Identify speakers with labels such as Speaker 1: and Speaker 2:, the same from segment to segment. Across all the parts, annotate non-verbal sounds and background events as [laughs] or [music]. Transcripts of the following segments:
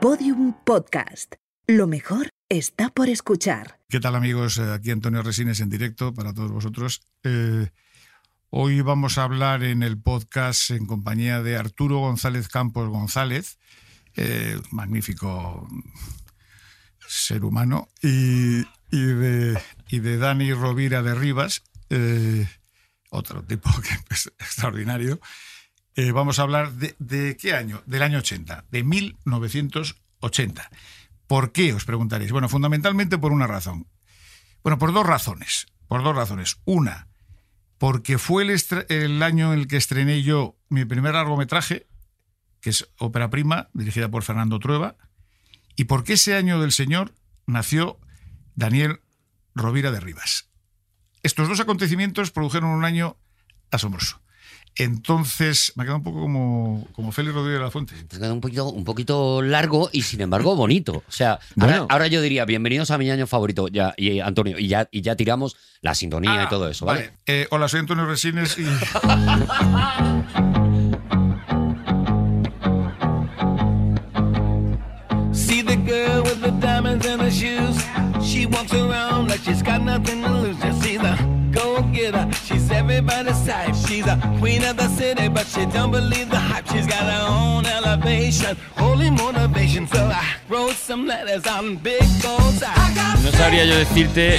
Speaker 1: Podium Podcast. Lo mejor está por escuchar.
Speaker 2: ¿Qué tal amigos? Eh, Aquí Antonio Resines en directo para todos vosotros. Eh, hoy vamos a hablar en el podcast en compañía de Arturo González Campos González, eh, magnífico ser humano, y, y de, y de Dani Rovira de Rivas, eh, otro tipo que [laughs] es extraordinario. Eh, vamos a hablar de, de, qué año, del año 80, de 1980. ¿Por qué? Os preguntaréis. Bueno, fundamentalmente por una razón. Bueno, por dos razones. Por dos razones. Una, porque fue el, el año en el que estrené yo mi primer largometraje, que es Ópera Prima, dirigida por Fernando Trueba, y porque ese año del Señor nació Daniel Rovira de Rivas. Estos dos acontecimientos produjeron un año asombroso. Entonces, me ha quedado un poco como, como Félix Rodríguez de la Fuente.
Speaker 3: Te ha quedado un poquito, un poquito largo y sin embargo bonito. O sea, bueno. ahora, ahora, yo diría, bienvenidos a mi año favorito, ya, y eh, Antonio, y ya, y ya tiramos la sintonía ah, y todo eso, ¿vale? vale.
Speaker 2: Eh, hola, soy Antonio Resines y. See the girl with the diamonds and the shoes. She walks around like she's got nothing to lose. Just see the go get her. She's everybody's type. She's a queen of the city, but she don't believe the hype. She's got her own elevation, holy motivation. So I wrote some letters on big goals.
Speaker 4: No sabría yo decirte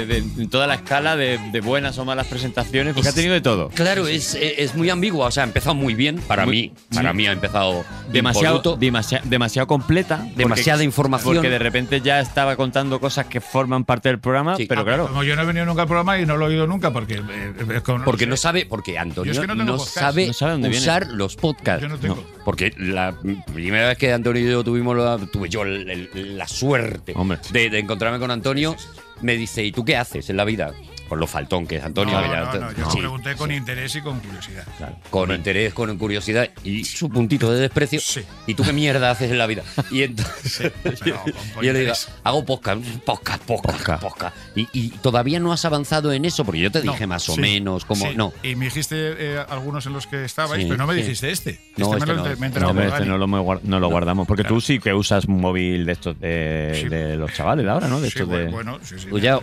Speaker 4: eh, de toda la escala de, de, buenas o malas presentaciones, porque es, ha tenido de todo.
Speaker 3: Claro, es, eh, es, muy ambigua. O sea, ha empezado muy bien para muy, mí. Para sí. mí ha empezado
Speaker 4: demasiado, demasiado, demasiado completa, porque,
Speaker 3: demasiada información.
Speaker 4: Porque de repente ya estaba contando cosas que forman parte del programa, sí. Ah, pero claro.
Speaker 2: Ah, pues Como yo no he venido nunca al programa y no lo he oído nunca porque eh, eh,
Speaker 3: con, porque no sabe porque Antonio es que no, no, sabe no, sabe usar viene. los podcasts.
Speaker 2: Yo no tengo.
Speaker 3: porque la primera vez que Antonio y yo tuvimos la, tuve yo la, la suerte de, de, encontrarme con Antonio me dice y tú qué haces en la vida por lo faltón que es Antonio.
Speaker 2: No, yo sí, pregunté con sí. interés y con curiosidad. Claro,
Speaker 3: con sí. interés, con curiosidad y su puntito de desprecio. ¿Y tú qué mierda haces en la vida?
Speaker 2: [laughs]
Speaker 3: Y entonces
Speaker 2: Pues
Speaker 3: yo le digo, hago podcast, podcast, podcast, podcast. Y, y, todavía no has avanzado en eso, porque yo te dije no, más o menos cómo. No.
Speaker 2: Y me dijiste eh, algunos en los que estabais, pero no me dijiste este.
Speaker 4: No,
Speaker 2: este,
Speaker 4: este me lo, no, me no, me este no, lo, no lo guardamos, porque claro. tú sí que usas un móvil de estos de, de los chavales ahora, ¿no? De estos de...
Speaker 3: Bueno,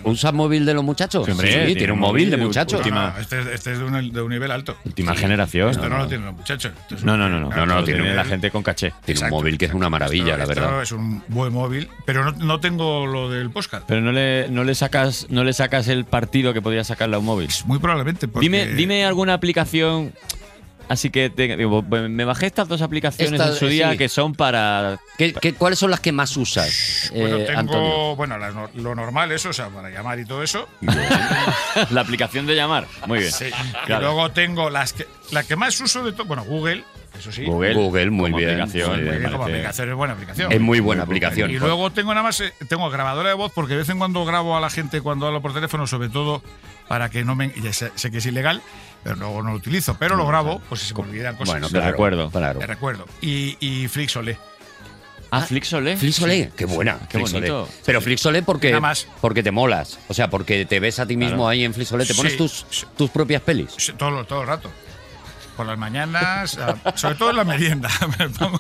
Speaker 3: ¿Usas móvil de los muchachos?
Speaker 4: Sí,
Speaker 3: tiene, tiene un, un móvil, móvil de muchachos.
Speaker 2: Última, no, no, este, este, es de un, de un, nivel alto.
Speaker 4: Última sí. generación.
Speaker 2: Esto no, no, lo tienen los muchachos. Es
Speaker 4: no, no, no, no, no, lo tiene la gente con caché.
Speaker 3: Tiene exacto, un móvil que exacto. es una maravilla,
Speaker 2: esto,
Speaker 3: la verdad.
Speaker 2: es un buen móvil, pero no, tengo lo del podcast.
Speaker 4: Pero no le, no le sacas no le sacas el partido que podría sacarle a un móvil.
Speaker 2: Muy probablemente. Porque...
Speaker 4: Dime, dime alguna aplicación Así que te, digo, pues, me bajé estas dos aplicaciones Esta, en su día sí. que son para.
Speaker 3: ¿Qué, qué, cuáles son las que más usas?
Speaker 2: Bueno, eh, tengo. Antonio? Bueno, las, lo normal, eso, o sea, para llamar y todo eso.
Speaker 4: la aplicación de llamar. Muy bien. Sí.
Speaker 2: Claro. Y luego tengo las que, la que más uso de todo. Bueno, Google. Eso sí.
Speaker 3: Google, Google muy
Speaker 2: como
Speaker 3: bien.
Speaker 2: Aplicación, sí, muy bien como aplicación, es buena aplicación.
Speaker 3: Es muy buena aplicación.
Speaker 2: Y luego tengo nada más, eh, tengo grabadora de voz, porque de vez en cuando grabo a la gente cuando hablo por teléfono, sobre todo para que no me. Ya sé, sé, que es ilegal, pero luego no lo utilizo. Pero lo grabo, pues si se me olvidan cosas.
Speaker 4: Bueno, te claro, recuerdo.
Speaker 2: Claro. Te recuerdo. Y, y Flixolé.
Speaker 4: Ah, Flixolé.
Speaker 3: Flixolé, sí. qué buena.
Speaker 4: Qué Flixolé. bonito.
Speaker 3: Pero Flixolé porque, Nada más. porque te molas. O sea, porque te ves a ti mismo claro. ahí en Flixolé. Te pones sí. tus, tus propias pelis.
Speaker 2: Sí, todo, todo el rato por las mañanas, sobre todo en la merienda, [laughs] me pongo,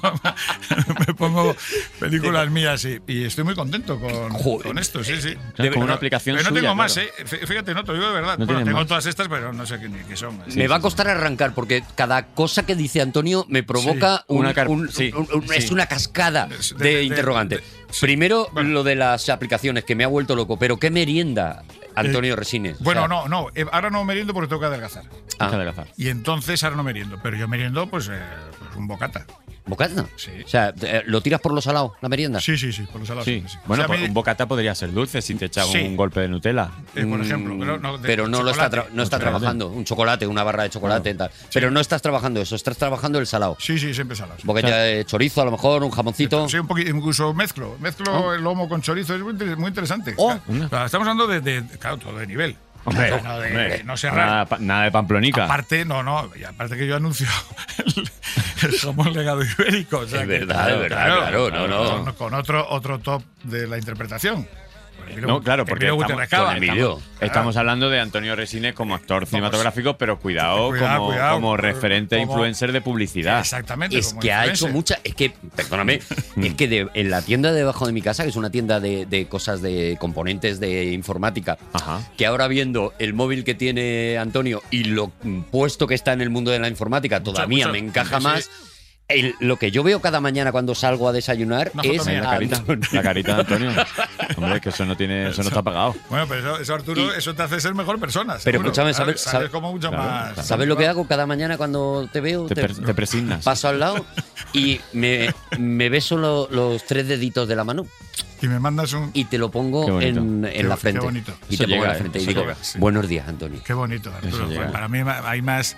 Speaker 2: me pongo películas mías y, y, estoy muy contento con, con esto, sí, sí.
Speaker 4: Con una pero, aplicación
Speaker 2: pero no tengo
Speaker 4: suya,
Speaker 2: más, claro. ¿eh? Fíjate, no te digo de verdad. No bueno, tengo más. todas estas, pero no sé qué, qué son.
Speaker 3: Sí, me va a costar arrancar porque cada cosa que dice Antonio me provoca sí, una, un, un, sí, un, es una cascada de, de interrogantes. Primero, bueno. lo de las aplicaciones, que me ha vuelto loco, pero qué merienda Antonio Resines.
Speaker 2: Bueno, o sea, no, no. Ahora no meriendo porque tengo que adelgazar.
Speaker 4: Ah. adelgazar.
Speaker 2: Y entonces ahora no meriendo. Pero yo meriendo, pues, eh, pues un bocata.
Speaker 3: ¿Bocata?
Speaker 2: Sí.
Speaker 3: O sea, eh, ¿lo tiras por los salados, la merienda?
Speaker 2: Sí, sí, sí, por los salados. Sí. Sí, sí.
Speaker 4: Bueno,
Speaker 2: o
Speaker 3: pues
Speaker 2: sea,
Speaker 4: mí... un bocata podría ser dulce si te echaba sí. un golpe de Nutella.
Speaker 2: Eh, por ejemplo. Pero no, de,
Speaker 3: pero no lo está, tra no está trabajando. Un chocolate, una barra de chocolate. Claro. Tal. Pero no estás trabajando eso, estás trabajando el salado.
Speaker 2: Sí, sí, siempre salado.
Speaker 3: Boquete o sea, de chorizo, a lo mejor, un jamoncito.
Speaker 2: Sí, un poquito, incluso mezclo. Mezclo oh. el lomo con chorizo, es muy, muy interesante. Oh. Claro, estamos hablando de, de, claro, todo de nivel.
Speaker 4: Hombre,
Speaker 2: no, no, de, no sea
Speaker 4: nada,
Speaker 2: raro.
Speaker 4: nada, de pamplonica.
Speaker 2: Aparte, no, no, aparte que yo anuncio [laughs] el, el jamón legado ibérico. O sea,
Speaker 3: es verdad, es verdad, claro, claro, claro, no,
Speaker 2: no. Con otro, otro top de la interpretación.
Speaker 4: No, claro, porque
Speaker 2: luego te
Speaker 4: estamos,
Speaker 2: recaba.
Speaker 4: con Emilio. Estamos hablando de Antonio Resines como actor cinematográfico, pero cuidado,
Speaker 2: Cuidado,
Speaker 4: como,
Speaker 2: cuidado,
Speaker 4: como
Speaker 2: como-
Speaker 4: referente
Speaker 2: como-
Speaker 4: influencer de publicidad.
Speaker 2: Exactamente.
Speaker 3: Es
Speaker 2: como
Speaker 3: que ha
Speaker 2: influencer.
Speaker 3: hecho mucha. Es que,
Speaker 4: [laughs]
Speaker 3: perdóname, es que de- en la tienda debajo de mi casa, que es una tienda de, de cosas de componentes de informática,
Speaker 4: Ajá.
Speaker 3: que ahora viendo el móvil que tiene Antonio y lo puesto que está en el mundo de la informática, todavía
Speaker 2: mucho.
Speaker 3: me encaja
Speaker 2: Sí.
Speaker 3: más. El- lo que yo veo cada mañana cuando salgo a desayunar
Speaker 2: Una foto
Speaker 3: es
Speaker 2: mía.
Speaker 4: Ahí la
Speaker 3: [laughs]
Speaker 4: carita,
Speaker 3: Antonio.
Speaker 4: la carita de Antonio. Hombre, que eso no tiene, eso no está pagado.
Speaker 2: Bueno, pero eso, eso, Arturo,
Speaker 3: Y-
Speaker 2: eso te hace ser mejor persona.
Speaker 3: Pero
Speaker 2: seguro.
Speaker 3: escúchame,
Speaker 2: Claro,
Speaker 3: ¿sabes-
Speaker 2: sales
Speaker 3: sabes-
Speaker 2: como mucho
Speaker 4: Claro,
Speaker 2: más.
Speaker 4: claro.
Speaker 3: ¿Sabes lo que hago cada mañana cuando te veo?
Speaker 4: Te,
Speaker 3: Te-
Speaker 4: per- te presignas.
Speaker 3: paso al lado y me, me beso lo- los tres deditos de la mano
Speaker 2: Y me mandas un.
Speaker 3: y te lo
Speaker 4: Qué
Speaker 3: pongo
Speaker 4: bonito.
Speaker 3: en, en
Speaker 2: Qué-
Speaker 3: la
Speaker 2: qué
Speaker 3: frente.
Speaker 2: bonito.
Speaker 3: Y
Speaker 4: Eso
Speaker 3: te pongo en
Speaker 4: llega,
Speaker 3: la frente
Speaker 4: ¿eh?
Speaker 3: y
Speaker 2: Eso
Speaker 3: digo,
Speaker 2: llega, sí.
Speaker 3: buenos días, Antonio.
Speaker 2: Qué bonito, Arturo.
Speaker 4: Eso
Speaker 2: Pues
Speaker 4: llega.
Speaker 2: Para mí hay más.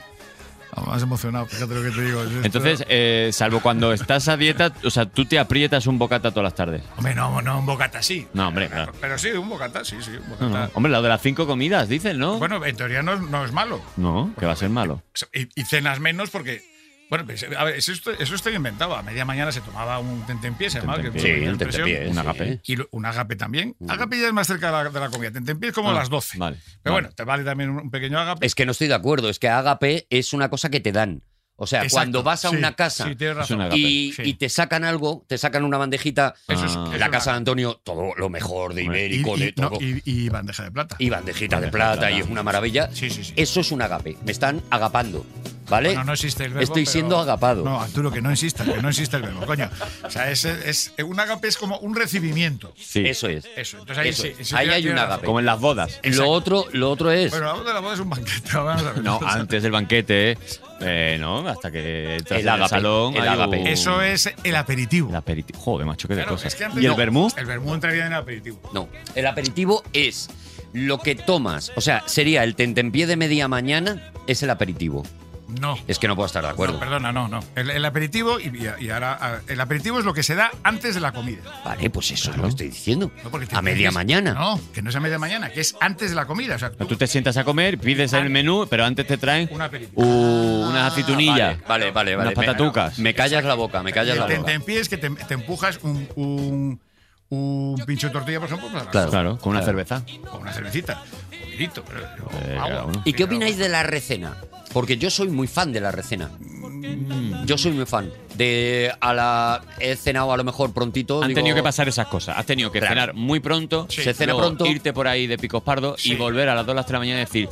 Speaker 2: Más emocionado, fíjate lo que te digo. Esto-
Speaker 4: Entonces, eh, salvo cuando estás a dieta, o sea, tú te aprietas un bocata todas las tardes.
Speaker 2: Hombre, no, no, un bocata sí.
Speaker 4: No, hombre, claro.
Speaker 2: Pero sí, un bocata, sí, sí, un
Speaker 4: No,
Speaker 2: bocata.
Speaker 4: no. Hombre, lo de las cinco comidas, dicen, ¿no?
Speaker 2: Bueno, en teoría no, no es malo.
Speaker 4: no, que va a ser malo.
Speaker 2: Y, y cenas menos porque. Bueno, pues, a ver, eso, esto- eso está inventado. A media mañana se tomaba un tentempié, se llamaba. que
Speaker 4: Tentempié.
Speaker 3: Sí,
Speaker 2: me dio
Speaker 3: el
Speaker 2: impresión.
Speaker 3: tentempié,
Speaker 4: un
Speaker 3: sí.
Speaker 4: agape.
Speaker 2: Y lo- un agape también. Agape ya es más cerca de la, de la comida. Tentempié es como
Speaker 4: Ah,
Speaker 2: a las 12.
Speaker 4: vale,
Speaker 2: Pero
Speaker 4: vale.
Speaker 2: bueno, te vale también un pequeño agape.
Speaker 3: Es que no estoy de acuerdo, es que agape es una cosa que te dan. O sea,
Speaker 2: Exacto,
Speaker 3: cuando vas a
Speaker 2: sí,
Speaker 3: una casa
Speaker 2: Sí, tienes
Speaker 4: Es un
Speaker 2: razón.
Speaker 4: agape.
Speaker 3: y,
Speaker 2: sí.
Speaker 3: y te sacan algo, te sacan una bandejita,
Speaker 2: Eso es-
Speaker 4: Ah.
Speaker 2: es
Speaker 3: la
Speaker 2: un
Speaker 3: casa de
Speaker 2: agape.
Speaker 3: Antonio, todo lo mejor de
Speaker 4: Hombre,
Speaker 2: y,
Speaker 3: ibérico,
Speaker 2: y-
Speaker 3: de todo.
Speaker 2: no, y- y bandeja de plata.
Speaker 3: y bandejita de
Speaker 4: Bandeja de
Speaker 3: plata
Speaker 4: plata.
Speaker 3: y es una maravilla.
Speaker 2: Sí, sí, sí.
Speaker 3: Eso es un agape. Me están agapando, ¿vale?
Speaker 2: Bueno, no existe el verbo.
Speaker 3: Eh, Estoy
Speaker 2: pero-
Speaker 3: siendo agapado.
Speaker 2: No, Arturo, que no exista, que no existe el verbo, coño. O sea, es, es- un agape es como un recibimiento.
Speaker 4: Sí.
Speaker 3: Eso es.
Speaker 2: Eso. Entonces ahí
Speaker 3: Eso
Speaker 2: sí,
Speaker 3: es.
Speaker 2: sí,
Speaker 3: Ahí
Speaker 2: tiene-
Speaker 3: hay
Speaker 2: tiene
Speaker 3: un
Speaker 2: razón.
Speaker 3: agape.
Speaker 4: Como en las bodas.
Speaker 3: Lo otro, lo otro es.
Speaker 2: Bueno, la boda, la boda es un banquete. Vamos a ver. [laughs]
Speaker 4: No,
Speaker 2: O sea,
Speaker 4: antes del banquete, ¿eh? Eh, ¿no? Hasta que entras
Speaker 3: El
Speaker 4: en
Speaker 3: agape,
Speaker 4: salón.
Speaker 3: el
Speaker 4: hay
Speaker 3: agape.
Speaker 4: un-
Speaker 2: Eso es el aperitivo.
Speaker 4: El aperitivo. Joder, macho, qué de
Speaker 2: Claro,
Speaker 4: cosas.
Speaker 2: es que antes
Speaker 4: ¿Y el
Speaker 2: no,
Speaker 4: vermú?
Speaker 2: El vermú entraría en el aperitivo.
Speaker 3: No, el aperitivo es lo que tomas. O sea, sería el tentempié de media mañana, es el aperitivo.
Speaker 2: No.
Speaker 3: Es que no puedo estar de acuerdo.
Speaker 2: No, perdona, no, no. El, el aperitivo y, y ahora ah, el aperitivo es lo que se da antes de la comida.
Speaker 3: Vale, pues eso es lo que estoy diciendo.
Speaker 2: No, porque te-
Speaker 3: a media
Speaker 2: es-
Speaker 3: mañana.
Speaker 2: No, que no es a media mañana, que es antes de la comida. O sea,
Speaker 4: No,
Speaker 2: tú-
Speaker 4: Tú te sientas a comer, pides
Speaker 2: Ah.
Speaker 4: el menú, pero antes te traen
Speaker 2: un aperitivo.
Speaker 4: uh,
Speaker 2: Ah,
Speaker 4: unas
Speaker 3: Ah, Vale,
Speaker 4: aceitunillas,
Speaker 3: vale, vale.
Speaker 4: unas
Speaker 3: vale. Me-
Speaker 4: patatucas.
Speaker 3: Me callas la boca, me callas la
Speaker 2: te, te
Speaker 3: boca.
Speaker 2: empiezas que te, te empujas un, un, un pincho de tortilla, por ejemplo, para-
Speaker 3: Claro.
Speaker 4: Claro, con una
Speaker 3: Claro.
Speaker 4: cerveza.
Speaker 2: o una cervecita, un vinito, pero- o
Speaker 4: Eh,
Speaker 2: agua.
Speaker 4: cada uno.
Speaker 3: ¿Y qué opináis de la recena? Porque yo soy muy fan de la recena.
Speaker 4: Mm.
Speaker 3: Yo soy muy fan. De a la. He cenado a lo mejor prontito.
Speaker 4: Han
Speaker 3: digo,
Speaker 4: tenido que pasar esas cosas. Has tenido que
Speaker 3: Claro.
Speaker 4: cenar muy pronto,
Speaker 2: Sí.
Speaker 3: Se cena
Speaker 4: luego
Speaker 3: pronto.
Speaker 4: irte por ahí de picos pardos
Speaker 2: Sí.
Speaker 4: y volver a las 2 las 3 de la mañana y decir,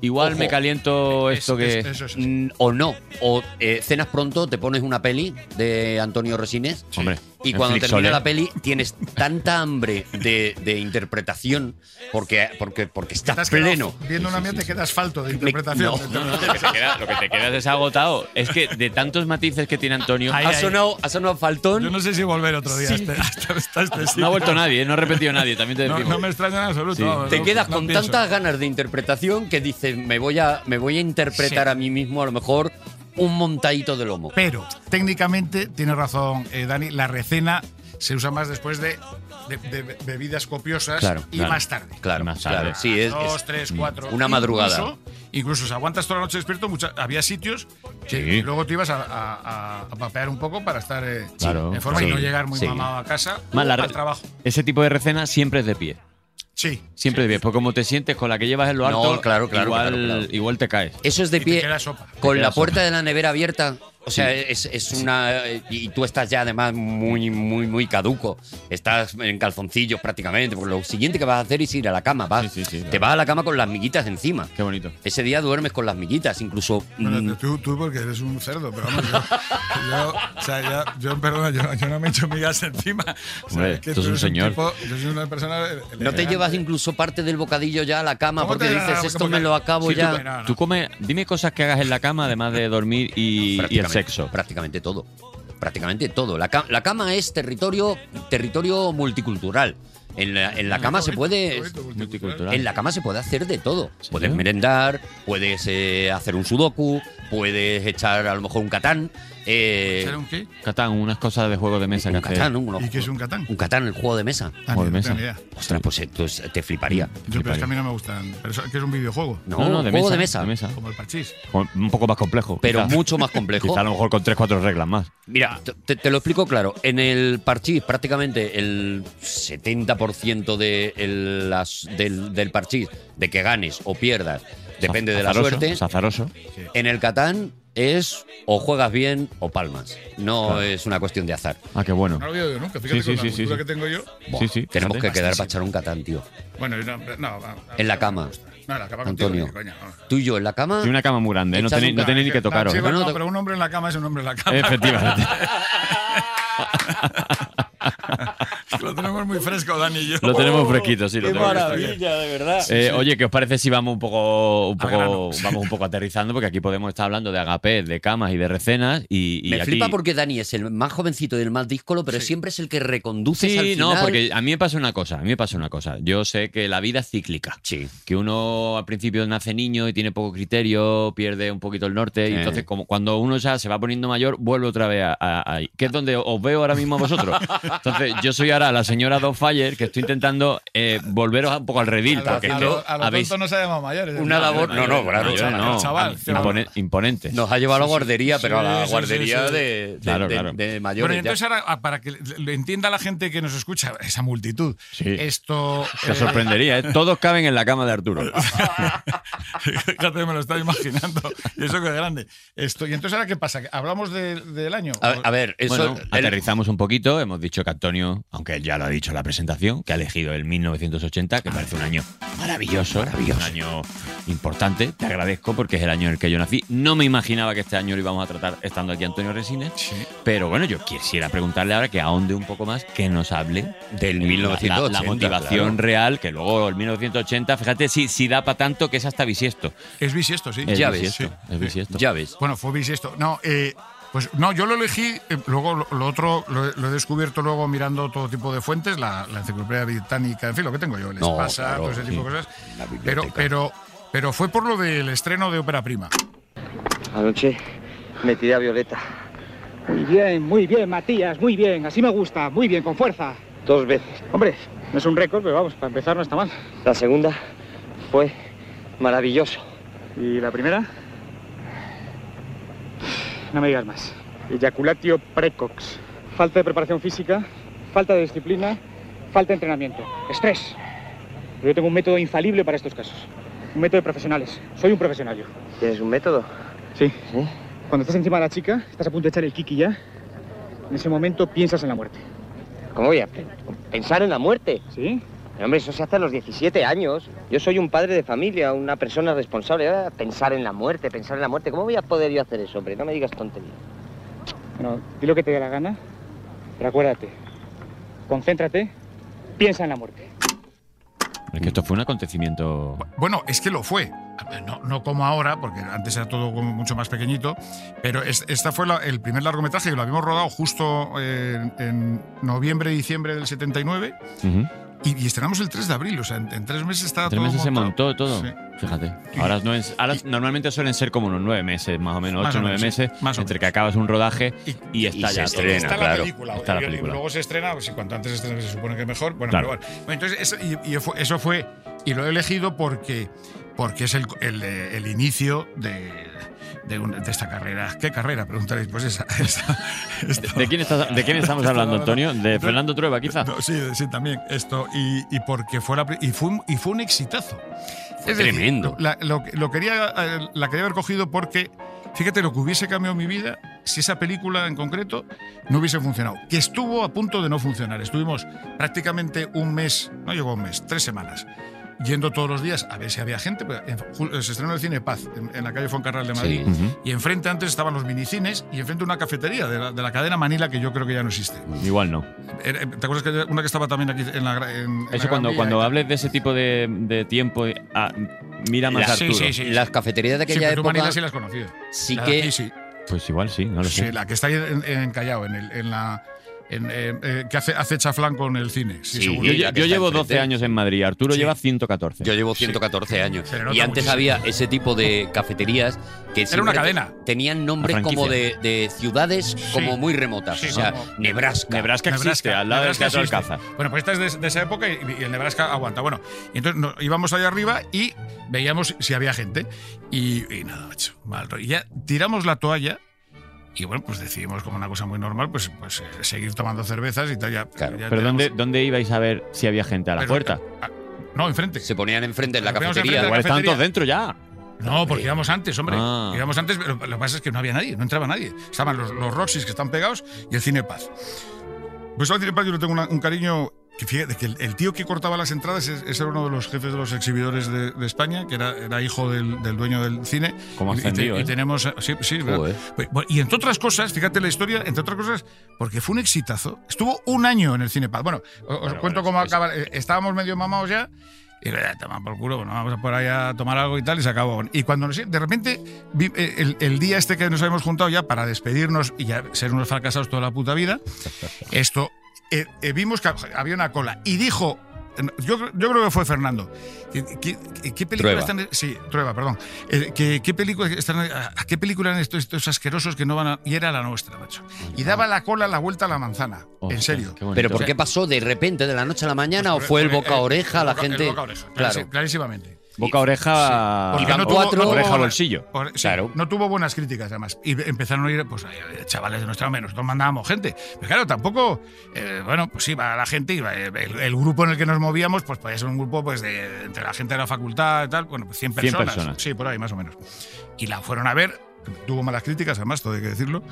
Speaker 4: igual
Speaker 3: Ojo.
Speaker 4: me caliento
Speaker 2: Es-
Speaker 4: esto que...
Speaker 2: es- eso es así.
Speaker 3: mm, O no. O eh, cenas pronto, te pones una peli de Antonio Resines.
Speaker 4: Hombre,
Speaker 3: Y
Speaker 4: en
Speaker 3: cuando
Speaker 4: Flixolet.
Speaker 3: termina la peli tienes tanta hambre de, de interpretación porque, porque, porque
Speaker 2: Te
Speaker 3: estás
Speaker 2: has quedado
Speaker 3: pleno.
Speaker 2: Viendo una mía te quedas falto de interpretación.
Speaker 3: no.
Speaker 4: Lo que, te queda- lo que te quedas es agotado. Es que de tantos matices que tiene Antonio,
Speaker 2: Ahí,
Speaker 3: Ha
Speaker 2: ahí.
Speaker 3: sonado, ha sonado faltón.
Speaker 2: Yo no sé si volver otro día hasta, hasta este sitio.
Speaker 4: no ha vuelto nadie, ¿eh? no ha repetido nadie, también te
Speaker 2: No,
Speaker 4: decimos.
Speaker 2: no me extraña en absoluto.
Speaker 4: Sí.
Speaker 2: vamos,
Speaker 3: Te
Speaker 2: no-
Speaker 3: quedas
Speaker 2: no
Speaker 3: con
Speaker 2: pienso.
Speaker 3: tantas ganas de interpretación que dices, me voy a, me voy a interpretar
Speaker 2: Sí.
Speaker 3: a mí mismo a lo mejor un montadito de lomo.
Speaker 2: Pero técnicamente tiene razón eh, Dani, la recena se usa más después de, de- de be- bebidas copiosas
Speaker 3: Claro,
Speaker 2: y
Speaker 4: claro.
Speaker 2: más tarde.
Speaker 3: Claro,
Speaker 4: Más
Speaker 3: claro.
Speaker 4: tarde.
Speaker 3: Sí, es,
Speaker 2: Dos,
Speaker 3: es-
Speaker 2: tres, cuatro.
Speaker 3: Una madrugada.
Speaker 2: Incluso, incluso si aguantas toda la noche despierto, mucha- había sitios que
Speaker 4: Sí.
Speaker 2: luego te ibas a, a- a- a papear un poco para estar eh,
Speaker 4: Claro.
Speaker 2: en forma
Speaker 4: Sí,
Speaker 2: y no llegar muy
Speaker 4: sí.
Speaker 2: mamado a casa
Speaker 4: Más
Speaker 2: o
Speaker 4: la-
Speaker 2: al trabajo.
Speaker 4: Ese tipo de recena siempre es de pie.
Speaker 2: Sí.
Speaker 4: Siempre de pie. Porque como te sientes con la que llevas en lo
Speaker 3: No,
Speaker 4: alto,
Speaker 3: claro, claro,
Speaker 4: igual,
Speaker 3: claro, claro.
Speaker 4: igual te caes.
Speaker 3: eso es
Speaker 2: Y
Speaker 3: de
Speaker 2: te
Speaker 3: pie
Speaker 2: queda sopa.
Speaker 3: con
Speaker 4: queda
Speaker 3: la
Speaker 4: sopa.
Speaker 3: puerta de la nevera abierta. O sea, es, es una. Y tú estás ya además muy, muy, muy caduco. Estás en calzoncillos prácticamente. Porque lo siguiente que vas a hacer es ir a la cama. Vas,
Speaker 4: Sí, sí, sí,
Speaker 3: Te
Speaker 4: claro.
Speaker 3: vas a la cama con las miguitas encima.
Speaker 4: Qué bonito.
Speaker 3: Ese día duermes con las miguitas, incluso. mm,
Speaker 2: Bueno, tú, tú porque eres un cerdo, pero vamos, yo, yo, o sea, ya- yo, perdona, yo, no- yo no me echo migas [laughs] encima. O sea,
Speaker 4: Hombre,
Speaker 2: es que
Speaker 4: tú eres
Speaker 2: tú
Speaker 4: un
Speaker 2: eres
Speaker 4: señor.
Speaker 2: tipo- yo soy una persona. elegante.
Speaker 3: no te llevas incluso parte del bocadillo ya a la cama
Speaker 2: ¿Cómo
Speaker 3: porque
Speaker 2: te-
Speaker 3: dices,
Speaker 2: porque-
Speaker 3: esto me lo acabo
Speaker 2: Sí, tú-
Speaker 3: ya.
Speaker 2: no, no, no.
Speaker 4: Tú comes, dime cosas que hagas en la cama además de dormir y, y el
Speaker 3: Prácticamente-
Speaker 4: sexo.
Speaker 3: Prácticamente todo. Prácticamente todo. La, ca- la cama es territorio, territorio multicultural. En la, en la cama se puede.
Speaker 2: Ah, Bonito, bonito,
Speaker 4: Multicultural.
Speaker 3: En la cama se puede hacer de todo.
Speaker 4: ¿Sí?
Speaker 3: Puedes merendar, puedes eh, hacer un sudoku, puedes echar a lo mejor un catán. eh,
Speaker 2: ¿Será un qué?
Speaker 4: Catán, unas cosas de juego de mesa que
Speaker 3: un
Speaker 4: haces.
Speaker 3: catán, ¿no? Uno-
Speaker 2: ¿Y qué es un catán?
Speaker 3: Un catán, el juego de mesa.
Speaker 2: Ah,
Speaker 4: Juego de
Speaker 2: ni-
Speaker 4: mesa.
Speaker 2: ni idea.
Speaker 3: Ostras, pues entonces te fliparía.
Speaker 2: Yo, pero es que a mí no me gustan. Pero eso- que es un videojuego,
Speaker 3: No,
Speaker 4: Mm. No, no, de
Speaker 3: juego
Speaker 4: mesa,
Speaker 3: de mesa.
Speaker 4: de mesa.
Speaker 2: como el parchís.
Speaker 4: Un poco más complejo.
Speaker 3: Pero
Speaker 4: quizá.
Speaker 3: mucho Pues más
Speaker 4: [laughs]
Speaker 3: complejo.
Speaker 4: Quizá a lo mejor con tres, cuatro reglas más.
Speaker 3: Mira,
Speaker 4: Venga.
Speaker 3: Te, te lo explico claro. En el parchís, prácticamente el 70% de el- las- del, del parchís, de que ganes o pierdas, depende de la
Speaker 4: Azaroso,
Speaker 3: suerte.
Speaker 4: es azaroso.
Speaker 3: En el Catán es o juegas bien o palmas. No es una cuestión de azar.
Speaker 4: Ah, qué bueno.
Speaker 2: No lo veo yo nunca. Fíjate
Speaker 4: Sí, sí,
Speaker 2: con la
Speaker 4: sí, sí,
Speaker 2: cultura
Speaker 4: sí.
Speaker 2: que tengo yo.
Speaker 3: Buah,
Speaker 4: Sí, sí,
Speaker 3: tenemos
Speaker 4: fíjate.
Speaker 3: que quedar para echar un Catán, tío.
Speaker 2: Bueno, no, no, va, va,
Speaker 3: En la
Speaker 2: no
Speaker 3: cama.
Speaker 2: me gusta. No, en la cama contigo,
Speaker 3: Antonio.
Speaker 2: ni de coña, vamos.
Speaker 3: Tú y yo en la cama.
Speaker 4: Tiene una cama muy grande, ¿eh? no
Speaker 3: Echad
Speaker 4: tenéis,
Speaker 3: un
Speaker 4: no
Speaker 3: ca-
Speaker 4: tenéis ni que
Speaker 2: No,
Speaker 4: tocaros.
Speaker 2: sí,
Speaker 4: ¿eh? [laughs]
Speaker 2: bueno,
Speaker 3: no
Speaker 2: no,
Speaker 3: te-
Speaker 2: pero un hombre en la cama es un hombre en la cama.
Speaker 4: Efectivamente.
Speaker 2: [laughs] Lo tenemos muy fresco, Dani y yo.
Speaker 4: Lo tenemos fresquito, sí, lo
Speaker 3: Qué
Speaker 4: tenemos fresquito.
Speaker 3: maravilla, de verdad.
Speaker 4: Eh, Oye, ¿qué os parece si vamos un poco, un
Speaker 2: Al
Speaker 4: poco
Speaker 2: grano.
Speaker 4: vamos un poco aterrizando? Porque aquí podemos estar hablando de agapés, de camas y de recenas. Y, y
Speaker 3: me
Speaker 4: aquí-
Speaker 3: flipa porque Dani es el más jovencito y el más díscolo, pero
Speaker 2: Sí.
Speaker 3: siempre es el que reconduce al
Speaker 4: Sí,
Speaker 3: final.
Speaker 4: no, porque a mí me pasa una cosa, a mí me pasa una cosa. Yo sé que la vida es cíclica.
Speaker 3: Sí.
Speaker 4: Que uno al principio nace niño y tiene poco criterio, pierde un poquito el norte. Y
Speaker 3: Eh.
Speaker 4: entonces, como cuando uno ya se va poniendo mayor, vuelve otra vez a, a- a- que es donde os veo ahora mismo a vosotros. Entonces, yo soy ahora la señora Don Fire, que estoy intentando eh, volveros un poco al redil.
Speaker 2: A
Speaker 4: porque
Speaker 2: lo- a
Speaker 4: yo-
Speaker 2: lo- a lo
Speaker 4: habéis-
Speaker 2: tonto no se llama mayores. ¿eh?
Speaker 3: Una labor- No, no, claro,
Speaker 4: mayores
Speaker 3: chaval,
Speaker 4: no.
Speaker 2: chaval, chaval.
Speaker 4: Impone- imponente.
Speaker 3: Nos ha llevado a la guardería, pero a
Speaker 2: sí,
Speaker 3: la
Speaker 2: sí,
Speaker 3: guardería
Speaker 2: sí, sí.
Speaker 3: De, de-
Speaker 4: Claro,
Speaker 3: de-
Speaker 4: claro.
Speaker 3: de
Speaker 2: Bueno, y
Speaker 3: mayores. ya.
Speaker 2: entonces ahora, ah, para que le- lo entienda la gente que nos escucha, esa multitud,
Speaker 4: Sí.
Speaker 2: esto...
Speaker 4: Te
Speaker 2: eh,
Speaker 4: sorprendería, ¿eh? Todos caben en la cama de Arturo.
Speaker 2: [laughs] Fíjate, me lo estaba imaginando. Y eso que es grande. Esto, y entonces ahora, ¿qué pasa? ¿Que ¿Hablamos de- del año?
Speaker 3: A, ver- a ver, eso.
Speaker 4: Bueno,
Speaker 3: el-
Speaker 4: aterrizamos un poquito. Hemos dicho que Antonio, aunque él ya lo ha dicho en la presentación, que ha elegido el 1980, que parece un año maravilloso, un año importante. Te agradezco porque es el año en el que yo nací. No me imaginaba que este año lo íbamos a tratar estando aquí Antonio Resines.
Speaker 2: Sí.
Speaker 4: Pero bueno, yo quisiera preguntarle ahora que ahonde un poco más, que nos hable
Speaker 3: Del
Speaker 4: la-
Speaker 3: 1980,
Speaker 4: La, motivación
Speaker 3: claro.
Speaker 4: real, que luego el 1980, fíjate, si, si da para tanto que es hasta bisiesto.
Speaker 2: Es bisiesto, sí.
Speaker 4: Es
Speaker 3: Ya ves,
Speaker 4: bisiesto,
Speaker 2: sí,
Speaker 4: es bisiesto.
Speaker 3: Ya ves.
Speaker 2: Bueno, fue bisiesto. No, eh, pues no, yo lo elegí, eh, luego lo, lo otro lo, lo he descubierto luego mirando todo tipo de fuentes, la, la enciclopedia británica, en fin, lo que tengo yo, les
Speaker 3: No,
Speaker 2: pasa,
Speaker 3: claro,
Speaker 2: todo ese tipo de
Speaker 3: sí.
Speaker 2: cosas.
Speaker 3: La
Speaker 2: Pero,
Speaker 3: biblioteca.
Speaker 2: pero, pero fue por lo del estreno de Ópera Prima.
Speaker 5: Anoche me tiré a Violeta
Speaker 6: Muy bien, muy bien, Matías, muy bien. Así me gusta, muy bien, con fuerza.
Speaker 5: dos veces.
Speaker 6: Hombre, no es un récord, pero vamos, para empezar no está mal.
Speaker 5: La segunda fue maravilloso.
Speaker 6: ¿Y la primera? No me digas más. Eyaculatio precox. Falta de preparación física, falta de disciplina, falta de entrenamiento. Estrés. Pero yo tengo un método infalible para estos casos. Un método de profesionales. Soy un profesional yo.
Speaker 5: ¿Tienes un método?
Speaker 6: Sí.
Speaker 5: Sí.
Speaker 6: Cuando estás encima de la chica, estás a punto de echar el kiki ya. En ese momento piensas en la muerte.
Speaker 5: ¿Cómo voy a pe- pensar en la muerte?
Speaker 6: ¿Sí?
Speaker 5: Pero, Hombre, eso se hace a los 17 años. Yo soy un padre de familia, una persona responsable. Ahora, Pensar en la muerte, pensar en la muerte. ¿Cómo voy a poder yo hacer eso, hombre? No me digas tonterías.
Speaker 6: Bueno, di lo que te dé la gana, pero acuérdate, concéntrate, piensa en la muerte.
Speaker 4: Es que esto fue un acontecimiento.
Speaker 2: Bueno, es que lo fue. Ah, No, no como ahora, porque antes era todo como mucho más pequeñito, pero es- esta fue la- el primer largometraje que lo habíamos rodado justo en, en noviembre, diciembre del 79
Speaker 4: Ujú.
Speaker 2: y, y estrenamos el 3 de abril, o sea, en, en tres meses estaba
Speaker 4: Tres
Speaker 2: todo
Speaker 4: meses se
Speaker 2: montado.
Speaker 4: montó todo.
Speaker 2: Sí.
Speaker 4: Fíjate. Ahora, no es- ahora normalmente suelen ser como unos nueve meses, más o menos,
Speaker 2: Más
Speaker 4: ocho
Speaker 2: o
Speaker 4: o nueve
Speaker 2: menos, sí.
Speaker 4: meses,
Speaker 2: Más o
Speaker 4: entre
Speaker 2: menos.
Speaker 4: que acabas un rodaje y, está
Speaker 3: se
Speaker 4: ya. todo.
Speaker 3: estrena.
Speaker 2: está
Speaker 3: claro.
Speaker 2: la película.
Speaker 4: Está la
Speaker 2: Y- y
Speaker 4: película.
Speaker 2: luego se estrena, pues, y cuanto antes se estrena se supone que mejor. Bueno,
Speaker 4: Claro.
Speaker 2: pero bueno. Bueno, entonces eso, y, y fue- eso fue, y lo he elegido porque, porque es el, el, eh, el inicio de, de, un- de esta carrera. ¿Qué carrera? Preguntaréis, pues esa. [laughs] esa-
Speaker 4: ¿De,
Speaker 2: esta-
Speaker 4: de quién estás- de quién estamos hablando, Antonio?
Speaker 2: [laughs]
Speaker 4: ¿De Fernando Trueba, quizá?
Speaker 2: No, sí, sí, también esto. Y, y porque fue la pri- y fue, un- y fue un exitazo. Es decir,
Speaker 3: tremendo.
Speaker 2: la, lo, lo quería, eh, la quería haber cogido porque, fíjate, lo que hubiese cambiado mi vida si esa película en concreto no hubiese funcionado. Que estuvo a punto de no funcionar. Estuvimos prácticamente un mes, no llegó a un mes, tres semanas. Yendo todos los días a ver si había gente. pero en ju- Se estrenó el Cine Paz, en, en la calle Foncarral de Madrid.
Speaker 3: Sí.
Speaker 4: Ujú.
Speaker 2: Y enfrente antes estaban los minicines y enfrente una cafetería de la, de la cadena Manila que yo creo que ya no existe.
Speaker 4: Igual no.
Speaker 2: Era- Eh, ¿Te acuerdas que había una que estaba también aquí en la gra- en- en la
Speaker 4: Eso
Speaker 2: Gran
Speaker 4: cuando,
Speaker 2: Vía?
Speaker 4: cuando hables de ese tipo de, de tiempo, eh, ah, mira más
Speaker 3: La-
Speaker 4: Arturo.
Speaker 2: Sí, sí, sí.
Speaker 3: Las cafeterías de
Speaker 2: Sí,
Speaker 3: aquella
Speaker 2: pero tú
Speaker 3: época
Speaker 2: Manila sí la has conocido.
Speaker 3: sí
Speaker 2: La de
Speaker 3: que.
Speaker 2: aquí sí.
Speaker 4: Pues igual sí, no lo
Speaker 2: Sí,
Speaker 4: sé.
Speaker 2: la que está ahí en, en Callao, en, el- en la. en, eh, eh, que hace, hace chaflán con el cine. Sí,
Speaker 3: Sí,
Speaker 2: seguro.
Speaker 4: Yo,
Speaker 3: Y la que
Speaker 4: yo
Speaker 3: está
Speaker 4: llevo
Speaker 3: enfrente.
Speaker 4: 12 años en Madrid, Arturo
Speaker 2: Sí.
Speaker 4: lleva 114.
Speaker 3: Yo llevo 114 años.
Speaker 2: Se le nota
Speaker 3: Y antes
Speaker 2: muchísimo.
Speaker 3: había ese tipo de cafeterías que siempre
Speaker 2: una
Speaker 3: te-
Speaker 2: cadena.
Speaker 3: Tenían nombres
Speaker 4: La
Speaker 3: como de,
Speaker 4: franquicia.
Speaker 3: de ciudades como muy remotas.
Speaker 2: Sí,
Speaker 3: o sea,
Speaker 2: como-
Speaker 3: Nebraska.
Speaker 4: Nebraska existe, al lado del
Speaker 2: Nebraska
Speaker 4: Teatro
Speaker 2: existe.
Speaker 4: Alcázar.
Speaker 2: Bueno, pues esta es de, de esa época y, y el Nebraska aguanta. Bueno, y entonces nos íbamos allá arriba y veíamos si había gente. Y, y nada, macho, mal rollo. Y ya tiramos la toalla Y bueno, pues decidimos como una cosa muy normal, pues, pues eh, seguir tomando cervezas y tal. Ya,
Speaker 4: Claro,
Speaker 2: ya
Speaker 4: Pero
Speaker 2: teníamos-
Speaker 4: ¿dónde, ¿dónde ibais a ver si había gente a la
Speaker 2: Pero-
Speaker 4: puerta?
Speaker 2: Ah, No, enfrente.
Speaker 3: Se ponían enfrente en la
Speaker 2: Nos poníamos
Speaker 3: cafetería.
Speaker 2: enfrente
Speaker 4: Igual están
Speaker 2: cafetería.
Speaker 4: todos dentro ya.
Speaker 2: No, porque íbamos antes, hombre.
Speaker 4: Ah.
Speaker 2: Íbamos antes, pero lo que pasa es que no había nadie, no entraba nadie. Estaban los, los Roxys que están pegados y el Cine Paz. Pues al Cine Paz yo le tengo una- un cariño. Que fíjate, que el, el tío que cortaba las entradas es- ese era uno de los jefes de los exhibidores de, de España, que era, era hijo del, del dueño del cine.
Speaker 4: Como
Speaker 2: Y- y te-
Speaker 4: ascendido,
Speaker 2: y,
Speaker 4: ¿eh?
Speaker 2: tenemos. Sí, sí, ¿verdad?
Speaker 3: Joder.
Speaker 2: Pues, bueno, Y entre otras cosas, fíjate la historia, entre otras cosas, porque fue un exitazo. Estuvo un año en el Cinepad. Bueno, o- os
Speaker 4: Bueno,
Speaker 2: cuento
Speaker 4: bueno,
Speaker 2: cómo
Speaker 4: es-
Speaker 2: acaba. Eh, Estábamos medio mamados ya. Y eh, toma por culo, bueno, vamos a por ahí a tomar algo y tal, y se acabó. Y cuando nos, de repente, vi- eh, el, el día este que nos habíamos juntado ya para despedirnos y ya ser unos fracasados toda la puta vida, esto, eh, eh, vimos que había una cola. Y dijo, yo, yo creo que fue Fernando, ¿qué, qué, qué película
Speaker 3: Trueba.
Speaker 2: están- Sí, Trueba, perdón. Eh, ¿qué, qué película están, ¿A a qué película eran estos, estos asquerosos que no van a.? Y era la nuestra, macho. Y daba la cola la vuelta a la manzana. en serio.
Speaker 3: ¿Pero por
Speaker 4: porque
Speaker 3: qué pasó de repente, de la noche a la mañana,
Speaker 2: Pues
Speaker 3: o
Speaker 2: por-
Speaker 3: fue el
Speaker 2: por-
Speaker 3: boca a oreja?
Speaker 2: el
Speaker 3: La
Speaker 2: boca- el
Speaker 3: gente.
Speaker 2: boca a oreja, claro.
Speaker 3: Claro.
Speaker 2: clarísimamente.
Speaker 4: Boca oreja.
Speaker 2: Porque
Speaker 3: Iban
Speaker 2: no tuvo-
Speaker 3: cuatro,
Speaker 2: no tuvo
Speaker 4: oreja
Speaker 2: buena-
Speaker 4: bolsillo.
Speaker 2: Ore- sí,
Speaker 3: Claro.
Speaker 2: No tuvo buenas críticas, además. Y empezaron a ir, pues, eh, chavales de nuestra edad, nosotros mandábamos gente. Pero claro, tampoco, eh, bueno, pues iba la gente, iba el, el grupo en el que nos movíamos, pues podía ser un grupo pues de, entre la gente de la facultad y tal, bueno, pues 100
Speaker 4: 100
Speaker 2: personas.
Speaker 4: personas.
Speaker 2: Sí, por ahí, más o menos. Y la fueron a ver, tuvo malas críticas, además, todo hay que decirlo.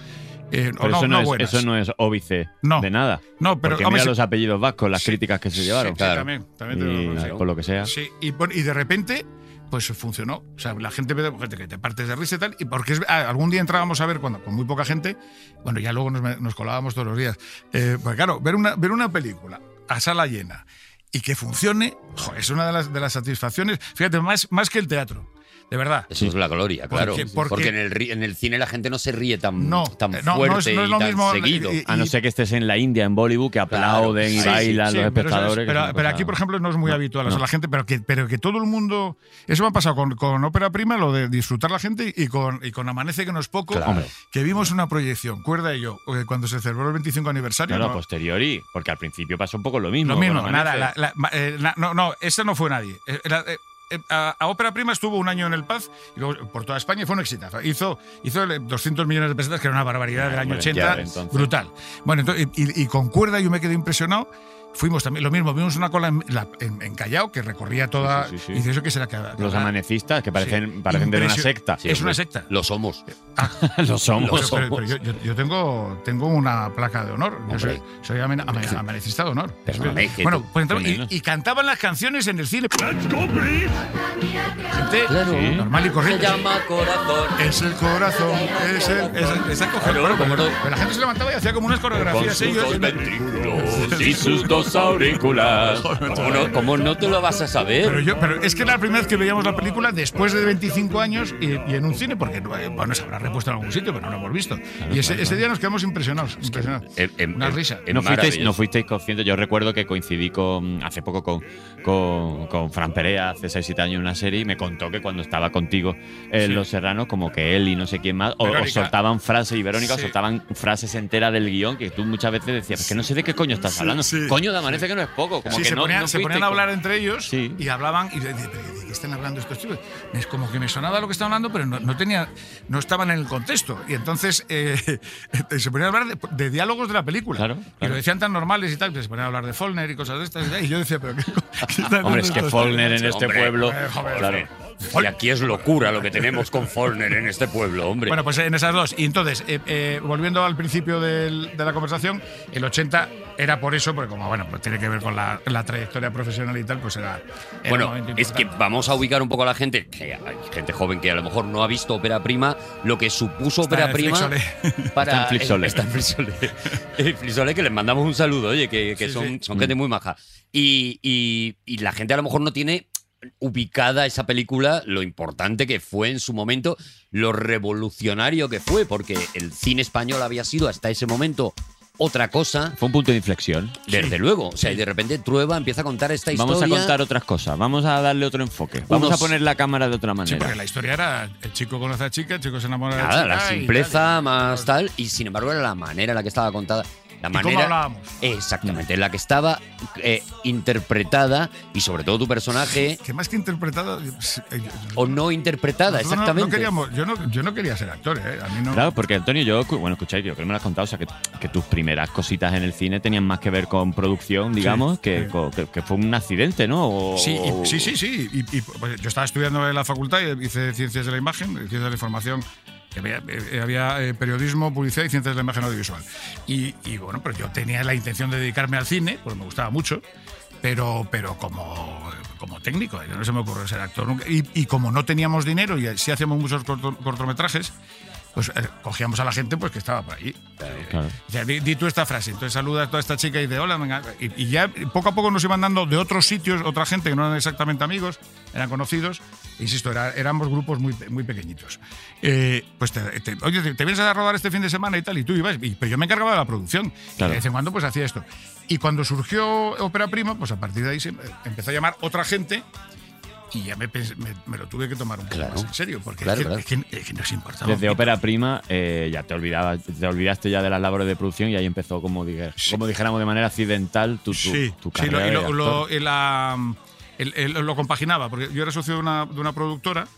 Speaker 2: Eh, o
Speaker 4: Pero
Speaker 2: no,
Speaker 4: eso, no
Speaker 2: no
Speaker 4: es,
Speaker 2: buenas.
Speaker 4: eso no es óbice
Speaker 2: No.
Speaker 4: de nada.
Speaker 2: No, pero
Speaker 4: porque
Speaker 2: hombre,
Speaker 4: mira
Speaker 2: sí-
Speaker 4: los apellidos vascos, las
Speaker 2: sí,
Speaker 4: críticas que se
Speaker 2: sí,
Speaker 4: llevaron.
Speaker 2: sí,
Speaker 3: claro.
Speaker 2: también, también te lo
Speaker 4: Y,
Speaker 2: digo, sí.
Speaker 4: Por lo que sea.
Speaker 2: Sí, y, bueno, y de repente, pues funcionó. O sea, la gente, gente que te partes de risa y tal. Y porque es- ah, algún día entrábamos a ver cuando con muy poca gente. Bueno, ya luego nos, nos colábamos todos los días. Eh, pues claro, ver una, ver una película a sala llena y que funcione, jo, es una de las, de las satisfacciones. Fíjate, más, más que el teatro. De verdad.
Speaker 3: Eso es la gloria,
Speaker 2: Porque-
Speaker 3: claro. Porque,
Speaker 2: porque-
Speaker 3: en, el, ri- en el cine la gente no se ríe tan,
Speaker 2: No,
Speaker 3: tan
Speaker 2: eh,
Speaker 3: fuerte
Speaker 2: no, no es- no es lo
Speaker 3: y tan
Speaker 2: mismo-
Speaker 3: seguido.
Speaker 2: y- y-
Speaker 4: A no ser que estés en la India, en Bollywood, que aplauden y
Speaker 2: Sí, sí,
Speaker 4: bailan
Speaker 2: sí,
Speaker 4: los
Speaker 2: pero eso es-
Speaker 4: espectadores. que
Speaker 2: Pero,
Speaker 4: es una
Speaker 2: pero
Speaker 4: cosa-
Speaker 2: aquí, por ejemplo, no es muy
Speaker 4: No,
Speaker 2: habitual. O sea,
Speaker 4: no.
Speaker 2: la gente, pero que, pero que todo el mundo. Eso me ha pasado con, con Ópera Prima, lo de disfrutar la gente y con, y con Amanece que no es poco.
Speaker 3: Claro. Hombre.
Speaker 2: Que vimos una proyección, cuerda y yo, eh, cuando se celebró el 25 aniversario.
Speaker 4: No, no,
Speaker 2: ¿no?
Speaker 4: posteriori. Porque al principio pasó un poco lo mismo.
Speaker 2: Lo mismo,
Speaker 4: con
Speaker 2: nada.
Speaker 4: Amanece.
Speaker 2: la- la- ma- eh, na- no, no, esa no fue nadie. Eh, era, eh, eh, a, a Ópera Prima estuvo un año en el Paz y luego por toda España y fue un exitazo. Hizo, hizo el 200 millones de pesetas, que era una barbaridad del año
Speaker 4: hombre,
Speaker 2: 80,
Speaker 4: ya, entonces.
Speaker 2: brutal. Bueno, entonces, y, y- y con cuerda yo me quedé impresionado. Fuimos también, lo mismo, vimos una cola en, la- en- en Callao que recorría toda.
Speaker 4: sí, sí, sí.
Speaker 2: Y dice, ¿eso qué será? Que, que
Speaker 4: Los
Speaker 2: habrá?".
Speaker 4: amanecistas que parecen,
Speaker 2: Sí.
Speaker 4: parecen de una
Speaker 2: Impresio-
Speaker 4: secta.
Speaker 2: es una secta.
Speaker 3: Lo somos.
Speaker 4: [laughs] Lo somos.
Speaker 2: Pero- pero- pero yo, yo- yo tengo, tengo una placa de honor. Yo soy, soy amane- amane- amanecista de honor.
Speaker 3: Perdóname, que
Speaker 2: bueno,
Speaker 3: tú-
Speaker 2: pues entramos-
Speaker 4: menos.
Speaker 2: y, y cantaban las canciones en el cine. Gente
Speaker 3: Ah, Claro. Sí.
Speaker 2: normal y
Speaker 3: Se
Speaker 2: corriente.
Speaker 3: llama corazón.
Speaker 2: Es el corazón, es el. Es, es acoger-
Speaker 3: Claro,
Speaker 2: bueno,
Speaker 3: como
Speaker 2: pero,
Speaker 3: todo.
Speaker 2: pero la gente se levantaba y hacía como unas coreografías ellos.
Speaker 3: y sus dos aurículas. ¿Cómo no, cómo no te lo vas a
Speaker 2: Pero,
Speaker 3: saber?
Speaker 2: yo, pero es que era la primera vez que veíamos la película después de 25 años y, y en un cine, porque no- eh, bueno, se habrá repuesto en algún sitio, pero no lo hemos visto. y ese, ese día nos quedamos impresionados. impresionados.
Speaker 3: em- em-
Speaker 2: Una
Speaker 3: em-
Speaker 2: risa.
Speaker 3: em-
Speaker 4: no, fuisteis,
Speaker 3: maravilloso.
Speaker 4: no fuisteis conscientes. Yo recuerdo que coincidí con hace poco con, con, con Fran Perea, hace 6 7 años, en una serie, y me contó que cuando estaba contigo en
Speaker 2: Sí.
Speaker 4: Los Serranos, como que él y no sé quién más, o- os
Speaker 2: Verónica.
Speaker 4: soltaban frases, y Verónica os
Speaker 2: Sí.
Speaker 4: soltaban frases enteras del guión que tú muchas veces decías, "Pues que no sé de qué coño estás hablando.
Speaker 2: sí.
Speaker 4: Coño, de amanece que no es poco. Como
Speaker 2: Sí,
Speaker 4: que
Speaker 2: se,
Speaker 4: no,
Speaker 2: ponían,
Speaker 4: no
Speaker 2: se
Speaker 4: fuisteis
Speaker 2: ponían a
Speaker 4: con-
Speaker 2: hablar entre ellos
Speaker 4: Sí.
Speaker 2: y hablaban y de, de- de- de qué están hablando estos chicos. Es como que me sonaba lo que estaban hablando, pero no, no tenía, no estaban en el contexto. Y entonces eh, [laughs] se ponían a hablar de, de diálogos de la película.
Speaker 4: Claro,
Speaker 2: Y lo
Speaker 4: claro.
Speaker 2: decían tan normales y tal, que se ponían a hablar de Follner y cosas de estas. Y, tal, y yo decía, pero ¿qué, [laughs] qué están hablando
Speaker 4: Hombre, es que
Speaker 2: estos
Speaker 4: Faulkner en
Speaker 2: tíos?
Speaker 4: este
Speaker 3: Hombre,
Speaker 4: pueblo.
Speaker 2: eh, joder,
Speaker 4: claro.
Speaker 3: Y aquí es locura lo que tenemos con Forner en este pueblo, hombre.
Speaker 2: Bueno, pues en esas dos. Y entonces, eh, eh, volviendo al principio del- de la conversación, el 80 era por eso, porque como, bueno, pues tiene que ver con la, la trayectoria profesional y tal, pues era. era un
Speaker 3: Bueno,
Speaker 2: momento
Speaker 3: es que
Speaker 2: importante.
Speaker 3: vamos a ubicar un poco a la gente, que hay gente joven que a lo mejor no ha visto ópera prima, lo que supuso
Speaker 2: Está
Speaker 3: ópera
Speaker 2: en
Speaker 3: prima
Speaker 2: Flixolé.
Speaker 3: [laughs] para
Speaker 4: Está en Flixolé.
Speaker 3: Está en
Speaker 2: [laughs]
Speaker 3: Flixolé. En Flixolé, que les mandamos un saludo, oye, que, que
Speaker 2: Sí,
Speaker 3: son,
Speaker 2: sí. Mm.
Speaker 3: son gente muy maja. Y, y- y la gente a lo mejor no tiene ubicada esa película, lo importante que fue en su momento, lo revolucionario que fue, porque el cine español había sido hasta ese momento otra cosa,
Speaker 4: Fue un punto de inflexión.
Speaker 3: desde luego. O sea, y de repente Trueba empieza a contar esta historia.
Speaker 4: Vamos a contar otras cosas. Vamos a darle otro enfoque. Vamos
Speaker 3: Unos-
Speaker 4: a poner la cámara de otra
Speaker 2: Sí,
Speaker 4: manera.
Speaker 2: porque la historia era el chico conoce a la chica, el chico se enamora de la
Speaker 3: Nada,
Speaker 2: chica.
Speaker 3: la
Speaker 2: y
Speaker 3: simpleza
Speaker 2: tal, y-
Speaker 3: más tal, y sin embargo era la manera en la que estaba contada. La
Speaker 2: ¿Y cómo
Speaker 3: manera.
Speaker 2: hablábamos?
Speaker 3: Exactamente, en la que estaba eh, interpretada y sobre todo tu personaje
Speaker 2: Que más que interpretada. sí, eh, yo-
Speaker 3: o no interpretada,
Speaker 2: nosotros no- no
Speaker 3: exactamente.
Speaker 2: queríamos- yo, no, yo no quería ser actor, ¿eh? A mí no.
Speaker 4: Claro, porque Antonio, yo, cu- bueno, escucháis, yo creo que me lo has contado, o sea, que, que tus primeras cositas en el cine tenían más que ver con producción, digamos, que,
Speaker 2: sí.
Speaker 4: co- que, que fue un accidente, ¿no? O-
Speaker 2: Sí, y- sí, sí, sí. Y, y, pues, yo estaba estudiando en la facultad y hice ciencias de la imagen, ciencias de la información. que Había, eh, había, eh, periodismo, publicidad y ciencias de la imagen audiovisual. Y, y, bueno, pero yo tenía la intención de dedicarme al cine, porque me gustaba mucho, pero, pero como, como técnico, eh, no se me ocurrió ser actor nunca. Y, y como no teníamos dinero y eh, sí hacíamos muchos corto- cortometrajes, pues eh, cogíamos a la gente pues que estaba por allí.
Speaker 4: Claro.
Speaker 2: O sea, di, di tú esta frase. Entonces saludas a toda esta chica y dices, hola, venga. Y, y ya poco a poco nos iban dando de otros sitios, otra gente que no eran exactamente amigos, eran conocidos. Insisto, era- éramos grupos muy, pe- muy pequeñitos. Eh, pues te, te- oye, te, te vienes a rodar este fin de semana y tal, y tú ibas. y- pero yo me encargaba de la producción.
Speaker 4: Claro.
Speaker 2: Y de vez en cuando pues hacía esto. Y cuando surgió Opera Prima, pues a partir de ahí se, empezó a llamar otra gente. Y ya me, pens- me- me lo tuve que tomar un poco
Speaker 3: Claro.
Speaker 2: más en serio, porque es,
Speaker 3: Claro,
Speaker 2: que,
Speaker 3: claro.
Speaker 2: es que- es que nos importaba.
Speaker 4: Desde ópera prima eh, ya te olvidabas, te olvidaste ya de las labores de producción y ahí empezó como, dije-
Speaker 2: Sí.
Speaker 4: como dijéramos de manera accidental tu, tu,
Speaker 2: sí,
Speaker 4: tu
Speaker 2: sí, lo-
Speaker 4: carrera
Speaker 2: y
Speaker 4: de
Speaker 2: lo, lo-
Speaker 4: actor.
Speaker 2: y la- el- el- lo compaginaba, porque yo era socio de una, de una productora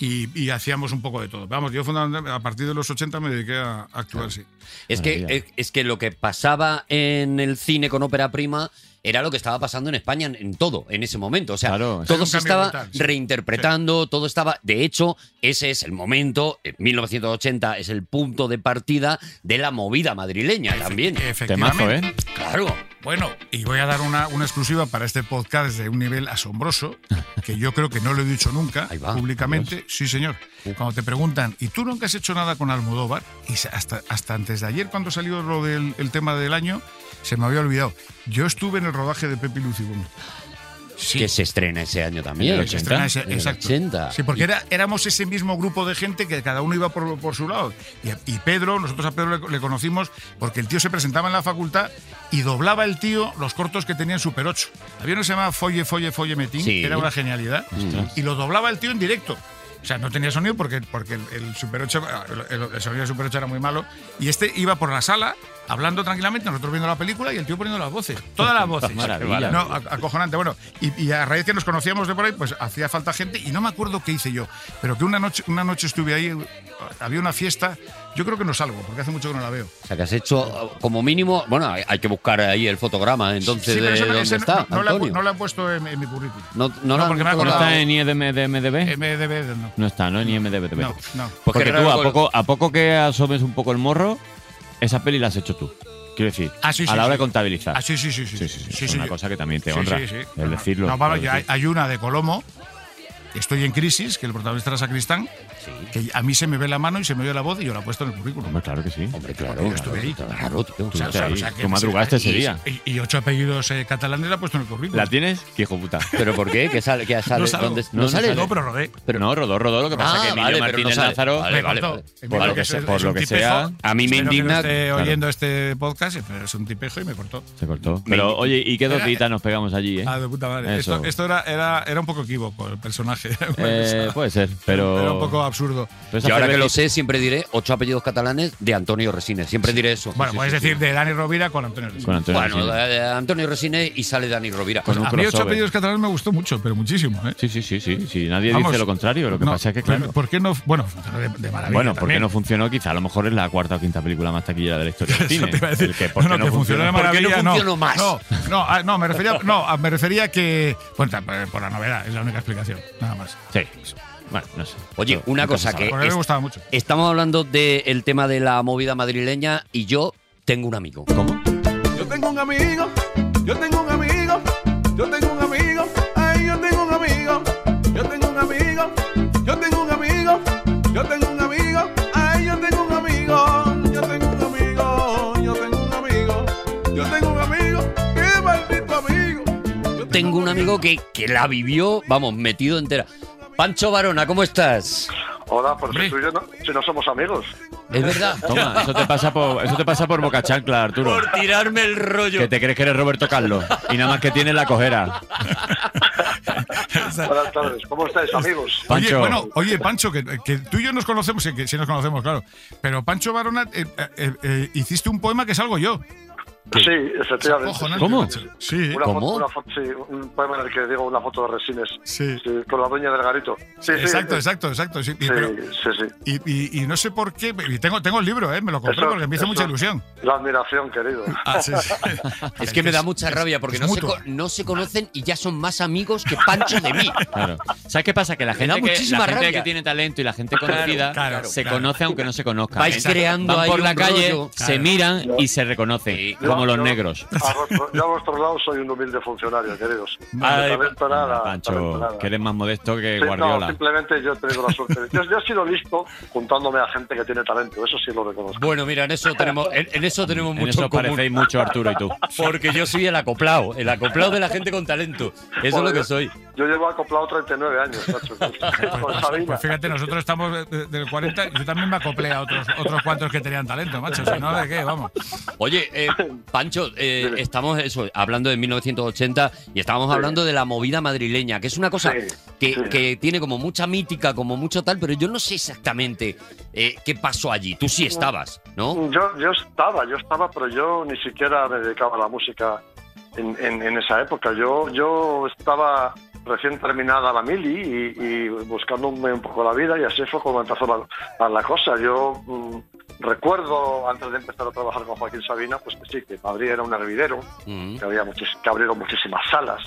Speaker 2: y, y hacíamos un poco de todo. Vamos, yo fundamentalmente, a partir de los 80 me dediqué a actuar, sí.
Speaker 3: Es que,
Speaker 4: Maravilla.
Speaker 3: es, es que lo que pasaba en el cine con ópera prima era lo que estaba pasando en España en, en todo, en ese momento. O sea,
Speaker 4: Claro, es
Speaker 3: todo
Speaker 2: un
Speaker 3: se
Speaker 2: cambio
Speaker 3: estaba
Speaker 2: brutal, sí.
Speaker 3: reinterpretando, todo estaba. De hecho, ese es el momento, en 1980 es el punto de partida de la movida madrileña también.
Speaker 4: Temazo, ¿eh?
Speaker 3: Claro.
Speaker 2: Bueno, y voy a dar una, una exclusiva para este podcast de un nivel asombroso, que yo creo que no lo he dicho nunca
Speaker 3: Ahí va, Uh.
Speaker 2: públicamente. Sí, señor. Cuando te preguntan, ¿y tú nunca has hecho nada con Almodóvar? Y se- hasta, hasta antes de ayer, cuando salió lo del el tema del año, se me había olvidado. Yo estuve en el rodaje de Pepi Lucibón. Sí.
Speaker 3: Que se estrena ese año también.
Speaker 4: En el
Speaker 2: Se
Speaker 4: 80.
Speaker 2: estrena ese-
Speaker 3: En el
Speaker 2: exacto.
Speaker 3: 80.
Speaker 2: Sí, porque era, éramos ese mismo grupo de gente que cada uno iba por, por su lado. Y, a- y Pedro, nosotros a Pedro le, le conocimos porque el tío se presentaba en la facultad y doblaba el tío los cortos que tenía en Super 8. Había uno que se llamaba Folle, Folle, Folle Metín,
Speaker 3: Sí.
Speaker 2: que era una genialidad.
Speaker 4: Ostras.
Speaker 2: Y lo doblaba el tío en directo. O sea, no tenía sonido porque, porque el, el Super 8, el, el sonido del Super 8 era muy malo. Y este iba por la sala hablando tranquilamente, nosotros viendo la película y el tío poniendo las voces. Todas
Speaker 3: [laughs]
Speaker 2: las voces.
Speaker 4: Maravilla.
Speaker 2: No, a- acojonante. Bueno, y, y a raíz que nos conocíamos de por ahí, pues hacía falta gente y no me acuerdo qué hice yo, pero que una noche, una noche estuve ahí, había una fiesta, yo creo que no salgo, porque hace mucho que no la veo.
Speaker 3: O sea, que has hecho eh, como mínimo. Bueno, hay, hay que buscar ahí el fotograma entonces
Speaker 2: Sí, pero
Speaker 3: de
Speaker 2: esa-
Speaker 3: dónde
Speaker 2: esa no-
Speaker 3: está.
Speaker 2: no, la, he pu-
Speaker 3: Antonio.
Speaker 2: no la he puesto en, en mi currículum.
Speaker 3: No- no la han
Speaker 2: porque me ha
Speaker 4: ¿No
Speaker 2: acordado.
Speaker 3: colocado.
Speaker 4: está en E IMDB?
Speaker 2: MDB, no.
Speaker 4: No está, ¿no? ¿Eh? En E IMDB.
Speaker 2: Eh, No, no.
Speaker 4: Porque,
Speaker 3: Porque
Speaker 4: tú,
Speaker 3: claro,
Speaker 4: a
Speaker 3: con-
Speaker 4: poco, a poco que asomes un poco el morro, esa peli la has hecho tú. Quiero decir,
Speaker 2: Ah, sí,
Speaker 4: a
Speaker 2: sí,
Speaker 4: la hora
Speaker 2: sí.
Speaker 4: de contabilizar.
Speaker 2: Ah, sí, sí, sí. sí,
Speaker 4: Sí, sí, sí.
Speaker 2: sí,
Speaker 4: es
Speaker 2: sí,
Speaker 4: una
Speaker 2: yo-
Speaker 4: cosa que también te
Speaker 2: sí,
Speaker 4: honra.
Speaker 2: sí, sí.
Speaker 4: El decirlo.
Speaker 2: No, vamos,
Speaker 4: el
Speaker 2: ya hay,
Speaker 4: decir.
Speaker 2: hay una de Colomo, Estoy en crisis, que el protagonista era Sacristán, que a mí se me ve la mano y se me ve la voz y yo la he puesto en el currículum.
Speaker 4: Hombre, claro que sí.
Speaker 3: Hombre, claro.
Speaker 2: Yo estuve ahí.
Speaker 3: Claro, tío.
Speaker 4: Tú estás ahí.
Speaker 2: que-
Speaker 4: Tú madrugaste
Speaker 2: y-
Speaker 4: ese día.
Speaker 2: Y, y ocho apellidos eh, catalanes la he puesto en el currículum.
Speaker 4: ¿La tienes? ¡Qué hijo puta!
Speaker 3: ¿Pero por qué? ¿Qué sale? ¿Qué sale?
Speaker 2: [laughs] No salgo.
Speaker 3: ¿Dónde-
Speaker 4: No,
Speaker 3: ¿No,
Speaker 4: no
Speaker 3: sale?
Speaker 2: No, pero rodé.
Speaker 4: Pero no, rodó, rodó. Lo que pasa
Speaker 3: Ah,
Speaker 4: es que Emilio
Speaker 3: vale, pero
Speaker 4: Martínez
Speaker 3: no sale.
Speaker 4: Lázaro.
Speaker 3: Vale,
Speaker 2: Me
Speaker 3: vale,
Speaker 2: cortó.
Speaker 3: vale.
Speaker 2: Me
Speaker 4: Por
Speaker 2: cortó,
Speaker 4: lo que
Speaker 2: es-
Speaker 4: sea-
Speaker 2: es
Speaker 4: por
Speaker 2: un
Speaker 4: lo que
Speaker 2: tipejo.
Speaker 4: sea,
Speaker 3: a mí me
Speaker 2: Espero que no
Speaker 3: indigna-
Speaker 2: esté
Speaker 4: Claro.
Speaker 2: oyendo este podcast, pero es un tipejo y me cortó.
Speaker 4: Se cortó. Pero oye, ¿y qué dos
Speaker 2: Era-
Speaker 4: ditas nos pegamos allí, eh?
Speaker 2: Ah, de puta madre.
Speaker 4: Eso.
Speaker 2: Esto, esto era, era, era un poco equívoco el personaje. [laughs]
Speaker 4: Eh, puede ser, pero.
Speaker 2: Era pues, un poco absurdo.
Speaker 4: pero esa
Speaker 3: Y ahora que lo
Speaker 4: cervecita-
Speaker 3: sé, siempre diré ocho apellidos catalanes de Antonio Resines. Siempre diré eso.
Speaker 2: Bueno, puedes decir de Dani Rovira con Antonio Resines.
Speaker 4: Con Antonio
Speaker 3: Bueno,
Speaker 2: eh.
Speaker 4: Resines.
Speaker 3: de- de Antonio Resines y sale Dani Rovira.
Speaker 4: Con un
Speaker 2: a mí ocho
Speaker 4: crossover.
Speaker 2: apellidos catalanes me gustó mucho, pero muchísimo. ¿eh?
Speaker 4: Sí, sí, sí, sí, sí. Nadie
Speaker 2: Vamos,
Speaker 4: dice lo contrario. Lo que
Speaker 2: no, pues,
Speaker 4: pasa es que, claro.
Speaker 2: ¿Por qué no? Bueno, de, de maravilla.
Speaker 4: Bueno, ¿por qué
Speaker 2: también.
Speaker 4: no funcionó? Quizá a lo mejor es la cuarta o quinta película más taquillera de la historia del
Speaker 2: [laughs] Eso
Speaker 4: cine.
Speaker 2: te iba a decir.
Speaker 4: El que, ¿por qué
Speaker 2: no, no, que funcionó de
Speaker 4: funcionó?
Speaker 3: ¿Por qué no
Speaker 2: maravilla.
Speaker 3: funcionó más?
Speaker 2: No, no, ah, no, me
Speaker 3: [laughs]
Speaker 2: refería, no, ah, me refería que. Bueno, ta- por por la novedad, es la única explicación, nada más.
Speaker 4: Sí. Bueno, no sé.
Speaker 3: Oye,
Speaker 4: Todo-
Speaker 3: una
Speaker 4: nunca se
Speaker 3: cosa
Speaker 4: sabe.
Speaker 3: que-
Speaker 2: Porque a mí
Speaker 3: Eh, es-
Speaker 2: me gustaba mucho.
Speaker 3: Estamos hablando del tema de la movida madrileña y yo tengo un amigo.
Speaker 4: ¿Cómo?
Speaker 7: Yo tengo un amigo, yo tengo un amigo, yo tengo un amigo, ay, yo tengo un amigo, yo tengo un amigo, yo tengo un amigo, yo tengo un amigo, ay, yo tengo un amigo, yo tengo un amigo, yo tengo un amigo, yo tengo un amigo, qué maldito amigo. Yo
Speaker 3: Tengo un amigo que, que la vivió, vamos, metido entera. Pancho Varona, ¿cómo estás?
Speaker 8: Hola, porque
Speaker 2: Hombre.
Speaker 8: tú y yo no, si no somos amigos.
Speaker 3: Es verdad.
Speaker 4: Toma, eso te pasa por, eso te pasa por boca chancla, Arturo.
Speaker 3: Por tirarme el rollo.
Speaker 4: Que te crees que eres Roberto Carlos y nada más que tienes la cojera.
Speaker 8: Buenas tardes, ¿cómo estáis, amigos?
Speaker 4: Pancho.
Speaker 2: Oye, bueno, oye, Pancho, que, que tú y yo nos eh, conocemos, sí, que sí nos conocemos, claro. Pero Pancho Barona, eh, eh, eh, hiciste un poema que salgo yo.
Speaker 8: Sí, efectivamente.
Speaker 2: Ojo,
Speaker 4: ¿Cómo?
Speaker 2: Sí,
Speaker 8: Una
Speaker 3: ¿Cómo?
Speaker 8: Foto, una foto, sí, un poema en el que digo una foto de Resines.
Speaker 2: Sí.
Speaker 8: con la dueña del garito. Sí,
Speaker 2: exacto,
Speaker 8: sí,
Speaker 2: exacto, exacto. sí, y,
Speaker 8: Sí,
Speaker 2: pero-
Speaker 8: sí, sí.
Speaker 2: y, y- y no sé por qué. y tengo, tengo el libro, ¿eh? me lo compré
Speaker 8: Eso-
Speaker 2: porque me hizo
Speaker 8: eso-
Speaker 2: mucha ilusión.
Speaker 8: La admiración, querido.
Speaker 2: Ah, sí, sí.
Speaker 3: Es que me da mucha rabia porque
Speaker 2: es
Speaker 3: no se,
Speaker 2: mutua.
Speaker 3: co- no se conocen y ya son más amigos que Pancho de mí.
Speaker 4: Claro. ¿Sabes qué pasa? Que la
Speaker 3: Me da
Speaker 4: gente, que,
Speaker 3: muchísima
Speaker 4: la gente
Speaker 3: rabia.
Speaker 4: que tiene talento y la gente conocida
Speaker 2: claro,
Speaker 4: se
Speaker 2: claro.
Speaker 4: conoce aunque no se conozca.
Speaker 3: Vais
Speaker 4: Exacto.
Speaker 3: creando
Speaker 4: Van
Speaker 3: ahí
Speaker 4: por
Speaker 3: un
Speaker 4: la calle,
Speaker 3: rollo.
Speaker 4: se
Speaker 2: Claro.
Speaker 4: miran y se reconocen,
Speaker 3: Sí.
Speaker 4: como
Speaker 8: Yo-
Speaker 4: los
Speaker 8: yo-
Speaker 4: negros.
Speaker 8: A vuestro- yo a vuestros lados soy un humilde funcionario, queridos.
Speaker 4: Ay,
Speaker 8: De talento nada, talento
Speaker 4: Pancho,
Speaker 8: nada.
Speaker 4: que eres más modesto que
Speaker 8: Sí, no,
Speaker 4: Guardiola.
Speaker 8: simplemente yo he tenido la suerte. Yo, yo he sido listo juntándome a gente que tiene talento, eso sí lo reconozco.
Speaker 3: Bueno, mira, en eso tenemos, en, en eso tenemos
Speaker 4: En
Speaker 3: mucho
Speaker 4: eso
Speaker 3: en común.
Speaker 4: parecéis mucho Arturo y tú.
Speaker 3: Porque yo soy el acoplado, el acoplado de la gente con talento. Eso es lo que soy.
Speaker 8: Yo llevo acoplado 39 años,
Speaker 2: [laughs]
Speaker 8: macho. Con
Speaker 2: Pues,
Speaker 8: Sabina.
Speaker 2: pues fíjate, nosotros estamos de- del 40 y yo también me acoplé a otros, otros cuantos que tenían talento, macho. Si no, ¿de qué? Vamos.
Speaker 3: Oye, eh, Pancho, eh,
Speaker 8: Dime.
Speaker 3: estamos eso, hablando de 1980 y estábamos
Speaker 8: Sí.
Speaker 3: hablando de la movida madrileña, que es una cosa
Speaker 8: Sí,
Speaker 3: que,
Speaker 8: sí.
Speaker 3: que tiene como mucha mítica, como mucho tal, pero yo no sé exactamente eh, qué pasó allí. Tú sí estabas, ¿no?
Speaker 8: Yo, yo estaba, yo estaba, pero yo ni siquiera me dedicaba a la música en, en- en esa época. Yo, yo estaba recién terminada la mili y, y buscándome un poco la vida y así fue como empezó la, la- la cosa. Yo mm, recuerdo, antes de empezar a trabajar con Joaquín Sabina, pues que sí, que Madrid era un hervidero,
Speaker 3: Mm.
Speaker 8: que, había muchis- que abrieron muchísimas salas,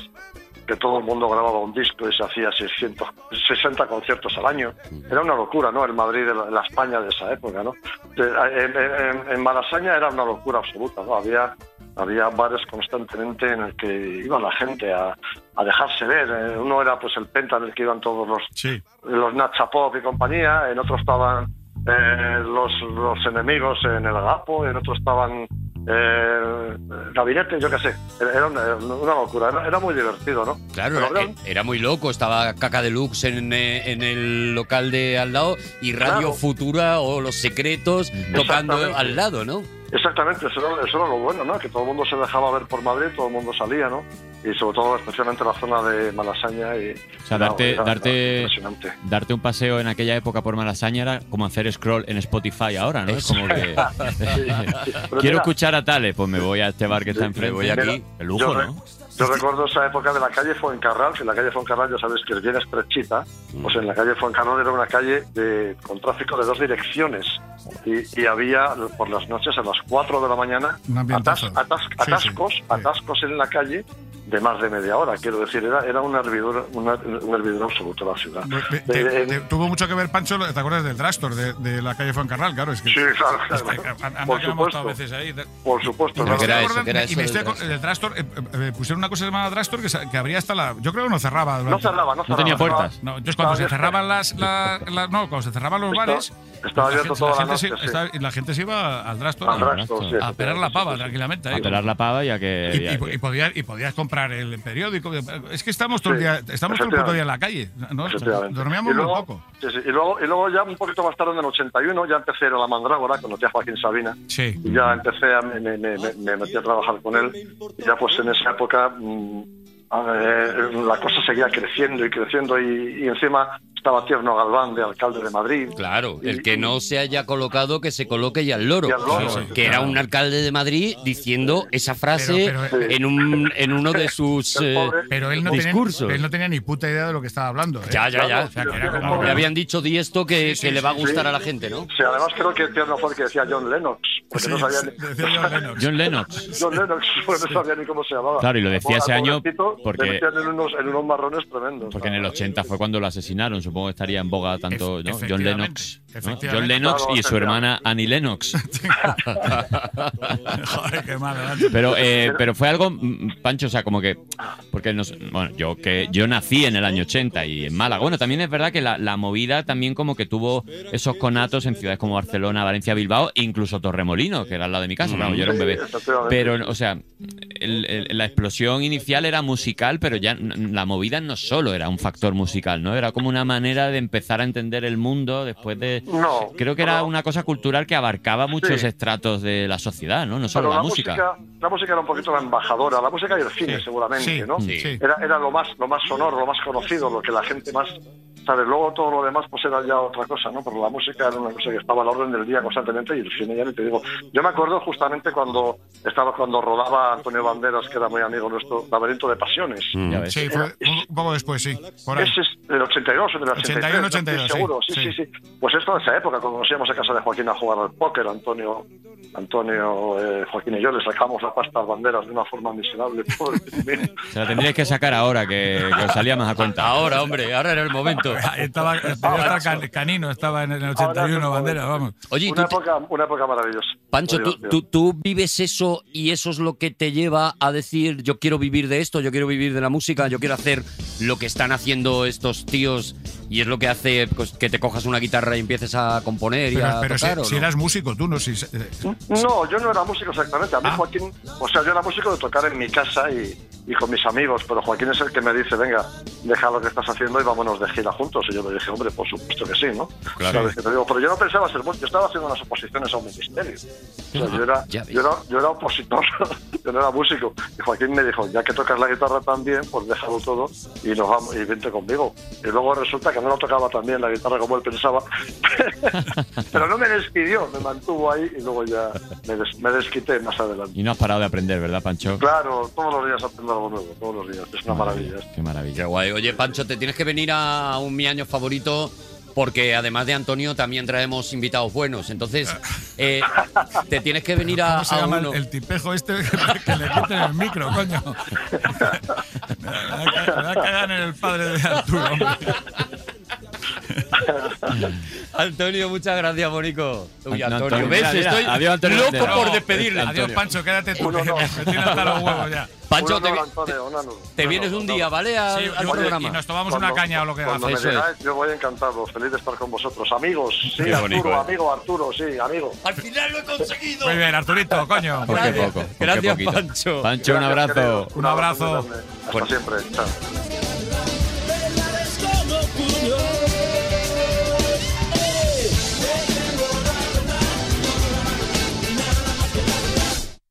Speaker 8: que todo el mundo grababa un disco y se hacía 600, 60 conciertos al año. Era una locura, ¿no? El Madrid, de la, la España de esa época, ¿no? De- En, en- en Malasaña era una locura absoluta, ¿no? Había, había bares constantemente en el que iba la gente a, a dejarse ver. Eh, Uno era pues el Penta en el que iban todos los
Speaker 2: Sí.
Speaker 8: los Nacha Pop y compañía, en otro estaban eh, los, los enemigos en el Agapo, en otro estaban eh, Gabinete, yo qué sé. Era una, una locura, era, era muy divertido, ¿no?
Speaker 3: Claro,
Speaker 8: Pero
Speaker 3: era, eh,
Speaker 8: habrá-
Speaker 3: era muy loco. Estaba Caca Deluxe en, eh, en el local de al lado y Radio
Speaker 8: Claro.
Speaker 3: Futura o Los Secretos tocando
Speaker 8: Exactamente.
Speaker 3: al lado, ¿no?
Speaker 8: Exactamente, eso era, eso era lo bueno, ¿no? Que todo el mundo se dejaba ver por Madrid, todo el mundo salía, ¿no? Y sobre todo, especialmente la zona de Malasaña. Y,
Speaker 4: O sea, darte- darte- [laughs]
Speaker 8: impresionante.
Speaker 4: Darte un paseo en aquella época por Malasaña era como hacer scroll en Spotify ahora, ¿no? Es como
Speaker 3: [laughs]
Speaker 4: que
Speaker 8: Sí, pero
Speaker 4: quiero
Speaker 8: mira,
Speaker 4: escuchar a Tales, pues me voy a este bar que está
Speaker 8: Me
Speaker 4: enfrente.
Speaker 3: voy aquí.
Speaker 4: Qué lujo,
Speaker 8: Yo re-
Speaker 4: ¿no?
Speaker 8: Yo recuerdo esa época de la calle Fuencarral, que la calle Fuencarral ya sabes que es bien estrechita,
Speaker 2: Mm.
Speaker 8: pues en la calle Fuencarral era una calle de- con tráfico de dos direcciones y, y había por las noches a las 4 de la mañana
Speaker 2: Un ambientazo.
Speaker 8: atas- atas-
Speaker 2: Sí, sí.
Speaker 8: atascos,
Speaker 2: Sí.
Speaker 8: atascos en la calle de más de media hora, quiero decir, era, era un, hervidor, una- un hervidor absoluto la ciudad.
Speaker 2: Te- te- te- tuvo mucho que ver, Pancho, ¿te acuerdas del Drastor de, de la calle Fuencarral? Claro, es que.
Speaker 8: Sí, claro, claro.
Speaker 2: es que- anda que
Speaker 8: Por
Speaker 2: no hemos estado
Speaker 8: supuesto. Pues
Speaker 2: veces ahí.
Speaker 8: Por supuesto,
Speaker 3: Pero
Speaker 8: claro.
Speaker 3: que era
Speaker 2: Estoy
Speaker 3: eso, que
Speaker 2: acordando-
Speaker 3: era
Speaker 2: y
Speaker 3: eso
Speaker 2: me
Speaker 3: del
Speaker 2: estoy acor-
Speaker 3: Drastor.
Speaker 2: del Drastor, eh, eh, eh, pusieron una cosa llamada Drastor que, sa- que abría hasta la. Yo creo que no cerraba.
Speaker 8: no
Speaker 2: durante-
Speaker 8: cerraba, no cerraba.
Speaker 4: tenía puertas.
Speaker 2: No, entonces cuando se
Speaker 8: Estaba
Speaker 2: cerraban las, la- la- no, cuando se cerraban los
Speaker 8: Estaba-
Speaker 2: bares,
Speaker 8: estaba abierto
Speaker 2: gente-
Speaker 8: toda la
Speaker 2: gente
Speaker 8: noche,
Speaker 2: se,
Speaker 8: sí.
Speaker 2: estaba- y la gente se iba al Drastor
Speaker 8: Al rastro, sí,
Speaker 2: Ah, a pelar la pava tranquilamente.
Speaker 4: A
Speaker 2: ahí.
Speaker 4: pelar la pava y a que.
Speaker 2: Y,
Speaker 4: y a-
Speaker 2: y- y podías, y podías comprar el periódico. Es que estamos todo el
Speaker 8: Sí,
Speaker 2: día, estamos todo el puto
Speaker 8: efectivamente.
Speaker 2: día en la calle. ¿no?
Speaker 8: Efectivamente.
Speaker 2: Dormíamos
Speaker 8: Y luego-
Speaker 2: muy poco.
Speaker 8: sí, sí, y, luego, y luego ya un poquito más tarde, en el 81, ya empecé a ir a la mandrágora, conocí a Joaquín Sabina.
Speaker 2: Sí.
Speaker 8: Y ya empecé a, me, me- me- me metí a trabajar con él. Y ya pues en esa época mm, eh, la cosa seguía creciendo y creciendo. Y, y encima estaba Tierno Galván, de alcalde de Madrid.
Speaker 3: Claro, el que no se haya colocado, que se coloque y al loro.
Speaker 8: Y al loro,
Speaker 3: Sí, sí.
Speaker 8: sí,
Speaker 3: Que era un alcalde de Madrid diciendo esa
Speaker 8: Ah,
Speaker 3: frase
Speaker 2: Pero- pero-
Speaker 3: en, un, en uno de
Speaker 8: [laughs]
Speaker 3: sus...
Speaker 8: El
Speaker 3: eh,
Speaker 8: pobre-
Speaker 2: Pero él no, tenía,
Speaker 3: Discurso.
Speaker 2: él no tenía ni puta idea de lo que estaba hablando. ¿eh?
Speaker 3: ya, ya, ya.
Speaker 8: Claro,
Speaker 3: O sea,
Speaker 2: que era
Speaker 8: el
Speaker 2: como-
Speaker 8: pobre-
Speaker 3: Le habían dicho di esto que, que le va a gustar
Speaker 8: sí.
Speaker 3: a la gente, ¿no?
Speaker 8: Sí, además creo que Tierno fue el que decía John Lennox, porque
Speaker 2: Sí,
Speaker 8: no sabía ni...
Speaker 2: decía John Lennox.
Speaker 4: John
Speaker 8: [laughs]
Speaker 4: Lennox.
Speaker 8: John Lennox, [laughs] pues no sabía ni cómo se llamaba.
Speaker 4: Claro, y lo decía
Speaker 8: Al
Speaker 4: ese año
Speaker 8: pobrecito le
Speaker 4: porque-
Speaker 8: metían en unos, en unos marrones tremendos.
Speaker 4: Porque en el
Speaker 8: ¿no?
Speaker 4: 80 fue cuando lo asesinaron, supongo que estaría en boga tanto
Speaker 2: Efe-
Speaker 4: ¿no? John
Speaker 2: efectivamente,
Speaker 4: Lennox. ¿no?
Speaker 2: efectivamente.
Speaker 4: John Lennox y su hermana Annie Lennox.
Speaker 2: [laughs] Joder, qué malo, macho.
Speaker 4: Pero,
Speaker 8: [laughs]
Speaker 4: eh, pero fue algo, mm, Pancho, o sea, como que. Porque nos, bueno, yo que yo nací en el año 80 y en Málaga. Bueno, también es verdad que la, la movida también como que tuvo esos conatos en ciudades como Barcelona, Valencia, Bilbao e incluso Torremolino, que era al lado de mi casa. Claro, yo era un bebé.
Speaker 8: Sí, efectivamente.
Speaker 4: Pero, o sea, el- el- la explosión inicial era musical, pero ya n- la movida no solo era un factor musical, ¿no? Era como una manera de empezar a entender el mundo después de.
Speaker 8: No,
Speaker 4: Creo que era
Speaker 8: no.
Speaker 4: una cosa cultural que abarcaba muchos
Speaker 8: Sí.
Speaker 4: estratos de la sociedad, ¿no? No
Speaker 8: Pero
Speaker 4: solo la música.
Speaker 8: La música era un poquito la embajadora, la música y el cine
Speaker 2: Sí,
Speaker 4: Mm.
Speaker 8: seguramente,
Speaker 2: sí,
Speaker 8: ¿no?
Speaker 2: sí.
Speaker 8: Era, era lo más lo más sonoro, lo más conocido, lo que la gente más ¿sabes? Luego todo lo demás pues era ya otra cosa, ¿no? Pero la música era una cosa que estaba a la orden del día constantemente y el cine ya ni te digo. Yo me acuerdo justamente cuando estaba cuando rodaba Antonio Banderas, que era muy amigo nuestro, Laberinto de Pasiones.
Speaker 3: Ya
Speaker 4: Pues
Speaker 3: ves.
Speaker 2: Sí, fue un poco después, sí. Por ahí.
Speaker 8: Ese es del 82 o del 83,
Speaker 2: 81,
Speaker 8: no estoy
Speaker 2: 82,
Speaker 8: seguro.
Speaker 2: sí,
Speaker 8: Sí, sí, sí, Pues esto de esa época, cuando nos íbamos a casa de Joaquín a jugar al póker, Antonio, Antonio eh, Joaquín y yo le sacamos la pasta a banderas de una forma miserable.
Speaker 3: [laughs]
Speaker 8: pobre mío.
Speaker 4: Se la tendríais que sacar ahora, que, que os salía más a cuenta.
Speaker 3: Ahora, hombre, ahora era
Speaker 8: [laughs]
Speaker 3: el momento.
Speaker 2: Ah, Estaba, estaba can- canino, estaba en el
Speaker 8: Ah, Ahora no,
Speaker 2: 81, bandera, vamos.
Speaker 3: Oye, ¿y
Speaker 8: una,
Speaker 3: tú te-
Speaker 8: época, una época maravillosa.
Speaker 3: Pancho,
Speaker 8: Muy
Speaker 3: tú,
Speaker 8: divertida.
Speaker 3: tú- tú vives eso y eso es lo que te lleva a decir yo quiero vivir de esto, yo quiero vivir de la música, yo quiero hacer lo que están haciendo estos tíos y es lo que hace pues, que te cojas una guitarra y empieces a componer y
Speaker 2: Pero,
Speaker 3: a
Speaker 2: pero si,
Speaker 3: tocar. ¿o
Speaker 2: si
Speaker 3: no?
Speaker 2: eras músico, tú no, si, eh,
Speaker 8: No, yo no era músico exactamente. A mí
Speaker 2: Ah.
Speaker 8: Joaquín, o sea, yo era músico de tocar en mi casa y, y con mis amigos, pero Joaquín es el que me dice, venga, deja lo que estás haciendo y vámonos de gira juntos. Y yo le dije, hombre, por supuesto que sí, ¿no?
Speaker 4: Claro.
Speaker 8: ¿Sabes qué te digo? Pero yo no pensaba ser músico, yo estaba haciendo unas oposiciones a un ministerio. O sea, yo era,
Speaker 3: Ya ves.
Speaker 8: yo era, yo era opositor, [laughs] yo no era músico. Y Joaquín me dijo, ya que tocas la guitarra también, pues déjalo todo y nos vamos, y vente conmigo. Y luego resulta que no lo tocaba tan bien la guitarra como él pensaba. [laughs] Pero no me despidió, me mantuvo ahí y luego ya me, des- me desquité más adelante.
Speaker 4: Y no has parado de aprender, ¿verdad, Pancho?
Speaker 8: Claro, todos los días aprendo algo nuevo, todos los días, es una maravilla.
Speaker 4: Qué
Speaker 3: Qué
Speaker 4: maravilla.
Speaker 3: guay. Oye, Pancho, te tienes que venir a un mi año favorito porque además de Antonio también traemos invitados buenos. Entonces,
Speaker 2: [laughs]
Speaker 3: eh, te tienes que venir a,
Speaker 2: ¿Cómo se
Speaker 3: a
Speaker 2: llama el,
Speaker 3: uno.
Speaker 2: el tipejo este [laughs] que, que le quiten el micro, coño? [laughs] Me va a ca- me va a cagar en el padre de Arturo. hombre.
Speaker 3: Antonio, muchas gracias, Bonico. Uy,
Speaker 4: An- no,
Speaker 3: Antonio,
Speaker 4: Antonio,
Speaker 3: ¿ves?
Speaker 4: mira, mira,
Speaker 3: Estoy
Speaker 4: adiós, Antonio
Speaker 3: loco
Speaker 4: Banderas.
Speaker 3: por despedirle.
Speaker 2: Adiós, Pancho, quédate tú.
Speaker 8: Uno,
Speaker 2: que
Speaker 8: no.
Speaker 2: Me tiene hasta los huevos ya.
Speaker 3: Pancho,
Speaker 8: Un
Speaker 3: te,
Speaker 8: honor,
Speaker 3: vi-
Speaker 8: Antonio, un honor.
Speaker 3: te vienes un día, ¿vale? Al,
Speaker 2: Sí,
Speaker 3: al
Speaker 2: yo-
Speaker 3: programa.
Speaker 2: y nos tomamos
Speaker 8: Cuando-
Speaker 2: una caña o lo que
Speaker 8: cuando
Speaker 2: haga.
Speaker 8: me
Speaker 3: Eso es.
Speaker 8: digáis, yo voy encantado, feliz de estar con vosotros. Amigos, sí,
Speaker 4: Qué
Speaker 8: Arturo,
Speaker 4: bonito, eh.
Speaker 8: amigo, Arturo, sí, amigo.
Speaker 3: Al final lo he conseguido.
Speaker 2: Muy bien, Arturito, coño.
Speaker 4: Por qué
Speaker 3: Gracias.
Speaker 4: poco. por qué
Speaker 3: Gracias,
Speaker 4: poquito.
Speaker 3: Pancho.
Speaker 4: Pancho, un
Speaker 8: Gracias,
Speaker 4: abrazo. Pues-
Speaker 8: queridos.
Speaker 2: Un abrazo.
Speaker 8: muy grande. Hasta
Speaker 3: Bueno.
Speaker 8: siempre. Chao.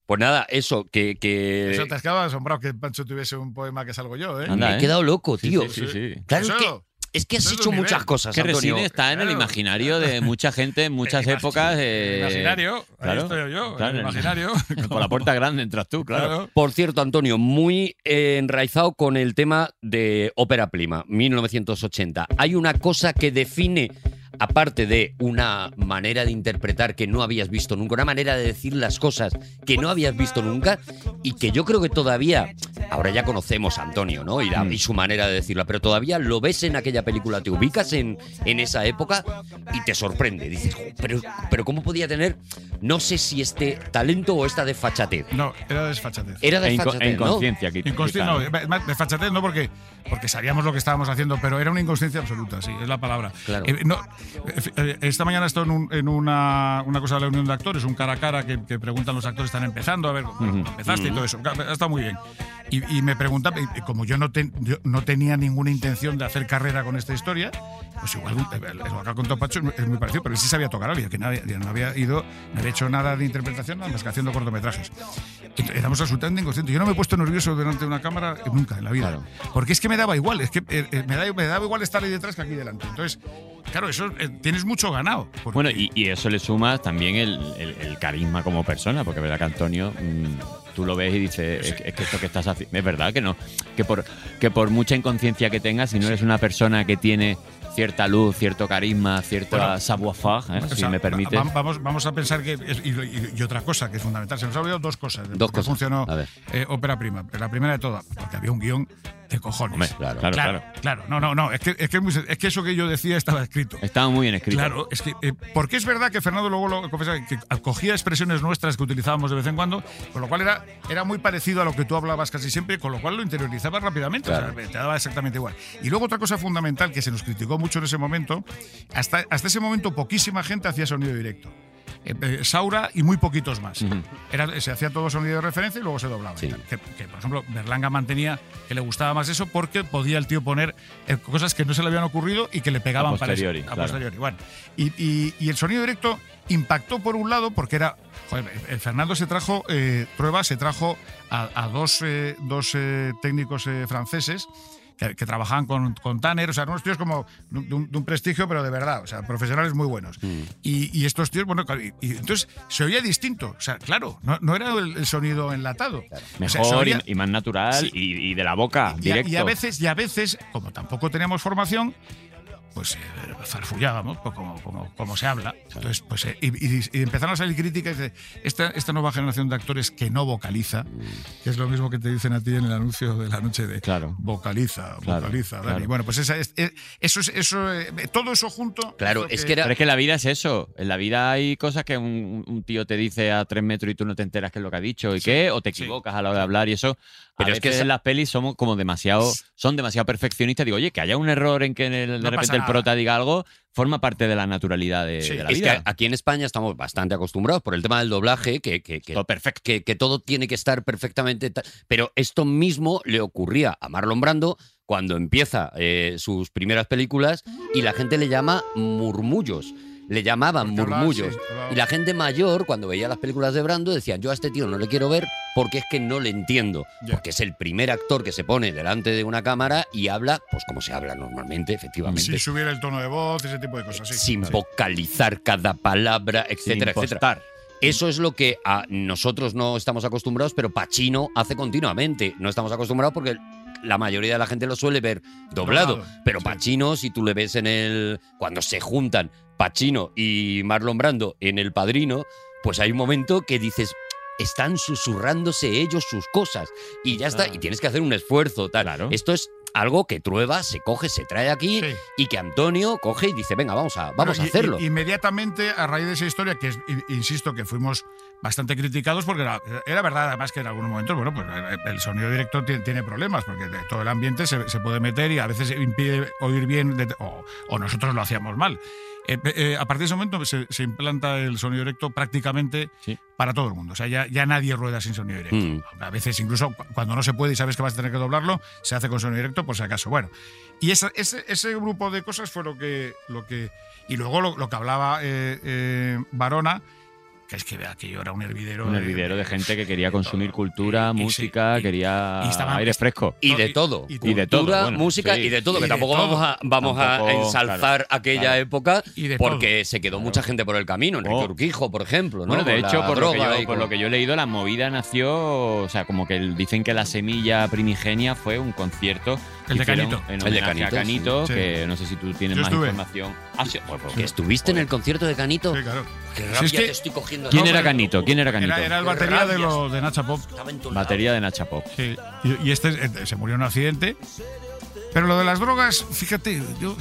Speaker 3: Pues nada, eso, que. que...
Speaker 2: Eso te has quedado asombrado que Pancho tuviese un poema que salgo yo, ¿eh?
Speaker 4: Anda,
Speaker 3: Me he
Speaker 4: ¿eh?
Speaker 3: quedado loco,
Speaker 4: Sí,
Speaker 3: tío.
Speaker 4: sí, sí, sí.
Speaker 3: Claro, es
Speaker 2: Eso.
Speaker 3: que, es que has
Speaker 2: Eso es
Speaker 3: hecho
Speaker 2: un
Speaker 3: muchas
Speaker 2: nivel.
Speaker 3: cosas,
Speaker 4: Que
Speaker 3: Antonio.
Speaker 4: reside está en el
Speaker 2: claro.
Speaker 4: imaginario
Speaker 2: [laughs]
Speaker 4: de mucha gente en muchas
Speaker 2: El imagi-
Speaker 4: épocas.
Speaker 2: El
Speaker 4: eh,
Speaker 2: imaginario. Ahí
Speaker 4: claro.
Speaker 2: estoy yo,
Speaker 4: Claro,
Speaker 2: el [laughs] imaginario.
Speaker 4: Por la puerta grande entras tú, claro.
Speaker 2: Claro.
Speaker 3: Por cierto, Antonio, muy eh, enraizado con el tema de Ópera Prima, 1980. Hay una cosa que define, aparte de una manera de interpretar que no habías visto nunca, una manera de decir las cosas que no habías visto nunca y que yo creo que todavía, ahora ya conocemos a Antonio, ¿no? Y, la- y su manera de decirla, pero todavía lo ves en aquella película, te ubicas en, en esa época y te sorprende. Dices, "Jo, pero, pero ¿cómo podía tener, no sé si este talento o esta desfachatez?
Speaker 2: No, era desfachatez.
Speaker 3: Era
Speaker 4: E
Speaker 3: de
Speaker 4: inco- e
Speaker 3: Fachatez, ¿no?
Speaker 4: inconsciencia, qui-
Speaker 2: Inconsciencia,
Speaker 4: quizá,
Speaker 2: no,
Speaker 4: ¿no?
Speaker 2: más desfachatez no porque, porque sabíamos lo que estábamos haciendo, pero era una inconsciencia absoluta, sí, es la palabra.
Speaker 3: Claro.
Speaker 2: Eh, no, eh, fi- eh, esta mañana he estado en, un- en una, una cosa de la Unión de Actores, un cara a cara que, que preguntan los actores, están empezando, a ver, ¿cómo empezaste y todo eso. Ha estado muy bien. Y, y me preguntan, y como yo no, ten- yo no tenía ninguna intención de hacer carrera con esta historia, pues igual eh, lo que ha contado Pacho es muy- es muy parecido, pero él sí sabía tocar algo, que nadie, no había ido, no había hecho nada de interpretación, nada más que haciendo cortometrajes. Ent- Éramos absolutamente inconscientes. Yo no me he puesto nervioso delante de una cámara eh, nunca en la vida. Porque es que me daba igual, es que eh, eh, me, da- me daba igual estar ahí detrás que aquí delante. Entonces, claro, eso eh, tienes mucho ganado. porque-
Speaker 4: Bueno, y, y eso le suma también el, el- el carisma como persona, porque verdad que Antonio, mm, tú lo ves y dices, es, que- es que esto que estás haciendo, es verdad que no, que por, que por mucha inconsciencia que tengas, si no eres una persona que tiene cierta luz, cierto carisma, cierta
Speaker 2: Bueno,
Speaker 4: savoir-faire, ¿eh?
Speaker 2: o
Speaker 4: si
Speaker 2: sea,
Speaker 4: me permites.
Speaker 2: va- Vamos, vamos a pensar que. es- Y, y- y otra cosa que es fundamental. Se nos ha olvidado dos cosas. de
Speaker 3: Dos
Speaker 2: por qué
Speaker 3: cosas.
Speaker 2: Funcionó
Speaker 3: A ver.
Speaker 2: eh, Ópera Prima. La primera de todas, porque había un guión de cojones.
Speaker 4: Hombre, claro, claro,
Speaker 2: claro, claro. No, no, no. Es que, es, que es muy sen- es que eso que yo decía estaba escrito.
Speaker 4: Estaba muy bien escrito.
Speaker 2: Claro, es que eh, porque es verdad que Fernando luego lo confesa que acogía expresiones nuestras que utilizábamos de vez en cuando, con lo cual era, era muy parecido a lo que tú hablabas casi siempre, con lo cual lo interiorizabas rápidamente, o sea, te daba exactamente igual. Y luego otra cosa fundamental que se nos criticó mucho en ese momento, hasta, hasta ese momento poquísima gente hacía sonido directo. Eh, eh, Saura y muy poquitos más. Era- se hacía todo sonido de referencia y luego se doblaba.
Speaker 3: Sí.
Speaker 2: Que, que, por ejemplo, Berlanga mantenía que le gustaba más eso porque podía el tío poner eh, cosas que no se le habían ocurrido y que le pegaban para eso.
Speaker 4: posteriori,
Speaker 2: A
Speaker 4: claro.
Speaker 2: posteriori, bueno. y, y- y el sonido directo impactó por un lado porque era. joder, el Fernando se trajo eh, pruebas, se trajo a, a dos, eh, dos, eh, técnicos eh, franceses que, que trabajaban con, con Tanner, o sea, unos tíos como de un, de un prestigio, pero de verdad, o sea, profesionales muy buenos.
Speaker 4: Mm.
Speaker 2: Y, y estos tíos, bueno, claro, y, y entonces se oía distinto, o sea, claro, no, no era el, el sonido enlatado. O sea, se
Speaker 4: Mejor y-
Speaker 2: oía-
Speaker 4: y, más natural
Speaker 2: Sí.
Speaker 4: y, y de la
Speaker 3: Ah,
Speaker 4: boca,
Speaker 2: y a-
Speaker 4: directo.
Speaker 2: Y a veces, y a veces, como tampoco teníamos formación, pues eh, farfullábamos, pues, como, como, como se habla. Entonces, pues, eh, y, y- y empezaron a salir críticas de esta, esta nueva generación de actores que no vocaliza, que es lo mismo que te dicen a ti en el anuncio de la noche de
Speaker 4: Claro.
Speaker 2: vocaliza,
Speaker 4: Claro,
Speaker 2: vocaliza, Dani.
Speaker 4: claro.
Speaker 2: Bueno, pues esa es- eh, eso es, eso, eh, todo eso junto.
Speaker 3: Claro,
Speaker 2: hizo
Speaker 3: es que era-
Speaker 4: Pero es que la vida es eso. En la vida hay cosas que un, un tío te dice a tres metros y tú no te enteras qué es lo que ha dicho y qué, o te
Speaker 2: sí.
Speaker 4: equivocas a la hora de hablar y eso.
Speaker 3: Pero
Speaker 4: Pero
Speaker 3: es que
Speaker 4: es que
Speaker 3: esa-
Speaker 4: en las pelis somos como demasiado, son demasiado perfeccionistas. Digo, oye, que haya un error en que en el- de
Speaker 2: No pasa
Speaker 4: repente el
Speaker 2: nada.
Speaker 4: prota diga algo, forma parte de la naturalidad de,
Speaker 2: Sí.
Speaker 4: de la
Speaker 3: Es que
Speaker 4: vida.
Speaker 3: aquí en España estamos bastante acostumbrados por el tema del doblaje, que, que, que-
Speaker 4: Todo perfecto.
Speaker 3: que, que todo tiene que estar perfectamente. tal. Pero esto mismo le ocurría a Marlon Brando cuando empieza eh, sus primeras películas y la gente le llama murmullos. Le llamaban
Speaker 2: Porque hablaba,
Speaker 3: murmullos.
Speaker 2: sí, hablaba.
Speaker 3: Y la gente mayor, cuando veía las películas de Brando, decía, yo a este tío no le quiero ver porque es que no le entiendo.
Speaker 2: Ya.
Speaker 3: Porque es el primer actor que se pone delante de una cámara y habla, pues como se habla normalmente, efectivamente.
Speaker 2: Sin subir el tono de voz, ese tipo de cosas. sí.
Speaker 3: sin
Speaker 2: Sí.
Speaker 3: vocalizar cada palabra, etcétera, etcétera.
Speaker 4: Impostar.
Speaker 3: Eso es lo que a nosotros no estamos acostumbrados, pero Pacino hace continuamente. No estamos acostumbrados porque la mayoría de la gente lo suele ver doblado.
Speaker 2: Doblado,
Speaker 3: pero
Speaker 2: sí.
Speaker 3: Pacino, si tú le ves en el. Cuando se juntan Pacino y Marlon Brando en El Padrino, pues hay un momento que dices. Están susurrándose ellos sus cosas. Y ya está.
Speaker 4: Ah.
Speaker 3: Y tienes que hacer un esfuerzo. Tal.
Speaker 4: Claro.
Speaker 3: Esto es algo que Trueba se coge, se trae aquí
Speaker 2: Sí.
Speaker 3: y que Antonio coge y dice: Venga, vamos a, vamos
Speaker 2: Pero
Speaker 3: a
Speaker 2: i-
Speaker 3: hacerlo.
Speaker 2: i- Inmediatamente, a raíz de esa historia, que es- i- insisto que fuimos bastante criticados, porque era, era verdad, además, que en algunos momentos, bueno, pues eh, el sonido directo tie- tiene, problemas, porque de- todo el ambiente se, se puede meter y a veces impide oír bien, de- o, o nosotros lo hacíamos mal. Eh, pe- eh, a partir de ese momento se, se implanta el sonido directo prácticamente
Speaker 4: Sí.
Speaker 2: para todo el mundo. O sea, ya, ya nadie rueda sin sonido directo.
Speaker 3: Mm.
Speaker 2: A veces, incluso cu- cuando no se puede y sabes que vas a tener que doblarlo, se hace con sonido directo por si acaso. Bueno, y esa- ese, ese grupo de cosas fue lo que. Lo que y luego lo, lo que hablaba eh, eh, Barona, que es que vea que yo era un hervidero.
Speaker 4: Un
Speaker 2: de-
Speaker 4: hervidero de gente que quería
Speaker 2: de
Speaker 4: consumir
Speaker 2: todo.
Speaker 4: cultura,
Speaker 2: Y- y sí,
Speaker 4: música,
Speaker 2: y-
Speaker 4: quería
Speaker 2: y estaban-
Speaker 4: aire fresco.
Speaker 3: Y
Speaker 2: No,
Speaker 3: de
Speaker 2: y-
Speaker 3: todo.
Speaker 2: y
Speaker 3: Cultura,
Speaker 4: de todo, bueno,
Speaker 3: música
Speaker 4: sí.
Speaker 3: y de todo,
Speaker 2: Y
Speaker 3: que
Speaker 2: de
Speaker 3: tampoco
Speaker 2: todo.
Speaker 3: vamos a, vamos a
Speaker 4: Tampoco,
Speaker 3: ensalzar
Speaker 4: claro,
Speaker 3: aquella
Speaker 4: claro.
Speaker 3: época
Speaker 2: Y de
Speaker 3: porque se quedó mucha gente por el camino. Enrique
Speaker 4: Oh.
Speaker 3: Urquijo, por ejemplo. ¿no?
Speaker 4: Bueno, de
Speaker 3: Con la
Speaker 4: hecho, por, lo que,
Speaker 3: droga
Speaker 4: yo,
Speaker 3: y
Speaker 4: por
Speaker 3: con-
Speaker 4: lo que yo he leído, la movida nació, o sea, como que el- dicen que la semilla primigenia fue un concierto.
Speaker 2: El de
Speaker 4: que hicieron
Speaker 2: Canito.
Speaker 4: En
Speaker 3: El de
Speaker 4: homenaje a
Speaker 3: Canito,
Speaker 4: Canito,
Speaker 2: sí.
Speaker 4: que no sé si tú tienes
Speaker 2: Yo
Speaker 4: más
Speaker 2: estuve.
Speaker 4: información. Ah, sí, pues, pues,
Speaker 3: ¿Que
Speaker 4: pues,
Speaker 3: estuviste en el concierto de Canito?
Speaker 2: Sí, claro.
Speaker 3: Qué
Speaker 2: Si
Speaker 3: rabia
Speaker 2: es que-
Speaker 3: te estoy cogiendo.
Speaker 4: ¿Quién
Speaker 3: No,
Speaker 4: era
Speaker 3: pero-
Speaker 4: Canito? ¿Quién era Canito?
Speaker 2: Era, era el
Speaker 3: Qué
Speaker 2: batería de,
Speaker 3: rabia.
Speaker 2: lo, de Nacha Pop.
Speaker 3: Estaba en todos
Speaker 4: Batería de Nacha Pop.
Speaker 2: Sí. Y, y este eh, se murió en un accidente. Pero lo de las drogas, fíjate, yo,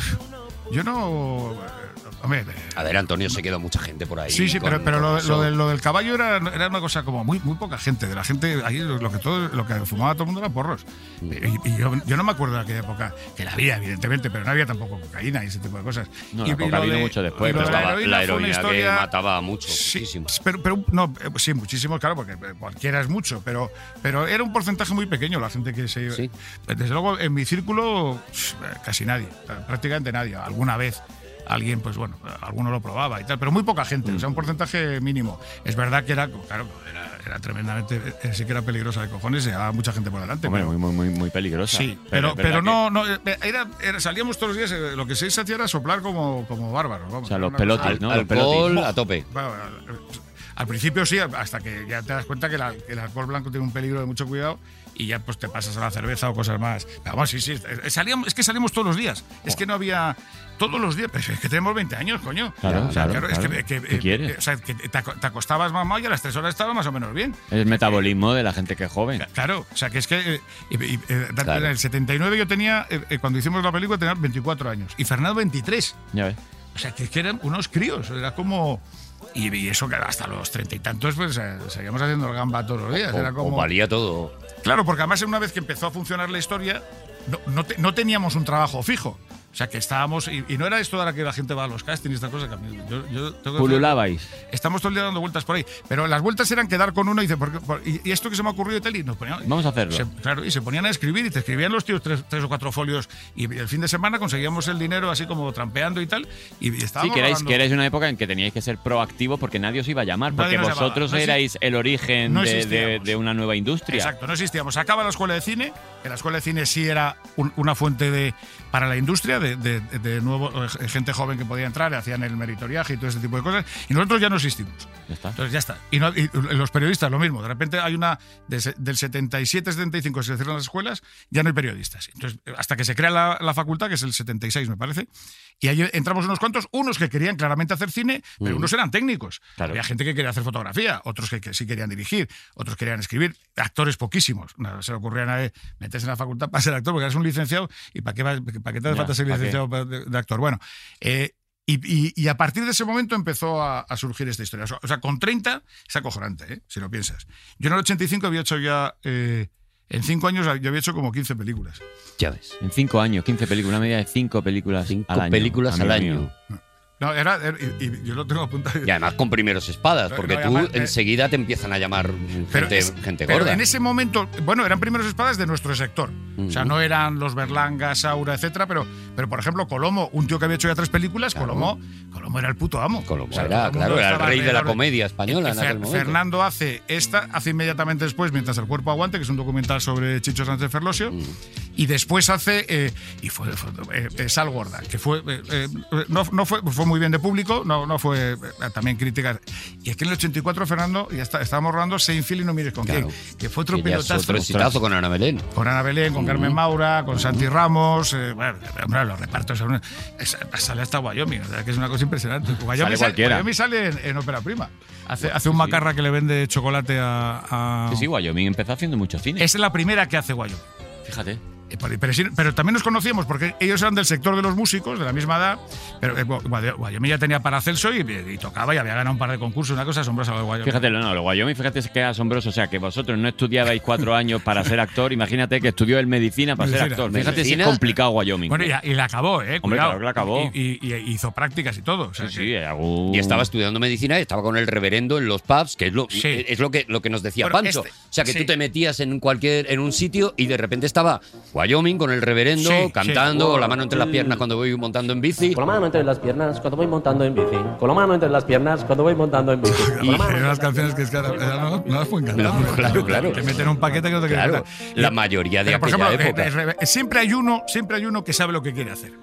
Speaker 2: yo no. eh, Hombre, eh,
Speaker 3: lados. A ver, Antonio, se quedó mucha gente por ahí.
Speaker 2: Sí, sí,
Speaker 3: con-
Speaker 2: pero, pero
Speaker 3: con
Speaker 2: lo,
Speaker 3: eso.
Speaker 2: lo del, lo del caballo era, era una cosa como muy, muy poca gente. De la gente, ahí lo, lo que todo, lo que fumaba todo el mundo era porros.
Speaker 3: Mm.
Speaker 2: Y, y yo, yo no me acuerdo de aquella época, que la había, evidentemente, pero no había tampoco cocaína y ese tipo de cosas.
Speaker 4: No,
Speaker 2: y,
Speaker 4: la
Speaker 2: y lo
Speaker 4: coca vino
Speaker 2: de-
Speaker 4: mucho después,
Speaker 2: y lo
Speaker 3: Pero
Speaker 2: de
Speaker 4: la
Speaker 3: estaba- la
Speaker 2: fue una
Speaker 3: heroína que
Speaker 2: historia-
Speaker 3: mataba mucho,
Speaker 2: Sí,
Speaker 3: muchísimo.
Speaker 2: pero, pero no, eh, sí, muchísimo, claro, porque eh, cualquiera es mucho, pero, pero era un porcentaje muy pequeño la gente que se iba. Eh,
Speaker 3: Sí.
Speaker 2: Desde luego, en mi círculo, pf, casi nadie, eh, prácticamente nadie. Alguna vez alguien, pues bueno, alguno lo probaba y tal, pero muy poca gente, o
Speaker 4: Mm.
Speaker 2: sea, un porcentaje mínimo. Es verdad que era, claro, era, era tremendamente, eh, sí que era peligrosa de cojones, y llevaba mucha gente por delante.
Speaker 4: Hombre,
Speaker 2: pero-
Speaker 4: muy, muy, muy, muy peligrosa.
Speaker 2: Sí,
Speaker 4: es
Speaker 2: pero,
Speaker 4: verdad
Speaker 2: pero
Speaker 4: que-
Speaker 2: no, no eh, era, era- salíamos todos los días, eh, lo que se hacía era soplar como, como bárbaros. vamos,
Speaker 4: O sea,
Speaker 2: era
Speaker 4: los
Speaker 2: una cosa-
Speaker 4: pelotes, ¿no? Los
Speaker 3: Alcohol
Speaker 4: pelotis.
Speaker 3: a tope.
Speaker 2: bueno, al- al principio sí, hasta que ya te das cuenta que el al- el alcohol blanco tiene un peligro de mucho cuidado y ya pues te pasas a la cerveza o cosas más. Pero bueno, sí, sí, eh, salíamos, es que salimos todos los días. Es que no había todos los días, pero es que tenemos 20 años, coño.
Speaker 4: Claro,
Speaker 2: O sea,
Speaker 4: claro,
Speaker 2: es
Speaker 4: claro.
Speaker 2: que- que,
Speaker 4: ¿Qué
Speaker 2: eh,
Speaker 4: quieres?
Speaker 2: eh, o sea, que te, aco- te acostabas mamá y a las 3 horas estabas más o menos bien.
Speaker 4: El metabolismo de la gente que es joven.
Speaker 2: Claro, o sea, que es que eh, y- y- eh,
Speaker 3: Claro.
Speaker 2: en el 79 yo tenía, eh, eh, cuando hicimos la película, tenía 24 años y Fernando 23.
Speaker 4: Ya ves.
Speaker 2: O sea, que, que eran unos críos, era como... Y, y eso que hasta los treinta y tantos, pues eh, seguíamos haciendo el gamba todos los días.
Speaker 3: O-
Speaker 2: Era
Speaker 3: o
Speaker 2: como...
Speaker 3: valía todo.
Speaker 2: Claro, porque además una vez que empezó a funcionar la historia, no, no te- no teníamos un trabajo fijo. O sea, que estábamos. Y, y no era esto de la que la gente va a los castings y estas cosas. que a mí- yo- yo tengo que-
Speaker 4: Pululabais.
Speaker 2: Estamos todo el día dando vueltas por ahí. Pero las vueltas eran quedar con uno y dice, ¿por qué- por- y, y esto que se me ha ocurrido y tal? Y nos poníamos-
Speaker 4: Vamos a hacerlo.
Speaker 2: se- claro, y se ponían a escribir y te escribían los tíos tres, tres o cuatro folios. Y el fin de semana conseguíamos el dinero así como trampeando y tal. Y estábamos.
Speaker 4: Sí, que erais,
Speaker 2: rodando.
Speaker 4: que erais una época en que teníais que ser proactivos porque nadie os iba a llamar,
Speaker 2: Nadie
Speaker 4: porque
Speaker 2: nos llamaba.
Speaker 4: vosotros
Speaker 2: No exi-
Speaker 4: erais el origen
Speaker 2: no
Speaker 4: de, de-
Speaker 2: existíamos.
Speaker 4: de una nueva industria.
Speaker 2: Exacto, no existíamos. Acaba la escuela de cine, que la escuela de cine sí era un- una fuente de, para la industria, de, de- de nuevo, eh, gente joven que podía entrar, hacían el meritoriaje y todo ese tipo de cosas, y nosotros ya no existimos.
Speaker 4: Ya está.
Speaker 2: Entonces ya está. Y, no- y los periodistas, lo mismo. De repente hay una. de se- del 77-75 se cierran las escuelas, ya no hay periodistas. Entonces, eh, hasta que se crea la, la facultad, que es el 76, me parece, y ahí entramos unos cuantos, unos que querían claramente hacer cine, pero
Speaker 4: Mm.
Speaker 2: unos eran técnicos.
Speaker 4: Claro.
Speaker 2: Había gente que quería hacer fotografía, otros que, que sí querían dirigir, otros querían escribir, actores poquísimos. No se le ocurría a nadie meterse en la facultad [laughs] para ser actor, porque eres un licenciado y ¿para qué, va- para qué te hace
Speaker 4: Ya,
Speaker 2: falta ser
Speaker 4: ¿para qué?
Speaker 2: licenciado pa- de, de actor? Bueno, eh, y, y- y a partir de ese momento empezó a, a surgir esta historia. O sea, con 30 es acojonante, ¿eh? si lo piensas. Yo en el 85 había hecho ya, eh, en 5 años, yo había hecho como 15 películas.
Speaker 3: Ya ves.
Speaker 4: En cinco años, 15 películas, una media de cinco películas
Speaker 3: Cinco
Speaker 4: al año.
Speaker 3: películas al
Speaker 4: amigo
Speaker 3: año.
Speaker 4: mío.
Speaker 2: No, era, era- y, y yo lo tengo apuntado.
Speaker 3: Y además con primeros espadas,
Speaker 2: No,
Speaker 3: porque
Speaker 2: no, y
Speaker 3: tú
Speaker 2: aparte-
Speaker 3: enseguida te empiezan a llamar
Speaker 2: eh, Pero
Speaker 3: gente,
Speaker 2: es-
Speaker 3: gente
Speaker 2: pero
Speaker 3: gorda.
Speaker 2: en ese momento, bueno, eran primeros espadas de nuestro sector. O
Speaker 3: Mm.
Speaker 2: sea, no eran los Berlanga, Saura, etcétera, pero, pero por ejemplo, Colomo, un tío que había hecho ya tres películas,
Speaker 3: Claro.
Speaker 2: Colomo, Colomo era el puto amo.
Speaker 3: Colomo
Speaker 2: O sea,
Speaker 3: era,
Speaker 2: todo el mundo
Speaker 3: claro, era el
Speaker 2: estaba
Speaker 3: rey de la
Speaker 2: alrededor
Speaker 3: comedia española
Speaker 2: Y
Speaker 3: en aquel momento.
Speaker 2: Fernando hace esta, hace inmediatamente después, mientras el cuerpo aguante, que es un documental sobre Chicho Sánchez Ferlosio, y después hace eh, y fue, fue, eh, eh, Sal Gorda, que fue eh, eh, no, no fue fue muy bien de público, no, no fue eh, también críticas. Y aquí en el 84 Fernando ya está, estábamos rodando Seinfeld y no mires con
Speaker 3: Claro.
Speaker 2: quién, que fue otro
Speaker 3: Que ya es
Speaker 2: pilotazo.
Speaker 3: otro exitazo con Ana Belén.
Speaker 2: Con Ana Belén, con Carmen Maura, con Santi Ramos, eh, bueno, hombre, los repartos son- es- sale hasta Wyoming, la verdad que es una cosa impresionante. Wyoming sale,
Speaker 4: cualquiera.
Speaker 2: Wyoming sale en, en ópera prima. Hace, hace un macarra que le vende chocolate a. a-
Speaker 4: Sí, sí, Wyoming empezó haciendo mucho cine.
Speaker 2: es la primera que hace Wyoming.
Speaker 4: Fíjate.
Speaker 2: Eh, Pero, pero sí- pero también nos conocíamos porque ellos eran del sector de los músicos, de la misma edad. Pero eh, Guad- Wyoming ya tenía Paracelso y, y tocaba y había ganado un par de concursos, una cosa asombrosa lo de Wyoming.
Speaker 4: Fíjate, no, no, lo Wyoming, fíjate es que es asombroso. O sea, que vosotros no estudiabais cuatro años para ser actor. Imagínate que estudió el medicina para ser
Speaker 2: Medicina,
Speaker 4: actor. Fíjate si es
Speaker 3: medicina.
Speaker 4: complicado Wyoming.
Speaker 2: Bueno, y, la- y la acabó, ¿eh? cuidado.
Speaker 4: Hombre, claro que la acabó.
Speaker 2: Y, y- y hizo prácticas y todo. o sea
Speaker 4: sí,
Speaker 2: que-
Speaker 4: sí, algún-
Speaker 2: Uh.
Speaker 3: Y estaba estudiando medicina y estaba con el reverendo en los pubs, que es lo,
Speaker 2: Sí.
Speaker 3: es lo, que, lo que nos decía
Speaker 2: Bueno,
Speaker 3: Pancho.
Speaker 2: este-
Speaker 3: o sea, que
Speaker 2: sí.
Speaker 3: tú te metías en cualquier en un sitio y de repente estaba Wyoming con el reverendo
Speaker 2: Sí, sí.
Speaker 3: cantando, con la mano entre las piernas cuando voy montando en bici.
Speaker 9: Con la mano entre las piernas cuando voy montando en bici. Con la mano entre las piernas cuando voy montando en bici. Con la mano
Speaker 2: Pero
Speaker 9: entre
Speaker 2: las canciones que es que ahora- ahora no, no las pueden cantar.
Speaker 3: No,
Speaker 2: [laughs] ¿no?
Speaker 3: claro, claro.
Speaker 2: Te meten un paquete que no te quieren
Speaker 3: Claro,
Speaker 2: cantar.
Speaker 3: la mayoría de
Speaker 2: Pero, por
Speaker 3: aquella
Speaker 2: ejemplo,
Speaker 3: época.
Speaker 2: eh, eh, eh, siempre hay uno, siempre hay uno que sabe lo que quiere hacer.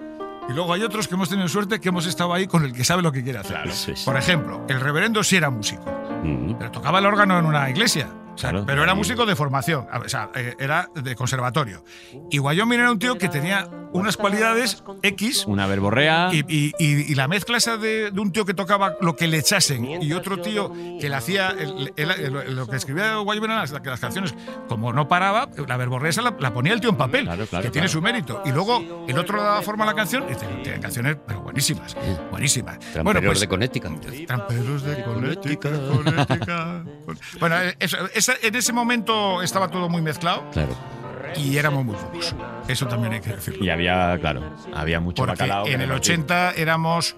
Speaker 2: Y luego hay otros que hemos tenido suerte que hemos estado ahí con el que sabe lo que quiere hacer.
Speaker 3: Claro, sí, sí.
Speaker 2: Por ejemplo, el reverendo sí era músico,
Speaker 3: Mm.
Speaker 2: pero tocaba el órgano en una iglesia. O sea,
Speaker 4: Claro.
Speaker 2: pero era músico de formación, a- o sea, eh, era de conservatorio. Y Wyoming era un tío que tenía unas cualidades X,
Speaker 4: Una verborrea.
Speaker 2: y, y- y- y la mezcla esa de, de un tío que tocaba lo que le echasen y otro tío que le hacía el- el- el- lo que escribía Guayben las, las canciones, como no paraba, la verborrea esa la, la ponía el tío en papel,
Speaker 4: Claro, claro,
Speaker 2: que tiene
Speaker 4: claro.
Speaker 2: su mérito. Y luego el otro le daba forma a la canción y tenía canciones pero buenísimas, buenísimas.
Speaker 3: Tramperos
Speaker 2: Bueno, pues,
Speaker 3: de Connecticut.
Speaker 2: Tramperos de Connecticut, Connecticut. Bueno, eso- esa- en ese momento estaba todo muy mezclado
Speaker 3: Claro.
Speaker 2: y éramos muy pocos. Eso también hay que decirlo.
Speaker 4: Y había, claro, había mucho
Speaker 2: Porque
Speaker 4: bacalao. que
Speaker 2: en el
Speaker 4: repartir.
Speaker 2: 80 éramos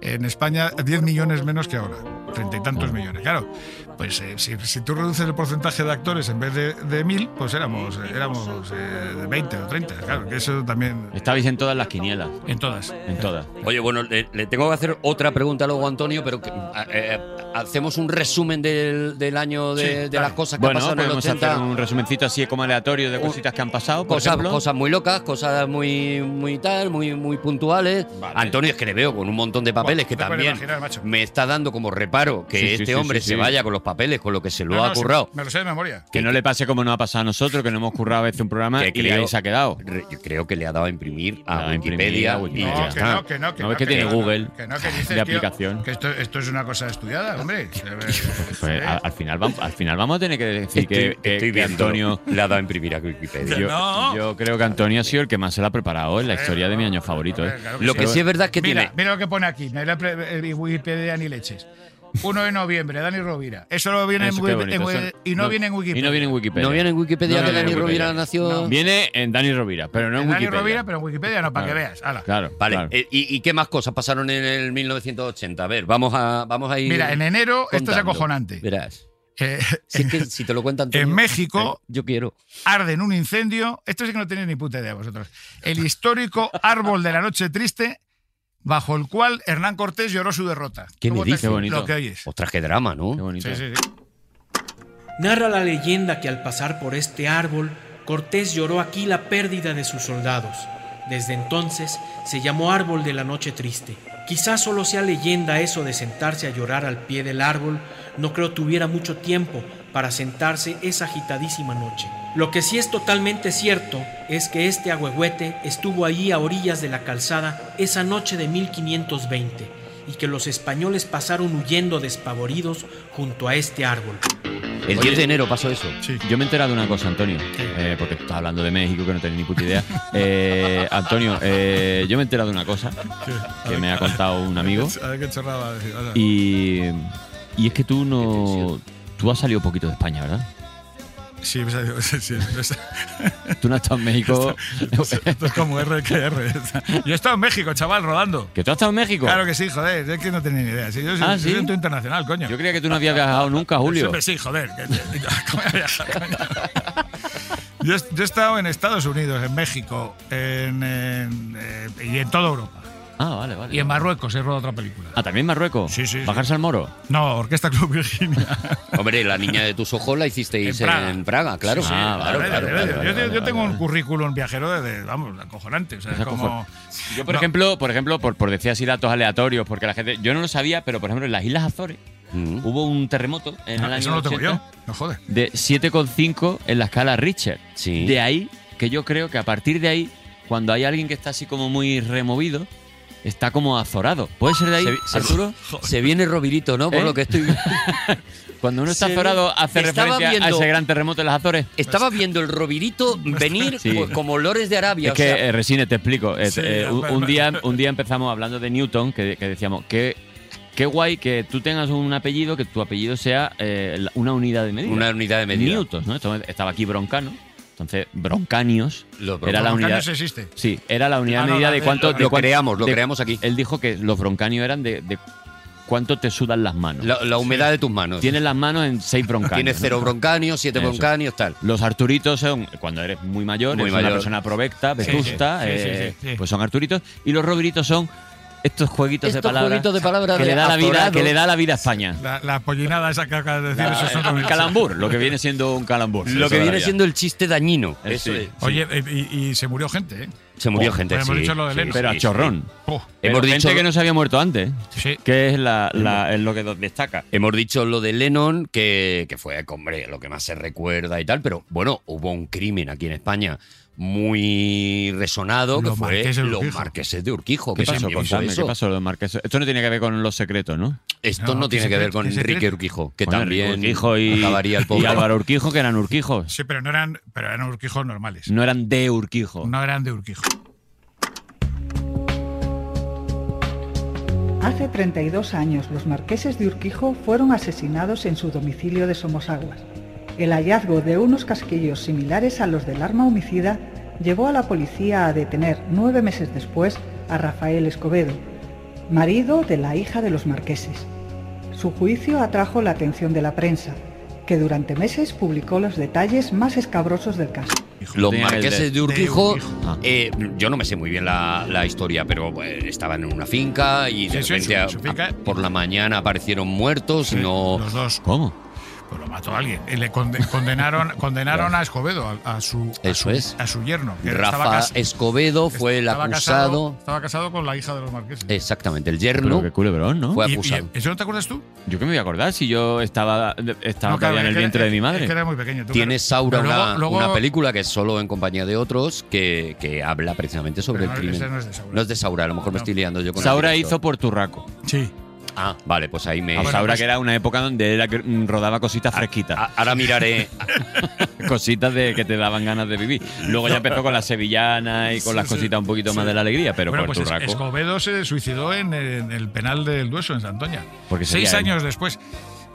Speaker 2: en España 10 millones menos que ahora, treinta y
Speaker 4: Mm.
Speaker 2: tantos millones. Claro, pues eh, si, si tú reduces el porcentaje de actores en vez de, de mil, pues éramos, eh, éramos eh, 20 o 30. Claro, que eso también
Speaker 4: Estabais en todas las quinielas.
Speaker 2: en todas.
Speaker 4: En todas.
Speaker 3: Oye, bueno, le, le tengo que hacer otra pregunta luego a Antonio, pero que- a- eh, hacemos un resumen del, del año de,
Speaker 2: Sí,
Speaker 3: de
Speaker 2: claro.
Speaker 3: las cosas que
Speaker 4: Bueno,
Speaker 3: pasaron en el
Speaker 4: podemos
Speaker 3: 80.
Speaker 4: hacer un resumencito así como aleatorio de cositas que han pasado. por
Speaker 3: Cosas,
Speaker 4: ejemplo.
Speaker 3: cosas muy locas, cosas muy, muy tal, muy, muy puntuales.
Speaker 4: Vale.
Speaker 3: Antonio es que le veo con un montón de papeles
Speaker 2: Buah,
Speaker 3: que
Speaker 2: te puedes
Speaker 3: también
Speaker 2: imaginar, macho.
Speaker 3: me está dando como reparo que
Speaker 4: Sí, sí,
Speaker 3: este
Speaker 4: sí,
Speaker 3: hombre
Speaker 4: sí,
Speaker 3: se
Speaker 4: sí.
Speaker 3: vaya con los papeles, con lo que se lo
Speaker 2: No,
Speaker 3: ha
Speaker 2: no, sí,
Speaker 3: currado.
Speaker 2: me lo sé de memoria.
Speaker 4: Que no le pase como nos ha pasado a nosotros, que no hemos currado a veces un programa
Speaker 3: Que
Speaker 4: y
Speaker 3: creo-
Speaker 4: ahí se ha quedado. Pues,
Speaker 3: Re- yo creo que le ha dado a imprimir
Speaker 4: Le ha
Speaker 3: a
Speaker 4: dado a imprimir
Speaker 3: Wikipedia.
Speaker 4: a
Speaker 3: y
Speaker 4: Wikipedia.
Speaker 3: ya
Speaker 2: No, que
Speaker 3: está.
Speaker 2: no, que no, que
Speaker 4: ¿No
Speaker 2: no.
Speaker 4: ves que tiene
Speaker 2: no,
Speaker 4: Google
Speaker 2: Que no, que dices,
Speaker 4: [laughs] de
Speaker 2: tío,
Speaker 4: aplicación?
Speaker 2: que esto, esto es una cosa estudiada,
Speaker 4: [laughs]
Speaker 2: hombre. Se ve- se
Speaker 4: Pues,
Speaker 2: ve.
Speaker 4: al, al final vamos, al final vamos a tener que decir
Speaker 3: Estoy-
Speaker 4: que, que-
Speaker 3: estoy
Speaker 4: que
Speaker 2: [laughs]
Speaker 3: viendo.
Speaker 4: Antonio.
Speaker 3: le ha dado a imprimir
Speaker 4: [laughs]
Speaker 3: a Wikipedia.
Speaker 4: Yo,
Speaker 2: no.
Speaker 4: yo creo que Antonio ha sido el que más se la ha preparado en la historia de mi año favorito. ¿eh?
Speaker 2: Claro
Speaker 3: Lo que
Speaker 4: Pero-
Speaker 3: sí es verdad es que
Speaker 2: mira,
Speaker 3: tiene.
Speaker 2: mira lo que pone aquí. No hay la pre- eh, Wikipedia ni leches. 1 de noviembre, Dani Rovira. Eso lo viene
Speaker 4: Eso,
Speaker 2: en
Speaker 4: qué
Speaker 2: Wiki- en
Speaker 4: bonito,
Speaker 2: Wiki-
Speaker 4: eso-
Speaker 2: y no, viene en Wikipedia.
Speaker 4: Y no viene en Wikipedia.
Speaker 3: No viene en Wikipedia
Speaker 4: No viene
Speaker 3: que
Speaker 4: en
Speaker 3: Dani
Speaker 4: Wikipedia.
Speaker 3: Rovira nació.
Speaker 4: Viene en Dani Rovira, pero no en,
Speaker 2: En Dani
Speaker 4: Wikipedia.
Speaker 2: Rovira, pero en Wikipedia no, para que
Speaker 4: Claro.
Speaker 2: veas. Ala.
Speaker 4: Claro.
Speaker 3: Vale,
Speaker 4: claro.
Speaker 3: eh, ¿y, y qué más cosas pasaron en el 1980? A ver, vamos a, vamos a ir.
Speaker 2: Mira, en enero, esto es
Speaker 3: contando.
Speaker 2: acojonante.
Speaker 3: Verás.
Speaker 2: Eh, [laughs]
Speaker 3: Si, es que, si te lo cuentan eh,
Speaker 2: en México
Speaker 3: yo quiero.
Speaker 2: arden un incendio. Esto sí que no tenéis ni puta idea vosotros. El histórico árbol de la noche triste, bajo el cual Hernán Cortés lloró su derrota.
Speaker 3: ¿Qué
Speaker 2: ¿Cómo
Speaker 3: me
Speaker 2: te
Speaker 3: dices?
Speaker 2: lo
Speaker 4: Bonito.
Speaker 2: que oyes?
Speaker 3: Ostras, qué drama,
Speaker 4: Qué
Speaker 3: ¿no?
Speaker 4: bonito.
Speaker 2: Sí, sí, sí.
Speaker 10: Narra la leyenda que al pasar por este árbol, Cortés lloró aquí la pérdida de sus soldados. Desde entonces se llamó Árbol de la Noche Triste. Quizás solo sea leyenda eso de sentarse a llorar al pie del árbol, no creo tuviera mucho tiempo para sentarse esa agitadísima noche. Lo que sí es totalmente cierto es que este agüehuete estuvo allí a orillas de la calzada esa noche de 1520 y que los españoles pasaron huyendo despavoridos junto a este árbol.
Speaker 3: El 10 de enero pasó eso.
Speaker 4: Yo me he enterado de una cosa, Antonio, eh, porque tú estás hablando de México, que no tenés ni puta idea. [laughs] Eh, Antonio, eh, yo me he enterado de una cosa que me ha contado un amigo
Speaker 2: A ver qué chorrada va a decir. Ala.
Speaker 4: y, y es que tú
Speaker 3: Qué
Speaker 4: no...
Speaker 3: tensión.
Speaker 4: Tú has salido poquito de España, ¿verdad?
Speaker 2: [laughs] Sí, pues, adiós, [laughs] sí, sí, pues,
Speaker 4: Tú no has estado en México...
Speaker 2: esto es como RQR. Yo he estado en México, chaval, rodando.
Speaker 4: ¿Que tú has estado en México?
Speaker 2: Claro que sí, joder, es que no tenía ni idea. Sí, yo soy,
Speaker 4: Ah,
Speaker 2: yo
Speaker 4: ¿sí?
Speaker 2: soy un tío internacional, coño.
Speaker 4: Yo creía que tú no habías viajado nunca, Julio.
Speaker 2: Siempre sí, joder. que- [laughs] ¿Cómo voy a viajar, coño? Yo, he- yo he estado en Estados Unidos, en México en, en, eh, y en toda Europa.
Speaker 4: Ah, vale, vale.
Speaker 2: Y en Marruecos he rodado otra película.
Speaker 4: Ah, ¿también Marruecos?
Speaker 2: Sí, sí, sí.
Speaker 4: ¿Bajarse al moro?
Speaker 2: No, Orquesta Club Virginia.
Speaker 3: Hombre, la niña de tus ojos la hicisteis
Speaker 2: En
Speaker 3: en
Speaker 2: Praga.
Speaker 3: Praga, claro.
Speaker 4: Sí, sí,
Speaker 3: Ah,
Speaker 4: claro,
Speaker 2: Vale,
Speaker 4: claro,
Speaker 2: vale,
Speaker 4: claro,
Speaker 2: vale.
Speaker 4: claro,
Speaker 2: Yo, te-
Speaker 4: vale,
Speaker 2: yo tengo
Speaker 4: vale.
Speaker 2: un currículum viajero de, de- vamos, acojonante. O sea,
Speaker 4: Es
Speaker 2: es como.
Speaker 4: Yo, por
Speaker 2: No,
Speaker 4: ejemplo, por ejemplo, por, por decir así datos aleatorios, porque la gente. Yo no lo sabía, pero por ejemplo, en las Islas Azores
Speaker 3: Mm.
Speaker 4: hubo un terremoto en el
Speaker 2: no,
Speaker 4: año
Speaker 2: Ah, eso no lo tengo
Speaker 4: 80
Speaker 2: yo. No joder.
Speaker 4: de 7,5 en la escala Richter.
Speaker 3: Sí.
Speaker 4: De ahí que yo creo que a partir de ahí, cuando hay alguien que está así como muy removido, está como azorado. ¿Puede ser de ahí,
Speaker 3: Se- se-
Speaker 4: Arturo?
Speaker 3: Se viene Rovirito, ¿no? Por
Speaker 4: ¿Eh?
Speaker 3: lo que estoy viendo.
Speaker 4: Cuando uno está
Speaker 3: se-
Speaker 4: azorado, hace
Speaker 3: estaba
Speaker 4: referencia a
Speaker 3: viendo-
Speaker 4: ese gran terremoto en las Azores.
Speaker 3: [laughs] Estaba viendo
Speaker 2: [laughs]
Speaker 3: el Rovirito venir
Speaker 4: Sí.
Speaker 3: co- como olores de Arabia.
Speaker 4: Es
Speaker 3: o
Speaker 4: que,
Speaker 3: sea,
Speaker 4: eh, Resine, te explico. Eh,
Speaker 2: Sí,
Speaker 4: eh, un,
Speaker 2: vale,
Speaker 4: un
Speaker 2: vale.
Speaker 4: día, un día empezamos hablando de Newton, que, que decíamos, qué, qué guay que tú tengas un apellido, que tu apellido sea eh, la- una unidad de medida.
Speaker 3: una unidad de medida.
Speaker 4: Newton, ¿no? Entonces, estaba aquí Broncano. Entonces, Broncanios
Speaker 3: Los
Speaker 4: era la
Speaker 2: Volcán
Speaker 4: unidad.
Speaker 2: ese existe.
Speaker 4: Sí, era la
Speaker 2: Ah,
Speaker 4: unidad de
Speaker 2: no,
Speaker 4: medida
Speaker 2: la
Speaker 4: de
Speaker 2: de-
Speaker 4: cuánto.
Speaker 2: la-
Speaker 4: de
Speaker 3: Lo
Speaker 4: cuán-
Speaker 3: creamos, lo
Speaker 4: de-
Speaker 3: creamos aquí.
Speaker 4: Él dijo que los broncanios eran de, de cuánto te sudan las manos.
Speaker 3: La, la humedad de tus manos.
Speaker 4: Tienes las manos en seis broncanios.
Speaker 3: Tienes
Speaker 4: ¿no?
Speaker 3: cero broncanios, siete
Speaker 4: Eso.
Speaker 3: broncanios, tal.
Speaker 4: Los Arturitos son, cuando eres muy mayor,
Speaker 3: Muy
Speaker 4: eres una
Speaker 3: mayor.
Speaker 4: persona provecta, vetusta,
Speaker 2: sí, sí,
Speaker 4: eh,
Speaker 2: sí, sí, sí.
Speaker 4: pues son Arturitos. Y los Robiritos son estos jueguitos de
Speaker 3: Estos
Speaker 4: palabras
Speaker 3: jueguitos de palabras
Speaker 4: que,
Speaker 3: de
Speaker 4: le da la vida,
Speaker 3: atorados.
Speaker 4: que le da la vida a España.
Speaker 2: La, la pollinada esa que acabas de decir.
Speaker 4: La-
Speaker 2: eso es otro-
Speaker 4: el calambur, lo que viene siendo un calambur.
Speaker 3: Lo
Speaker 4: Eso
Speaker 3: que
Speaker 4: da la
Speaker 3: viene
Speaker 4: vida.
Speaker 3: siendo el chiste dañino.
Speaker 4: Eh,
Speaker 3: Eso
Speaker 4: sí.
Speaker 3: es.
Speaker 2: Oye, y, y- y se murió gente, ¿eh?
Speaker 3: Se murió
Speaker 2: Oh,
Speaker 3: gente,
Speaker 2: hemos
Speaker 3: sí,
Speaker 2: dicho lo de
Speaker 3: sí,
Speaker 2: Leno.
Speaker 4: Pero a
Speaker 3: sí,
Speaker 4: chorrón.
Speaker 2: Oh,
Speaker 3: Hemos
Speaker 4: Pero
Speaker 3: dicho,
Speaker 4: gente que no se había muerto antes,
Speaker 2: sí.
Speaker 4: que es la, la- es lo que nos destaca.
Speaker 3: hemos dicho lo de Lennon, que, que fue, hombre, lo que más se recuerda y tal, pero bueno, hubo un crimen aquí en España muy resonado, que
Speaker 2: Los
Speaker 3: fue
Speaker 2: marqueses de
Speaker 3: los
Speaker 2: Urquijo.
Speaker 3: marqueses de Urquijo.
Speaker 4: ¿Qué
Speaker 3: que se
Speaker 4: pasó?
Speaker 3: hizo
Speaker 4: Contadme,
Speaker 3: eso.
Speaker 4: ¿qué pasó los marqueses? Esto no tiene que ver con los secretos, ¿no?
Speaker 2: No,
Speaker 3: Esto no
Speaker 2: ¿qué
Speaker 3: tiene que ver
Speaker 2: secreto?
Speaker 3: con
Speaker 2: ¿Qué secreto?
Speaker 3: Enrique Urquijo, que
Speaker 4: Bueno,
Speaker 3: también
Speaker 4: Urquijo y,
Speaker 3: acabaría el
Speaker 4: y
Speaker 3: pobre.
Speaker 4: Álvaro Urquijo, que eran Urquijos.
Speaker 2: Sí, pero no eran, pero eran urquijos normales.
Speaker 4: No eran de Urquijo.
Speaker 2: No eran de urquijo.
Speaker 11: Hace 32 años los marqueses de Urquijo fueron asesinados en su domicilio de Somosaguas. El hallazgo de unos casquillos similares a los del arma homicida llevó a la policía a detener nueve meses después a Rafael Escobedo, marido de la hija de los marqueses. Su juicio atrajo la atención de la prensa, que durante meses publicó los detalles más escabrosos del caso.
Speaker 3: Los
Speaker 4: Tenía el
Speaker 3: marqueses
Speaker 4: de-
Speaker 3: de Urquijo,
Speaker 2: de Urquijo.
Speaker 4: Ah.
Speaker 3: eh, yo no me sé muy bien la, la historia, pero eh, estaban en una finca y de
Speaker 2: Sí, sí,
Speaker 3: repente
Speaker 2: en
Speaker 3: a-
Speaker 2: su- en su finca.
Speaker 3: por la mañana aparecieron muertos.
Speaker 2: Sí,
Speaker 3: no,
Speaker 2: Los dos.
Speaker 4: ¿Cómo?
Speaker 2: Pues lo mató a alguien. Y le conde-
Speaker 3: [laughs]
Speaker 2: condenaron, condenaron a Escobedo, a, a su, a
Speaker 3: Eso
Speaker 2: su-
Speaker 3: es.
Speaker 2: a su yerno. que estaba
Speaker 3: Rafa
Speaker 2: cas-
Speaker 3: Escobedo fue el
Speaker 2: estaba
Speaker 3: acusado.
Speaker 2: casado- estaba casado con la hija de los marqueses.
Speaker 3: Exactamente, el
Speaker 4: Pero
Speaker 3: yerno
Speaker 4: qué culebrón, ¿no?
Speaker 3: fue
Speaker 2: Y- y-
Speaker 3: acusado.
Speaker 2: ¿Eso no te acuerdas tú?
Speaker 4: Yo que me voy a acordar si yo estaba,
Speaker 2: claro,
Speaker 4: estaba todavía en
Speaker 2: es
Speaker 4: el
Speaker 2: que-
Speaker 4: vientre de mi
Speaker 2: Es
Speaker 4: madre.
Speaker 2: que era muy pequeño. tú,
Speaker 3: Tiene
Speaker 2: claro.
Speaker 3: Saura
Speaker 2: Pero luego-
Speaker 3: una,
Speaker 2: luego-
Speaker 3: una película que es solo en compañía de otros que, que habla precisamente sobre
Speaker 2: Pero
Speaker 3: el
Speaker 2: no,
Speaker 3: crimen.
Speaker 2: esa no es de Saura.
Speaker 3: No es de Saura, a lo mejor me
Speaker 2: No.
Speaker 3: estoy liando yo con el
Speaker 4: Saura
Speaker 3: director.
Speaker 4: hizo por Turraco.
Speaker 2: Sí.
Speaker 3: Ah, vale, pues ahí me.
Speaker 2: Ah,
Speaker 4: A Saura, que era una época donde él ac- mm, rodaba cositas fresquitas.
Speaker 3: A- Ahora miraré,
Speaker 4: cositas de que te daban ganas de vivir. Luego ya empezó con las sevillanas y con las cositas un poquito más de la alegría, pero
Speaker 2: Bueno,
Speaker 4: por
Speaker 2: pues
Speaker 4: tu
Speaker 2: es-
Speaker 4: raco.
Speaker 2: Escobedo se suicidó en, en el penal del Dueso, en Santoña.
Speaker 4: Porque
Speaker 2: Seis
Speaker 4: sería él.
Speaker 2: años después.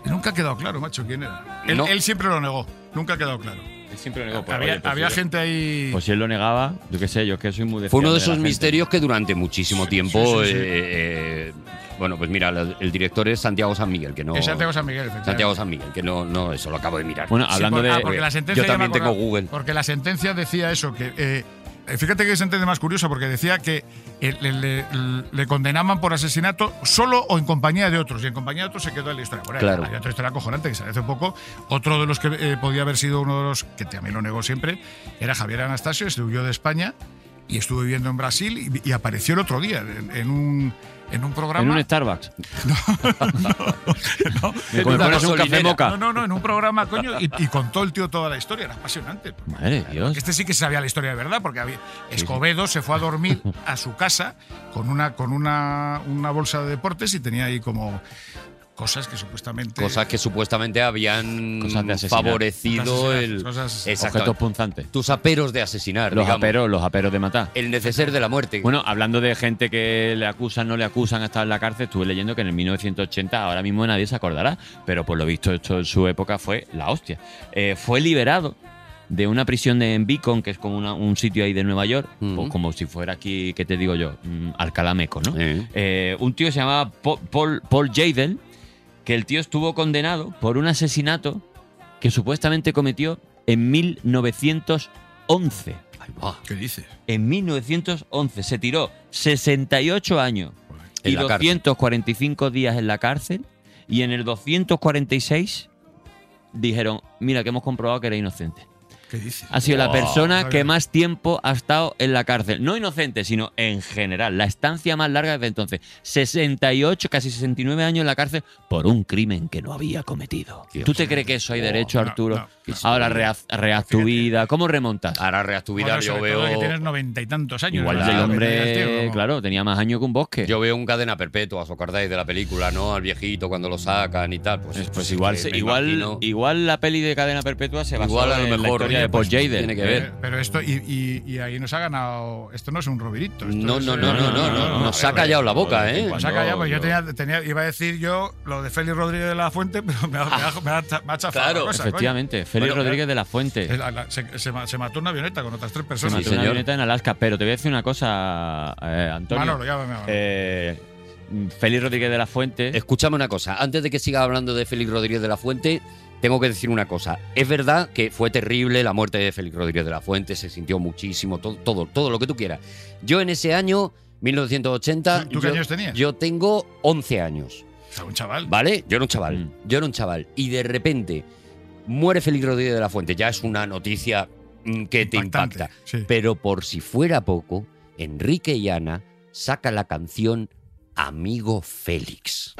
Speaker 2: Nunca ha quedado claro, macho, quién era. Él,
Speaker 4: No.
Speaker 2: él siempre lo negó. Nunca ha quedado claro.
Speaker 4: Él siempre lo negó. pues,
Speaker 2: Había,
Speaker 4: oye, pues,
Speaker 2: había
Speaker 4: sí.
Speaker 2: gente ahí.
Speaker 4: Pues si él lo negaba, yo qué sé, yo es que soy muy
Speaker 3: Fue
Speaker 4: desfiable
Speaker 3: uno de
Speaker 4: la
Speaker 3: esos
Speaker 4: gente.
Speaker 3: misterios que durante muchísimo tiempo.
Speaker 2: sí, sí.
Speaker 3: eh, eh, bueno, pues mira, la- el director es Santiago San Miguel, que no.
Speaker 2: Es Santiago San Miguel, efectivamente.
Speaker 3: Santiago San Miguel, que no, no, eso lo acabo de mirar.
Speaker 4: Bueno,
Speaker 3: Sí,
Speaker 4: hablando
Speaker 3: por-
Speaker 4: de-
Speaker 3: ah,
Speaker 2: porque la sentencia ya
Speaker 3: yo
Speaker 2: me
Speaker 3: también tengo
Speaker 2: acordaba,
Speaker 3: Google.
Speaker 2: Porque la sentencia decía eso, que. eh, eh, fíjate que sentencia más curiosa, porque decía que eh, le, le- le condenaban por asesinato solo o en compañía de otros. Y en compañía de otros se quedó en la historia. Bueno,
Speaker 3: Claro.
Speaker 2: Hay otra historia acojonante que salió hace poco. Otro de los que eh, podía haber sido uno de los que también lo negó siempre era Javier Anastasio, se huyó de España y estuvo viviendo en Brasil y, y apareció el otro día en, en un, en un programa.
Speaker 4: En
Speaker 2: [laughs]
Speaker 4: un Starbucks.
Speaker 2: No,
Speaker 4: Me
Speaker 2: en una
Speaker 4: compras un café
Speaker 2: gasolinera.
Speaker 4: moca.
Speaker 2: No, no, no, en un programa, coño, y, y contó el tío toda la historia, era apasionante.
Speaker 4: Madre de
Speaker 3: ¿Ah?
Speaker 4: Dios.
Speaker 2: Este sí que sabía la historia de verdad, porque había- Escobedo se fue a dormir
Speaker 3: [laughs]
Speaker 2: a su casa con una, con una, una bolsa de deportes y tenía ahí como cosas que supuestamente.
Speaker 3: Cosas que supuestamente habían
Speaker 4: Cosas de asesinar.
Speaker 3: favorecido
Speaker 2: Cosas
Speaker 3: el.
Speaker 2: asesinadas, cosas-
Speaker 3: Exactamente.
Speaker 4: Objetos punzantes.
Speaker 3: Tus aperos de asesinar,
Speaker 4: Los
Speaker 3: digamos.
Speaker 4: aperos, los aperos de matar.
Speaker 2: Eh,
Speaker 3: El neceser de la muerte.
Speaker 4: Bueno, hablando de gente que le acusan, no le acusan, ha estado en la cárcel, estuve leyendo que en el 1980, ahora mismo nadie se acordará, pero por lo visto esto en su época fue la hostia. Eh, fue liberado de una prisión de, en Beacon, que es como una- un sitio ahí de Nueva York, pues como si fuera aquí, ¿qué te digo yo? Mm, Alcalá Meco, ¿no? Eh, un tío que se llamaba Po- Paul, Paul Jadel, que el tío estuvo condenado por un asesinato que supuestamente cometió en 1911.
Speaker 2: ¿Qué dices?
Speaker 4: En 1911 se tiró 68 años
Speaker 3: En
Speaker 4: y
Speaker 3: la cárcel.
Speaker 4: 245 días en la cárcel y en el 246 dijeron, mira que hemos comprobado que era inocente.
Speaker 2: ¿Qué dices?
Speaker 3: Ah,
Speaker 4: Ha sido la
Speaker 2: Oh,
Speaker 4: persona
Speaker 2: está
Speaker 4: que
Speaker 2: bien.
Speaker 4: más tiempo ha estado en la cárcel. No inocente, sino en general. La estancia más larga desde entonces. 68, casi 69 años en la cárcel por un crimen que no había cometido. ¿Tú te crees que eso hay derecho,
Speaker 2: Oh, no,
Speaker 4: Arturo?
Speaker 2: no, no.
Speaker 4: Ahora rehaz, rehaz tu vida. ¿Cómo remontas?
Speaker 3: Ahora reas tu vida,
Speaker 2: Bueno,
Speaker 3: yo
Speaker 2: sobre todo que
Speaker 3: veo.
Speaker 2: tienes noventa y tantos años.
Speaker 4: Igual
Speaker 2: ¿verdad?
Speaker 4: el
Speaker 2: Tenía el
Speaker 4: hombre,
Speaker 2: tío como-
Speaker 4: claro, tenía más años que un bosque.
Speaker 3: Yo veo un cadena perpetua, os acordáis de la película, ¿no? Al viejito cuando lo sacan y tal. Pues,
Speaker 4: Pues, pues igual,
Speaker 3: eh,
Speaker 4: se-
Speaker 3: me
Speaker 4: igual,
Speaker 3: imagino-
Speaker 4: igual la peli de cadena perpetua se basó
Speaker 3: Igual a lo
Speaker 4: en la
Speaker 3: mejor,
Speaker 4: historia
Speaker 3: oye,
Speaker 4: de Paul
Speaker 3: pues,
Speaker 4: Jaden.
Speaker 3: tiene que
Speaker 4: ¿eh?
Speaker 3: ver.
Speaker 2: Pero esto, y, y- y ahí nos ha ganado. Esto no es un robirito. esto
Speaker 3: No,
Speaker 2: es,
Speaker 3: no,
Speaker 2: eh,
Speaker 3: no, no, no, no, nos ha callado la boca,
Speaker 4: Joder,
Speaker 3: ¿eh?
Speaker 4: qué
Speaker 2: Pues saca ya, pues yo
Speaker 4: yo-
Speaker 2: tenía, tenía- iba a decir yo lo de Félix Rodríguez de la Fuente, [laughs] pero me ha, me ha- me ha, cha- me ha chafado.
Speaker 3: Claro,
Speaker 2: la cosa, coño.
Speaker 4: Efectivamente, Félix
Speaker 2: Bueno,
Speaker 4: Rodríguez de la Fuente.
Speaker 2: eh, la- la- se, se ma- se mató una avioneta con otras tres
Speaker 4: Se
Speaker 2: personas.
Speaker 4: mató
Speaker 3: Sí,
Speaker 4: una
Speaker 3: señor.
Speaker 4: avioneta en Alaska. Pero te voy a decir una cosa, eh, Antonio.
Speaker 2: Manolo, llámame ahora.
Speaker 4: Eh, Félix Rodríguez de la Fuente.
Speaker 3: Escúchame una cosa, antes de que siga hablando de Félix Rodríguez de la Fuente, tengo que decir una cosa. Es verdad que fue terrible la muerte de Félix Rodríguez de la Fuente, se sintió muchísimo, todo, todo, todo lo que tú quieras. Yo en ese año, 1980,
Speaker 2: ¿Tú qué
Speaker 3: yo,
Speaker 2: años tenías?
Speaker 3: yo tengo 11 años,
Speaker 2: O sea, un chaval.
Speaker 3: ¿vale? Yo era un chaval, yo era un chaval. Y de repente muere Félix Rodríguez de la Fuente, ya es una noticia mm, que te
Speaker 2: Impactante,
Speaker 3: impacta.
Speaker 2: sí.
Speaker 3: Pero por si fuera poco, Enrique y Ana saca la canción Amigo Félix.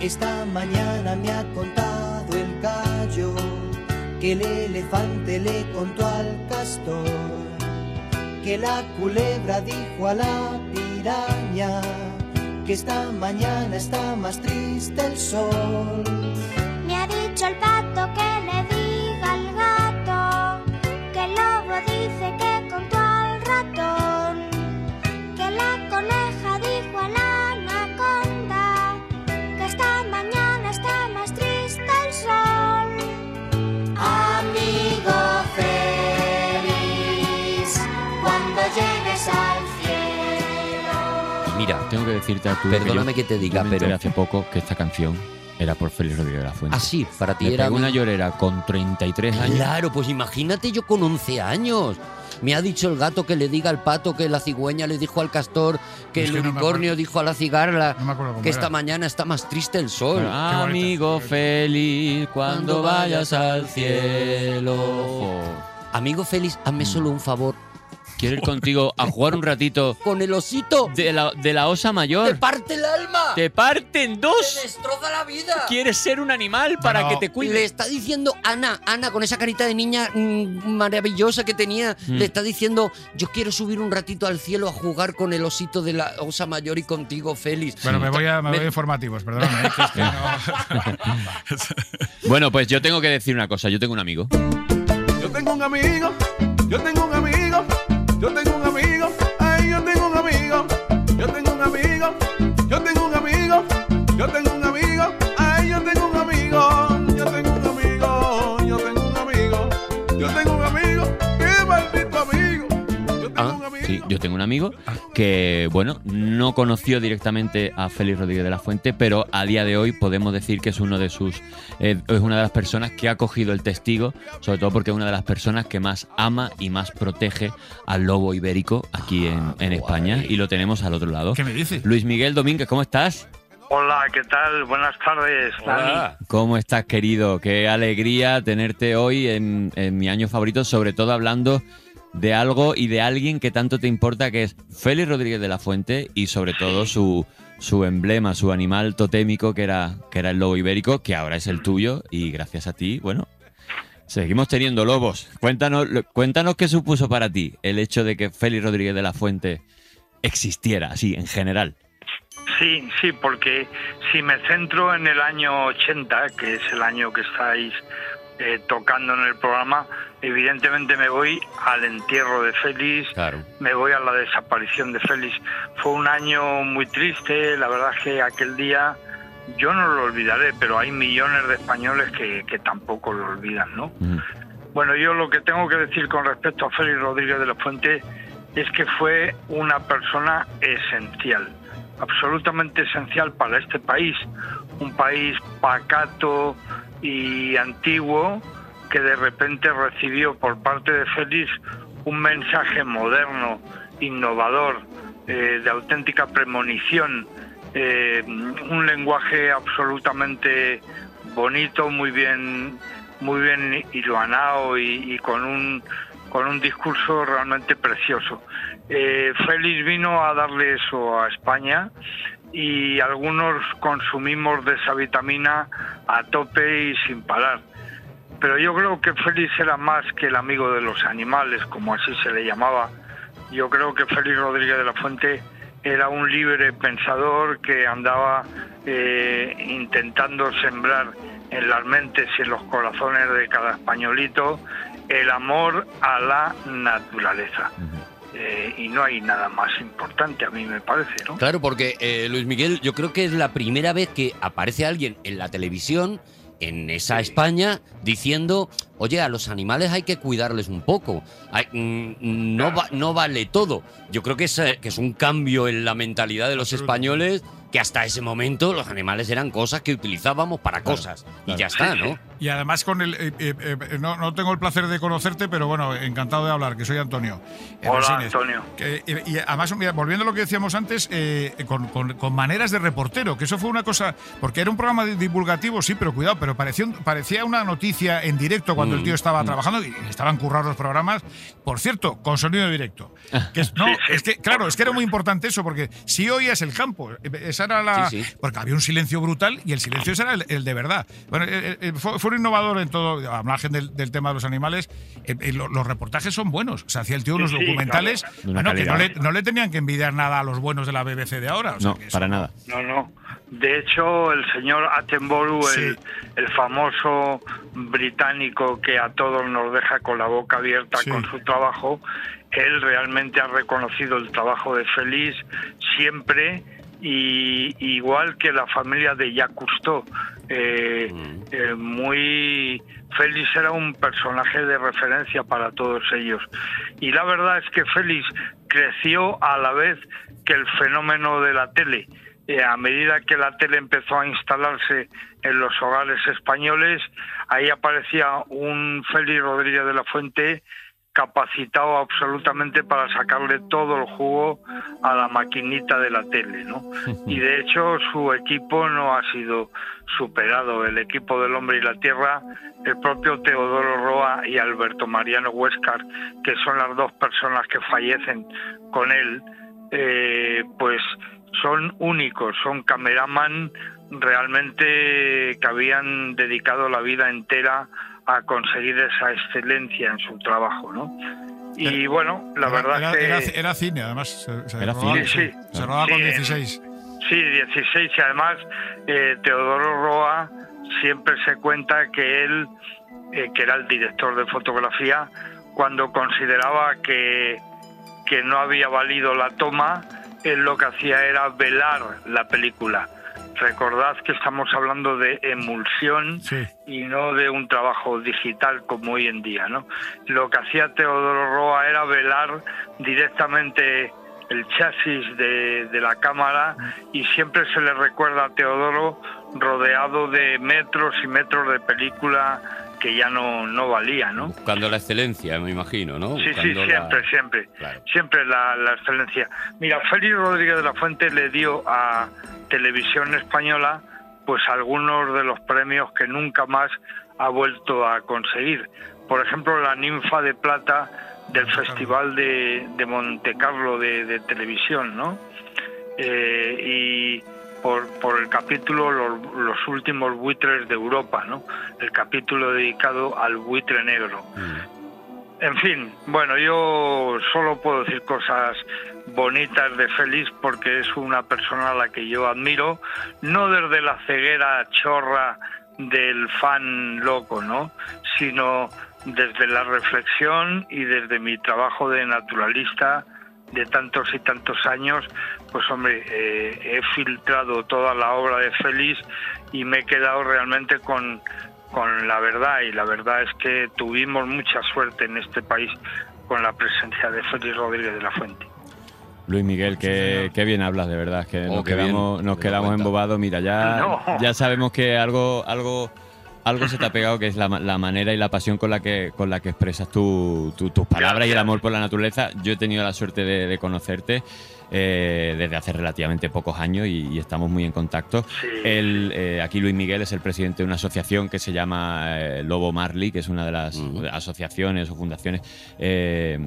Speaker 12: Esta mañana me ha contado el gallo que el elefante le contó al castor, que la culebra dijo a la piraña que esta mañana está más triste el sol.
Speaker 13: Me ha dicho el pato que le diga al gato que el lobo dice que contó al ratón, que la coneja dijo a la anaconda que esta mañana está más triste el sol. Amigo feliz, cuando llegues al cielo.
Speaker 3: Mira,
Speaker 4: Tengo que decirte, Arturo.
Speaker 3: Perdóname que
Speaker 4: yo-
Speaker 3: te diga,
Speaker 4: yo me enteré
Speaker 3: pero-
Speaker 4: hace poco que esta canción era por Félix Rodríguez de la Fuente.
Speaker 3: Así, Ah, para ti
Speaker 4: Me
Speaker 3: era
Speaker 4: pegó
Speaker 3: un-
Speaker 4: una llorera con 33 años.
Speaker 3: Claro, pues imagínate yo con 11 años. Me ha dicho el gato que le diga al pato que la cigüeña le dijo al castor, que
Speaker 2: Es
Speaker 3: el
Speaker 2: que no me
Speaker 3: unicornio
Speaker 2: acuerdo.
Speaker 3: dijo a la cigarra,
Speaker 2: No me acuerdo cómo
Speaker 3: que esta
Speaker 2: era.
Speaker 3: mañana está más triste el sol.
Speaker 2: bonito.
Speaker 4: Amigo feliz, cuando vayas al cielo.
Speaker 3: Amigo Félix, hazme solo un favor.
Speaker 4: Quiero ir contigo a jugar un ratito.
Speaker 3: Con el osito.
Speaker 4: De la, de la osa mayor.
Speaker 3: ¡Te parte el alma!
Speaker 4: Te parten dos.
Speaker 3: ¡Te destroza la vida!
Speaker 4: Quieres ser un animal para
Speaker 3: No.
Speaker 4: que te cuide.
Speaker 3: Le está diciendo Ana, Ana, con esa carita de niña mm, maravillosa que tenía,
Speaker 4: Mm.
Speaker 3: le está diciendo: Yo quiero subir un ratito al cielo a jugar con el osito de la osa mayor y contigo, Félix.
Speaker 2: Bueno, me voy a, me voy a informativos, perdóname. ¿eh? Que
Speaker 3: [laughs]
Speaker 2: es que
Speaker 4: Bueno, pues yo tengo que decir una cosa. Yo tengo un amigo.
Speaker 7: Yo tengo un amigo, yo tengo un amigo, yo tengo un amigo, ay, yo tengo un amigo, yo tengo un amigo, yo tengo un amigo, yo tengo un amigo, ay, yo tengo un amigo, yo tengo un amigo, yo tengo un amigo, yo tengo un amigo, qué maldito amigo.
Speaker 4: Ah, sí, yo tengo un amigo que, bueno, no conoció directamente a Félix Rodríguez de la Fuente, pero a día de hoy podemos decir que es uno de sus, eh, es una de las personas que ha cogido el testigo, sobre todo porque es una de las personas que más ama y más protege al lobo ibérico aquí en, en España y lo tenemos al otro lado. ¿Qué
Speaker 2: me dices?
Speaker 4: Luis Miguel Domínguez, ¿cómo estás?
Speaker 14: Hola, ¿qué tal? Buenas tardes. Dani.
Speaker 4: ¿Cómo estás, querido? Qué alegría tenerte hoy en, en mi año favorito, sobre todo hablando de algo y de alguien que tanto te importa, que es Félix Rodríguez de la Fuente y sobre todo su, su emblema, su animal totémico, que era, que era el lobo ibérico, que ahora es el tuyo y gracias a ti, bueno, seguimos teniendo lobos. Cuéntanos, lo- cuéntanos qué supuso para ti el hecho de que Félix Rodríguez de la Fuente existiera, así, en general.
Speaker 14: Sí, sí, porque si me centro en el año 80, que es el año que estáis eh, tocando en el programa, evidentemente me voy al entierro de Félix,
Speaker 3: Claro.
Speaker 14: me voy a la desaparición de Félix. Fue un año muy triste, la verdad es que aquel día yo no lo olvidaré, pero hay millones de españoles que, que tampoco lo olvidan, ¿no? Bueno, yo lo que tengo que decir con respecto a Félix Rodríguez de la Fuente es que fue una persona esencial, absolutamente esencial para este país, un país pacato y antiguo que de repente recibió por parte de Félix un mensaje moderno, innovador, eh, de auténtica premonición, eh, un lenguaje absolutamente bonito, muy bien, muy bien hiloanao y, y con un con un discurso realmente precioso. Eh, Félix vino a darle eso a España y algunos consumimos de esa vitamina a tope y sin parar. Pero yo creo que Félix era más que el amigo de los animales, como así se le llamaba. Yo creo que Félix Rodríguez de la Fuente era un libre pensador que andaba eh, intentando sembrar en las mentes y en los corazones de cada españolito el amor a la naturaleza. Eh, y no hay nada más importante, a mí me parece, ¿no?
Speaker 3: Claro, porque eh, Luis Miguel, yo creo que es la primera vez que aparece alguien en la televisión, en esa España, diciendo, oye, a los animales hay que cuidarles un poco, Hay- mm, no, va- no vale todo. Yo creo que es, eh, que es un cambio en la mentalidad de los españoles, que hasta ese momento los animales eran cosas que utilizábamos para cosas. Y ya está, ¿no?
Speaker 2: Y además con el eh, eh, eh, no, no tengo el placer de conocerte, pero bueno, encantado de hablar, que soy Antonio. eh,
Speaker 14: Hola,
Speaker 2: Resines.
Speaker 14: Antonio.
Speaker 2: Que, eh, y además, mira, volviendo a lo que decíamos antes, eh, con, con- con maneras de reportero, que eso fue una cosa, porque era un programa de- divulgativo, sí, pero cuidado, pero parecía, un- parecía una noticia en directo cuando
Speaker 3: Mm,
Speaker 2: el tío estaba trabajando y estaban currados los programas, por cierto, con sonido directo.
Speaker 3: Ah.
Speaker 2: Que es- no, es que, claro, es que era muy importante eso, porque si oías el campo, eh, esa era la...
Speaker 3: Sí, sí.
Speaker 2: Porque había un silencio brutal y el silencio ese era el, el de verdad. Bueno, eh, eh, fue, fue un innovador en todo, a margen del, del tema de los animales, eh, eh, lo- los reportajes son buenos, o sea, hacía el tío
Speaker 14: Sí,
Speaker 2: unos
Speaker 14: sí,
Speaker 2: documentales,
Speaker 14: claro.
Speaker 4: De una
Speaker 2: bueno, que Ah, no le,
Speaker 4: calidad.
Speaker 2: no le tenían que envidiar nada a los buenos de la BBC de ahora. o sea,
Speaker 4: No, para nada.
Speaker 14: No, no. De hecho, el señor Attenborough, el, el famoso británico que a todos nos deja con la boca abierta con su trabajo, él realmente ha reconocido el trabajo de Feliz siempre y igual que la familia de Jacques Cousteau. Eh, eh, muy Félix era un personaje de referencia para todos ellos y la verdad es que Félix creció a la vez que el fenómeno de la tele Eh, a medida que la tele empezó a instalarse en los hogares españoles ahí aparecía un Félix Rodríguez de la Fuente capacitado absolutamente para sacarle todo el jugo a la maquinita de la tele, ¿no? Y de hecho su equipo no ha sido superado, el equipo del hombre y la tierra, el propio Teodoro Roa y Alberto Mariano Huescar, que son las dos personas que fallecen con él, eh, pues son únicos, son cameraman realmente que habían dedicado la vida entera a conseguir esa excelencia en su trabajo, ¿no? Y
Speaker 2: Era-
Speaker 14: bueno, la
Speaker 2: era-
Speaker 14: verdad
Speaker 2: era,
Speaker 14: que...
Speaker 2: era, era cine, además. Se, se
Speaker 14: Era
Speaker 2: rodaba,
Speaker 14: cine. Sí,
Speaker 2: se-
Speaker 14: sí.
Speaker 2: se rodaba con
Speaker 14: Sí, en-
Speaker 2: 16.
Speaker 14: Sí, 16 y además eh, Teodoro Roa siempre se cuenta que él, eh, que era el director de fotografía, cuando consideraba que, que no había valido la toma, él lo que hacía era velar la película. Recordad que estamos hablando de emulsión y no de un trabajo digital como hoy en día, ¿no? Lo que hacía Teodoro Roa era velar directamente el chasis de, de la cámara y siempre se le recuerda a Teodoro rodeado de metros y metros de película que ya no, no valía, ¿no?
Speaker 3: Buscando la excelencia, me imagino, ¿no?
Speaker 14: Sí, sí,
Speaker 3: Buscando Uh, la-
Speaker 14: siempre, siempre. Siempre la, la excelencia. Mira, Félix Rodríguez de la Fuente le dio a Televisión Española pues algunos de los premios que nunca más ha vuelto a conseguir. Por ejemplo, la ninfa de plata del Festival de, de Monte Carlo de, de Televisión, ¿no? Eh, y por, por el capítulo los, los últimos buitres de Europa, ¿no? El capítulo dedicado al buitre negro.
Speaker 3: Mm.
Speaker 14: En fin, bueno, yo solo puedo decir cosas bonitas de Félix porque es una persona a la que yo admiro, no desde la ceguera chorra del fan loco, ¿no? Sino desde la reflexión y desde mi trabajo de naturalista de tantos y tantos años, pues hombre, eh, he filtrado toda la obra de Félix y me he quedado realmente con, con la verdad y la verdad es que tuvimos mucha suerte en este país con la presencia de Félix Rodríguez de la Fuente.
Speaker 4: Luis Miguel, qué, qué bien hablas, de verdad. Que nos
Speaker 3: Oh, qué
Speaker 4: quedamos,
Speaker 3: bien,
Speaker 4: nos
Speaker 3: te
Speaker 4: quedamos
Speaker 3: das cuenta. Ah,
Speaker 4: embobados. Mira, ya,
Speaker 3: No.
Speaker 4: [laughs] ya sabemos que algo, algo, algo se te ha pegado, que es la, ma- la manera y la pasión con la que, con la que expresas tu- tu- tus palabras y el amor por la naturaleza. Yo he tenido la suerte de, de conocerte. eh, desde hace relativamente pocos años y, y estamos muy en contacto. El, eh, aquí Luis Miguel es el presidente de una asociación que se llama eh, Lobo Marley, que es una de las asociaciones o fundaciones eh,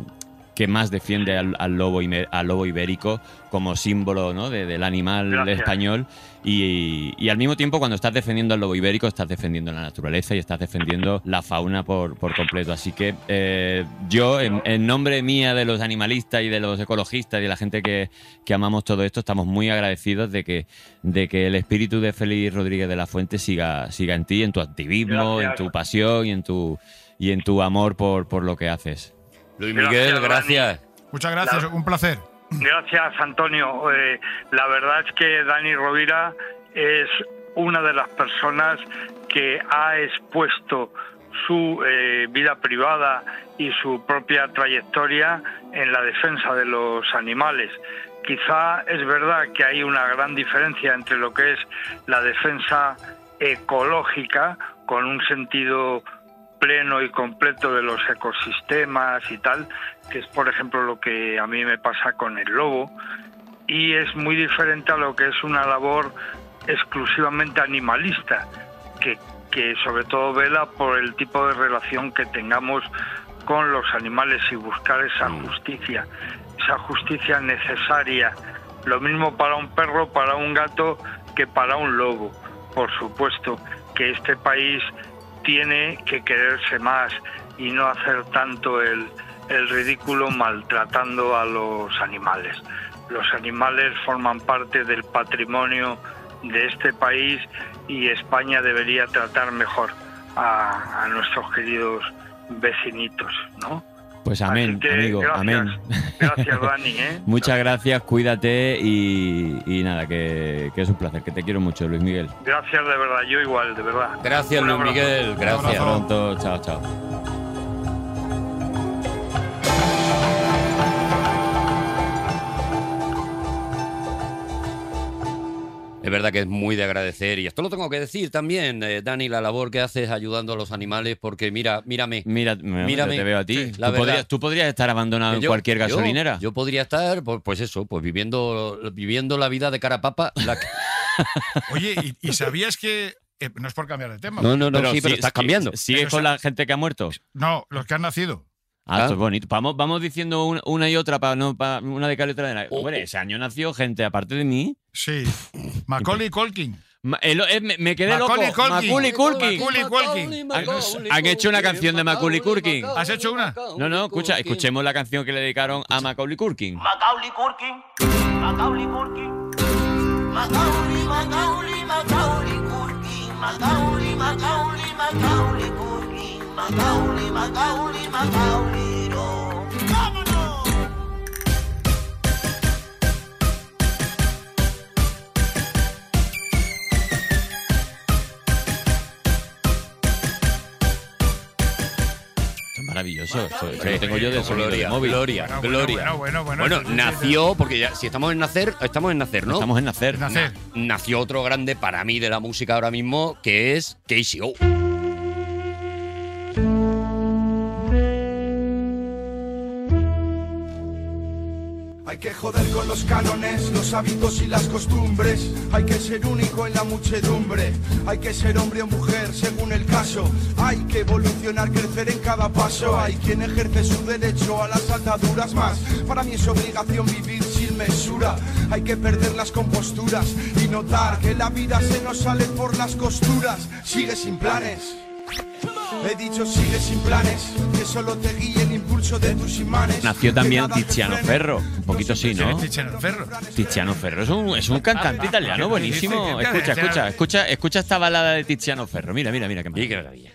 Speaker 4: que más defiende al, al lobo, ime- al lobo ibérico como símbolo ¿no? de- del animal
Speaker 14: Gracias.
Speaker 4: español y, y al mismo tiempo cuando estás defendiendo al lobo ibérico estás defendiendo la naturaleza y estás defendiendo la fauna por, por completo. Así que eh, yo, en, en nombre mía de los animalistas y de los ecologistas y de la gente que, que amamos todo esto, estamos muy agradecidos de que, de que el espíritu de Félix Rodríguez de la Fuente siga, siga en ti, en tu activismo,
Speaker 14: Gracias.
Speaker 4: en tu pasión y en tu, y en tu amor por, por lo que haces.
Speaker 3: Luis
Speaker 14: Miguel,
Speaker 3: gracias.
Speaker 2: Muchas gracias, un placer.
Speaker 14: Gracias, Antonio. Eh, la verdad es que Dani Rovira es una de las personas que ha expuesto su eh, vida privada y su propia trayectoria en la defensa de los animales. Quizá es verdad que hay una gran diferencia entre lo que es la defensa ecológica con un sentido pleno y completo de los ecosistemas y tal, que es por ejemplo lo que a mí me pasa con el lobo, y es muy diferente a lo que es una labor exclusivamente animalista, que, que sobre todo vela por el tipo de relación que tengamos con los animales y buscar esa justicia, esa justicia necesaria, lo mismo para un perro, para un gato, que para un lobo, por supuesto, que este país tiene que quererse más y no hacer tanto el, el ridículo maltratando a los animales. Los animales forman parte del patrimonio de este país y España debería tratar mejor a, a nuestros queridos vecinitos, ¿no?
Speaker 4: Pues amén,
Speaker 14: que
Speaker 4: amigo,
Speaker 14: gracias.
Speaker 4: amén. [laughs]
Speaker 14: Gracias, Dani, ¿eh?
Speaker 4: Muchas gracias, cuídate y, y nada, que, que es un placer, que te quiero mucho, Luis Miguel.
Speaker 14: Gracias de verdad, yo igual, de verdad.
Speaker 3: Gracias,
Speaker 14: Un
Speaker 3: Luis
Speaker 14: abrazo.
Speaker 3: Miguel. Gracias.
Speaker 4: Hasta pronto, chao, chao.
Speaker 3: Es verdad que es muy de agradecer y esto lo tengo que decir también, eh, Dani, la labor que haces ayudando a los animales porque mira, mírame.
Speaker 4: Mira, me-
Speaker 3: Mírame.
Speaker 4: te veo a ti.
Speaker 3: Sí,
Speaker 4: tú,
Speaker 3: la verdad.
Speaker 4: podrías, tú podrías estar abandonado en
Speaker 3: Yo-
Speaker 4: cualquier
Speaker 3: yo-
Speaker 4: gasolinera.
Speaker 3: Yo, podría estar, pues, pues eso, pues viviendo, viviendo la vida de cara a papa. la
Speaker 4: [laughs]
Speaker 3: que-
Speaker 2: Oye, ¿y, y sabías que... eh, no es por cambiar de tema.
Speaker 3: No, no, no,
Speaker 4: Pero
Speaker 3: sí, pero
Speaker 4: sí,
Speaker 3: estás
Speaker 4: sí,
Speaker 3: cambiando.
Speaker 4: ¿Sigues
Speaker 2: Pero,
Speaker 4: con
Speaker 2: o sea-
Speaker 4: la gente que ha muerto?
Speaker 2: No, los que han nacido.
Speaker 4: Ah, esto es bonito. Vamos, vamos diciendo una, una y otra, para no, pa- una de cada y otra de la. Hombre, ese año nació gente aparte de mí.
Speaker 2: Sí. Macaulay Colkin.
Speaker 4: Ma- eh, lo- eh, me, me quedé
Speaker 2: Macaulay
Speaker 4: loco.
Speaker 2: Culkin.
Speaker 4: Macaulay Culkin.
Speaker 2: Macaulay Culkin.
Speaker 4: Han, han hecho una canción de Macaulay Culkin.
Speaker 2: ¿Has hecho una?
Speaker 4: No, no, escucha, escuchemos la canción que le dedicaron a Macaulay Culkin.
Speaker 7: Macaulay Culkin, Macaulay Culkin, Macaulay, Macaulay, Macaulay Culkin, Macaulay, Macaulay, Macaulay Culkin, Macaulay, Macaulay, Macaulay, oh. no. ¡Vámonos!
Speaker 4: Esto es maravilloso. Esto, esto lo tengo yo de sonido de
Speaker 3: gloria,
Speaker 4: móvil.
Speaker 3: gloria, gloria.
Speaker 2: Bueno, Ah, bueno, bueno.
Speaker 3: Bueno,
Speaker 2: Sí, sí, sí.
Speaker 3: nació, porque ya, si estamos en nacer, estamos en nacer, ¿no?
Speaker 4: Estamos en nacer.
Speaker 2: Nacer.
Speaker 3: Na- nació otro grande para mí de la música ahora mismo, que es KCO.
Speaker 15: Hay que joder con los cánones, los hábitos y las costumbres. Hay que ser único en la muchedumbre. Hay que ser hombre o mujer según el caso. Hay que evolucionar, crecer en cada paso. Hay quien ejerce su derecho a las ataduras más. Para mí es obligación vivir sin mesura. Hay que perder las composturas y notar que la vida se nos sale por las costuras. Sigue sin planes. He dicho sigue sin planes, que solo te guíe el impulso de tus imanes.
Speaker 4: Nació también
Speaker 15: Que nada te
Speaker 4: Tiziano
Speaker 15: frene.
Speaker 4: Ferro. Un poquito sí,
Speaker 2: ¿Quién
Speaker 4: ¿no?
Speaker 2: es Tiziano Ferro?
Speaker 4: Tiziano Ferro es un, es un cantante italiano buenísimo. Escucha, escucha, escucha, escucha esta balada de Tiziano Ferro. Mira, mira, mira qué maravilla.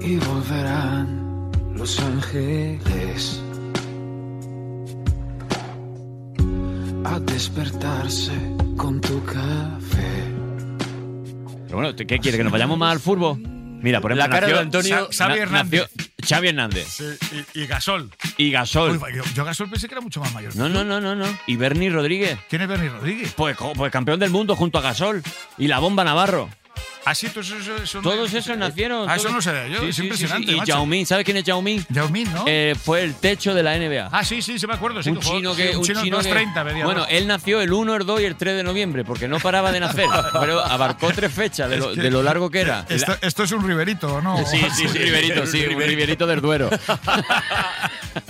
Speaker 16: y volverán los ángeles a despertarse con tu café.
Speaker 4: Pero bueno, ¿qué quiere? ¿Que nos vayamos más al furbo? Mira, por ejemplo,
Speaker 2: La cara
Speaker 4: nació
Speaker 2: de Antonio-
Speaker 4: Sa-
Speaker 2: Xavi Hernández.
Speaker 4: nació Xavi Hernández
Speaker 2: Sí, y, y Gasol.
Speaker 4: y Gasol.
Speaker 2: Uy, yo, yo Gasol pensé que era mucho más mayor.
Speaker 4: No, no, no, no, no. Y Bernie Rodríguez.
Speaker 2: ¿Quién es Bernie Rodríguez?
Speaker 4: Pues, co- pues campeón del mundo junto a Gasol y la bomba Navarro.
Speaker 2: Así, Ah, todos esos. son-
Speaker 4: Todos esos nacieron.
Speaker 2: Ah, eso
Speaker 4: todos-
Speaker 2: no sabía yo. es
Speaker 4: Sí, sí, sí, sí.
Speaker 2: impresionante.
Speaker 4: Y
Speaker 2: macho.
Speaker 4: Yao Ming, ¿sabes quién es Yao Ming?
Speaker 2: Yao Ming, ¿no?
Speaker 4: Eh, fue el techo de la NBA.
Speaker 2: Ah, sí, sí, se me acuerdo. sí,
Speaker 4: un chino
Speaker 2: jugó-
Speaker 4: que.
Speaker 2: sí,
Speaker 4: un chino que-
Speaker 2: 2.30 medía,
Speaker 4: Bueno, eh,
Speaker 2: ¿no?
Speaker 4: él nació el 1, el 2 y el 3 de noviembre, porque no paraba de nacer. pero abarcó tres fechas de lo,
Speaker 2: [laughs] Es que-
Speaker 4: de lo largo que era.
Speaker 2: Esto, esto es un riberito, ¿o ¿no?
Speaker 4: Sí,
Speaker 3: [laughs]
Speaker 4: sí, sí, Riverito, sí, un Riverito del Duero.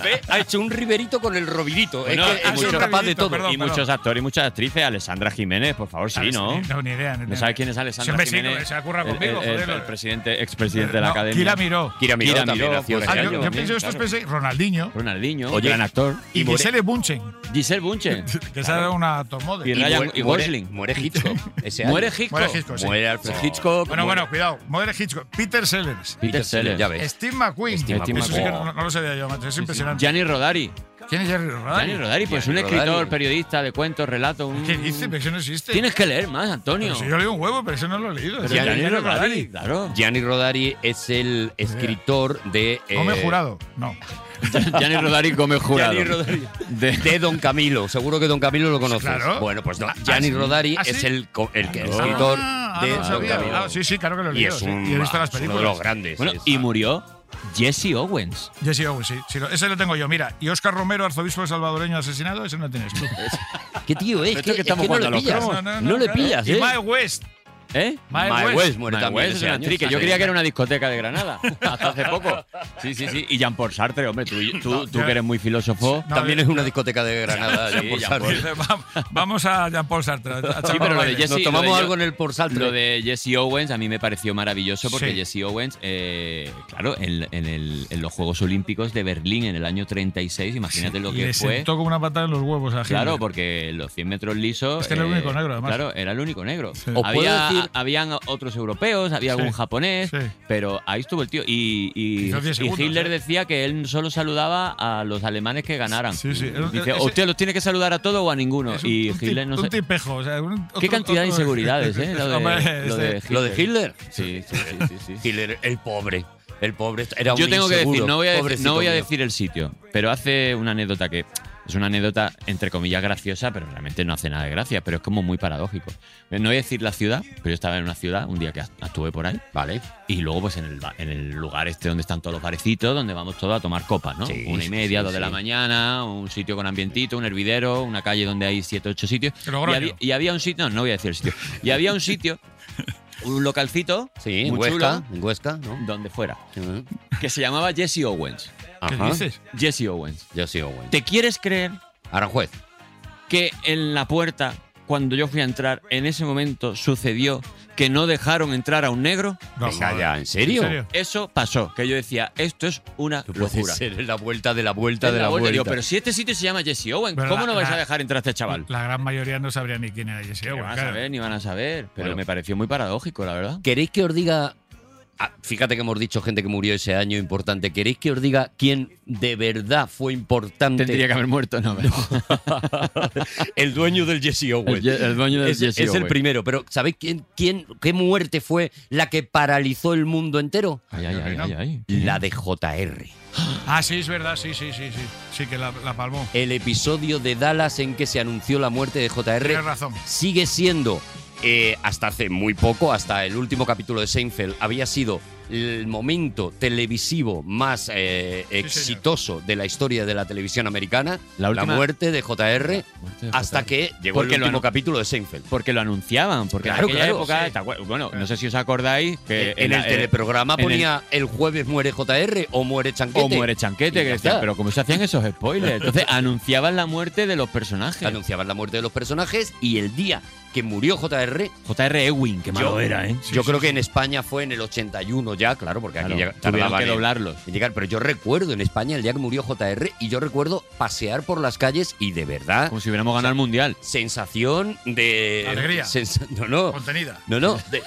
Speaker 3: Ve, Ha hecho un riberito con el robirito.
Speaker 4: Bueno,
Speaker 3: es que
Speaker 4: y
Speaker 3: ha sido
Speaker 4: muchos-
Speaker 3: capaz de todo.
Speaker 4: y muchos actores y muchas actrices. Alessandra Jiménez, por favor, sí, ¿no?
Speaker 2: No, ni idea. ni
Speaker 4: ¿No
Speaker 2: idea.
Speaker 4: sabes quién es Alessandra
Speaker 2: Siempre sí,
Speaker 4: Jiménez?
Speaker 2: se ocurra
Speaker 4: El-
Speaker 2: conmigo,
Speaker 4: el, el-
Speaker 2: joder.
Speaker 4: el presidente, expresidente de la
Speaker 2: No,
Speaker 4: academia.
Speaker 2: Kira Miró.
Speaker 4: Kira Miró,
Speaker 3: Kira
Speaker 4: también
Speaker 3: Miró,
Speaker 4: nació
Speaker 3: por
Speaker 4: ese
Speaker 2: Ah,
Speaker 4: año
Speaker 2: yo, yo
Speaker 4: también,
Speaker 2: pienso esto,
Speaker 4: claro.
Speaker 2: pensé Ronaldinho
Speaker 4: Ronaldinho,
Speaker 3: Oye,
Speaker 4: gran actor.
Speaker 2: y Este
Speaker 4: More-
Speaker 2: Gisele Bunchen,
Speaker 4: [laughs] Giselle Bunchen.
Speaker 2: que se ha dado una tomode.
Speaker 4: Y Ryan-
Speaker 3: muere-
Speaker 4: y Gosling. [laughs]
Speaker 3: Muere, muere Hitchcock. ese año.
Speaker 4: Muere Hitchcock.
Speaker 2: Muere Hitchcock, sí.
Speaker 3: Muere Alfred Hitchcock.
Speaker 2: Bueno,
Speaker 3: muere-
Speaker 2: bueno, cuidado. Muere Hitchcock. Peter Sellers.
Speaker 4: Peter Sellers.
Speaker 3: Ya ves.
Speaker 2: Steve McQueen.
Speaker 3: Steve
Speaker 2: Eso
Speaker 3: McQueen.
Speaker 2: sí que no, no lo sabía yo, macho. Es impresionante.
Speaker 4: Gianni Rodari.
Speaker 2: ¿Quién es Jerry Rodari?
Speaker 4: Gianni Rodari, pues
Speaker 2: Gianni
Speaker 4: un
Speaker 2: Rodari.
Speaker 4: escritor, periodista de cuentos, relatos. un-
Speaker 2: ¿Qué dice? Pero eso no existe.
Speaker 4: Tienes que leer más, Antonio.
Speaker 2: Pero si yo leo un huevo, pero eso no lo he leído.
Speaker 4: Pero
Speaker 2: Es
Speaker 4: Gianni
Speaker 2: Gianni
Speaker 4: Rodari, claro.
Speaker 3: Gianni Rodari es el escritor de.
Speaker 2: No me he
Speaker 3: eh,
Speaker 2: jurado. No.
Speaker 4: Gianni Rodari come jurado.
Speaker 3: Gianni
Speaker 4: [laughs]
Speaker 3: Rodari.
Speaker 4: De-
Speaker 3: De Don Camilo, seguro que Don Camilo lo conoces.
Speaker 2: Claro.
Speaker 3: Bueno, pues no,
Speaker 2: Ah,
Speaker 3: Gianni
Speaker 2: sí.
Speaker 3: Rodari
Speaker 2: Ah, sí.
Speaker 3: es el, co- el que- el
Speaker 4: Claro.
Speaker 3: escritor
Speaker 2: Ah,
Speaker 3: de
Speaker 2: no lo
Speaker 3: Don
Speaker 2: sabía.
Speaker 3: Camilo.
Speaker 2: Ah, sí, sí, claro que lo he
Speaker 3: Y
Speaker 2: leído.
Speaker 3: es
Speaker 2: sí.
Speaker 3: un-
Speaker 2: Y he visto las
Speaker 3: es uno de
Speaker 2: películas.
Speaker 3: los grandes.
Speaker 4: Bueno,
Speaker 3: es-
Speaker 4: y murió Jesse Owens.
Speaker 2: Jesse Owens, sí. sí, lo- ese lo tengo yo, mira. Y Oscar Romero, arzobispo salvadoreño asesinado, ese no lo tienes
Speaker 4: [laughs]
Speaker 2: tú.
Speaker 3: ¿Qué tío es?
Speaker 4: Esto que
Speaker 3: Que, es
Speaker 4: estamos
Speaker 3: que no
Speaker 4: jugando
Speaker 3: le
Speaker 4: a los
Speaker 3: pillas.
Speaker 4: cromos.
Speaker 3: No,
Speaker 4: No, no,
Speaker 3: le
Speaker 4: claro.
Speaker 3: pillas,
Speaker 2: y
Speaker 3: ¿eh?
Speaker 2: Mae West.
Speaker 4: ¿eh?
Speaker 2: Mae
Speaker 3: Mae
Speaker 2: West.
Speaker 3: West muere
Speaker 4: Mae
Speaker 3: también
Speaker 4: West es
Speaker 3: ese
Speaker 4: un
Speaker 3: año.
Speaker 4: actriz que yo creía que era una discoteca de [laughs] Granada hasta hace poco. Sí, sí, sí. Y Jean-Paul Sartre, hombre, tú, tú-
Speaker 2: No,
Speaker 4: tú
Speaker 2: yo-
Speaker 4: que eres muy filósofo.
Speaker 2: No, pues,
Speaker 3: También es una discoteca de Granada.
Speaker 4: Sí,
Speaker 3: ya por
Speaker 4: ya
Speaker 3: saber. [laughs]
Speaker 4: por-
Speaker 2: Dice, "Vam- [laughs] Vamos a Jean-Paul Sartre. a- a
Speaker 4: Pues Sí,
Speaker 2: charlar
Speaker 4: pero lo de
Speaker 2: baile".
Speaker 4: Jesse,
Speaker 3: Nos
Speaker 4: lo
Speaker 3: tomamos
Speaker 4: de-
Speaker 3: algo en el por Sartre.
Speaker 4: Lo de Jesse Owens a mí me pareció maravilloso porque
Speaker 2: Sí.
Speaker 4: Jesse Owens, eh, claro, en, en el- en los Juegos Olímpicos de Berlín en el año 36, imagínate lo
Speaker 2: Y
Speaker 4: que
Speaker 2: le
Speaker 4: fue.
Speaker 2: sentó como una patada en los huevos a Hitler.
Speaker 4: Claro, porque los 100 metros lisos.
Speaker 2: Es que era el único negro, además.
Speaker 4: Claro, era el único negro.
Speaker 2: Sí.
Speaker 3: Os puedo
Speaker 4: Había, a- habían otros europeos, había
Speaker 2: Sí,
Speaker 4: algún japonés,
Speaker 2: sí.
Speaker 4: pero ahí estuvo el tío. Y, y-
Speaker 2: Hizo diez
Speaker 4: y
Speaker 2: segundos,
Speaker 4: Hitler
Speaker 2: ¿eh?
Speaker 4: decía que él solo saludaba a los alemanes que ganaran.
Speaker 2: Sí, sí.
Speaker 4: Dice,
Speaker 2: Ese-
Speaker 4: usted los tiene que saludar a todos o a ninguno. Y
Speaker 2: Un
Speaker 4: Hitler
Speaker 2: tip-
Speaker 4: no
Speaker 2: un
Speaker 4: se-
Speaker 2: tipejo. o sea, un-
Speaker 4: ¿Qué
Speaker 2: otro-
Speaker 4: cantidad de
Speaker 2: otro-
Speaker 4: inseguridades,
Speaker 2: [laughs]
Speaker 4: eh? Lo de,
Speaker 2: Hombre,
Speaker 4: lo de
Speaker 2: este-
Speaker 4: Hitler. Sí, sí, sí. sí, sí.
Speaker 3: Hitler, el pobre. El pobre era un
Speaker 4: Yo tengo que decir,
Speaker 3: inseguro,
Speaker 4: no voy, a, dec-
Speaker 3: pobrecito
Speaker 4: no voy a
Speaker 3: mío.
Speaker 4: decir el sitio, pero hace una anécdota que es una anécdota entre comillas graciosa, pero realmente no hace nada de gracia, pero es como muy paradójico. Eh, No voy a decir la ciudad, pero yo estaba en una ciudad un día que act- actué por ahí. Vale. Y luego, pues en el, ba- en el lugar este donde están todos los barecitos, donde vamos todos a tomar copas, ¿no?
Speaker 3: Sí,
Speaker 4: una y
Speaker 3: sí,
Speaker 4: media,
Speaker 3: sí,
Speaker 4: dos de
Speaker 3: sí.
Speaker 4: la mañana, un sitio con ambientito, un hervidero, una calle donde hay siete, ocho sitios. Y
Speaker 3: Logroño.
Speaker 4: había, y había un sitio, no, no voy a decir el sitio, y había un sitio, un localcito,
Speaker 3: Sí, en
Speaker 4: muy
Speaker 3: Huesca,
Speaker 4: chulo,
Speaker 3: en Huesca, ¿no?
Speaker 4: donde fuera, que se llamaba Jesse Owens.
Speaker 3: Ajá. dices?
Speaker 4: Jesse Owens.
Speaker 3: Jesse Owens.
Speaker 4: ¿Te quieres creer
Speaker 3: Aranjuez.
Speaker 4: que en la puerta, cuando yo fui a entrar, en ese momento sucedió que no dejaron entrar a un negro?
Speaker 3: Venga ya, ¿en serio?
Speaker 4: Eso pasó, que yo decía, esto es una
Speaker 3: Puede
Speaker 4: locura.
Speaker 3: ser en la vuelta de la vuelta
Speaker 4: Es
Speaker 3: de la, vuelta.
Speaker 4: Digo, pero si este sitio se llama Jesse Owens,
Speaker 2: Pero
Speaker 4: ¿cómo
Speaker 2: la-
Speaker 4: no vais
Speaker 2: la-
Speaker 4: a dejar entrar a este chaval?
Speaker 2: La gran mayoría no sabría ni quién era Jesse
Speaker 4: Ni
Speaker 2: Owens,
Speaker 4: van a
Speaker 2: claro.
Speaker 4: saber, ni van a saber. Pero
Speaker 3: Bueno.
Speaker 4: me pareció muy paradójico, la verdad.
Speaker 3: ¿Queréis que os diga.? ah, Fíjate que hemos dicho gente que murió ese año importante. ¿Queréis que os diga quién de verdad fue importante?
Speaker 4: Tendría que haber muerto, no.
Speaker 3: [laughs]
Speaker 4: pero-
Speaker 3: el dueño del Jesse Owens.
Speaker 4: El ye- el dueño del
Speaker 3: es,
Speaker 4: Jesse
Speaker 3: es el
Speaker 4: Owens.
Speaker 3: primero, pero ¿sabéis quién, quién, qué muerte fue la que paralizó el mundo entero?
Speaker 4: Ay, ay, ay, ay, ay.
Speaker 3: La de JR.
Speaker 2: Ah, sí, es verdad, sí, sí, sí, sí. Sí, que la, la palmó.
Speaker 3: El episodio de Dallas en que se anunció la muerte de JR
Speaker 2: Tienes razón.
Speaker 3: sigue siendo, eh, hasta hace muy poco, hasta el último capítulo de Seinfeld, había sido el momento televisivo más eh, exitoso de la historia de la televisión americana, la,
Speaker 4: última-
Speaker 3: muerte de JR,
Speaker 4: muerte de
Speaker 3: hasta
Speaker 4: JR.
Speaker 3: que llegó
Speaker 4: Porque
Speaker 3: el
Speaker 4: lo
Speaker 3: último
Speaker 4: anu-
Speaker 3: capítulo de Seinfeld.
Speaker 4: Porque lo anunciaban, porque
Speaker 3: Claro,
Speaker 4: en aquella
Speaker 3: claro,
Speaker 4: época,
Speaker 3: sí.
Speaker 4: ¿te acuer- bueno, no sé si os acordáis que
Speaker 3: Eh, en
Speaker 4: la-
Speaker 3: el teleprograma
Speaker 4: en el-
Speaker 3: ponía el, jueves muere JR o muere Chanquete.
Speaker 4: O muere Chanquete,
Speaker 3: Y
Speaker 4: que
Speaker 3: ya
Speaker 4: decía,
Speaker 3: está.
Speaker 4: pero ¿cómo se hacían esos spoilers? Entonces anunciaban la muerte de los personajes.
Speaker 3: Anunciaban la muerte de los personajes y el día que murió JR,
Speaker 4: J.R. Ewing, que malo
Speaker 3: yo,
Speaker 4: era, ¿eh?
Speaker 3: yo creo que en España fue en el 81 ya, claro, porque aquí
Speaker 4: Claro,
Speaker 3: ya
Speaker 4: tuvieron
Speaker 3: tardaban
Speaker 4: que
Speaker 3: en-
Speaker 4: doblarlos.
Speaker 3: en llegar, pero yo recuerdo en España el día que murió JR y yo recuerdo pasear por las calles y de verdad
Speaker 4: Como si hubiéramos ganado el mundial.
Speaker 3: sensación de
Speaker 2: Alegría.
Speaker 3: sensa- no, no,
Speaker 2: Contenida. [laughs]
Speaker 3: no, no, de,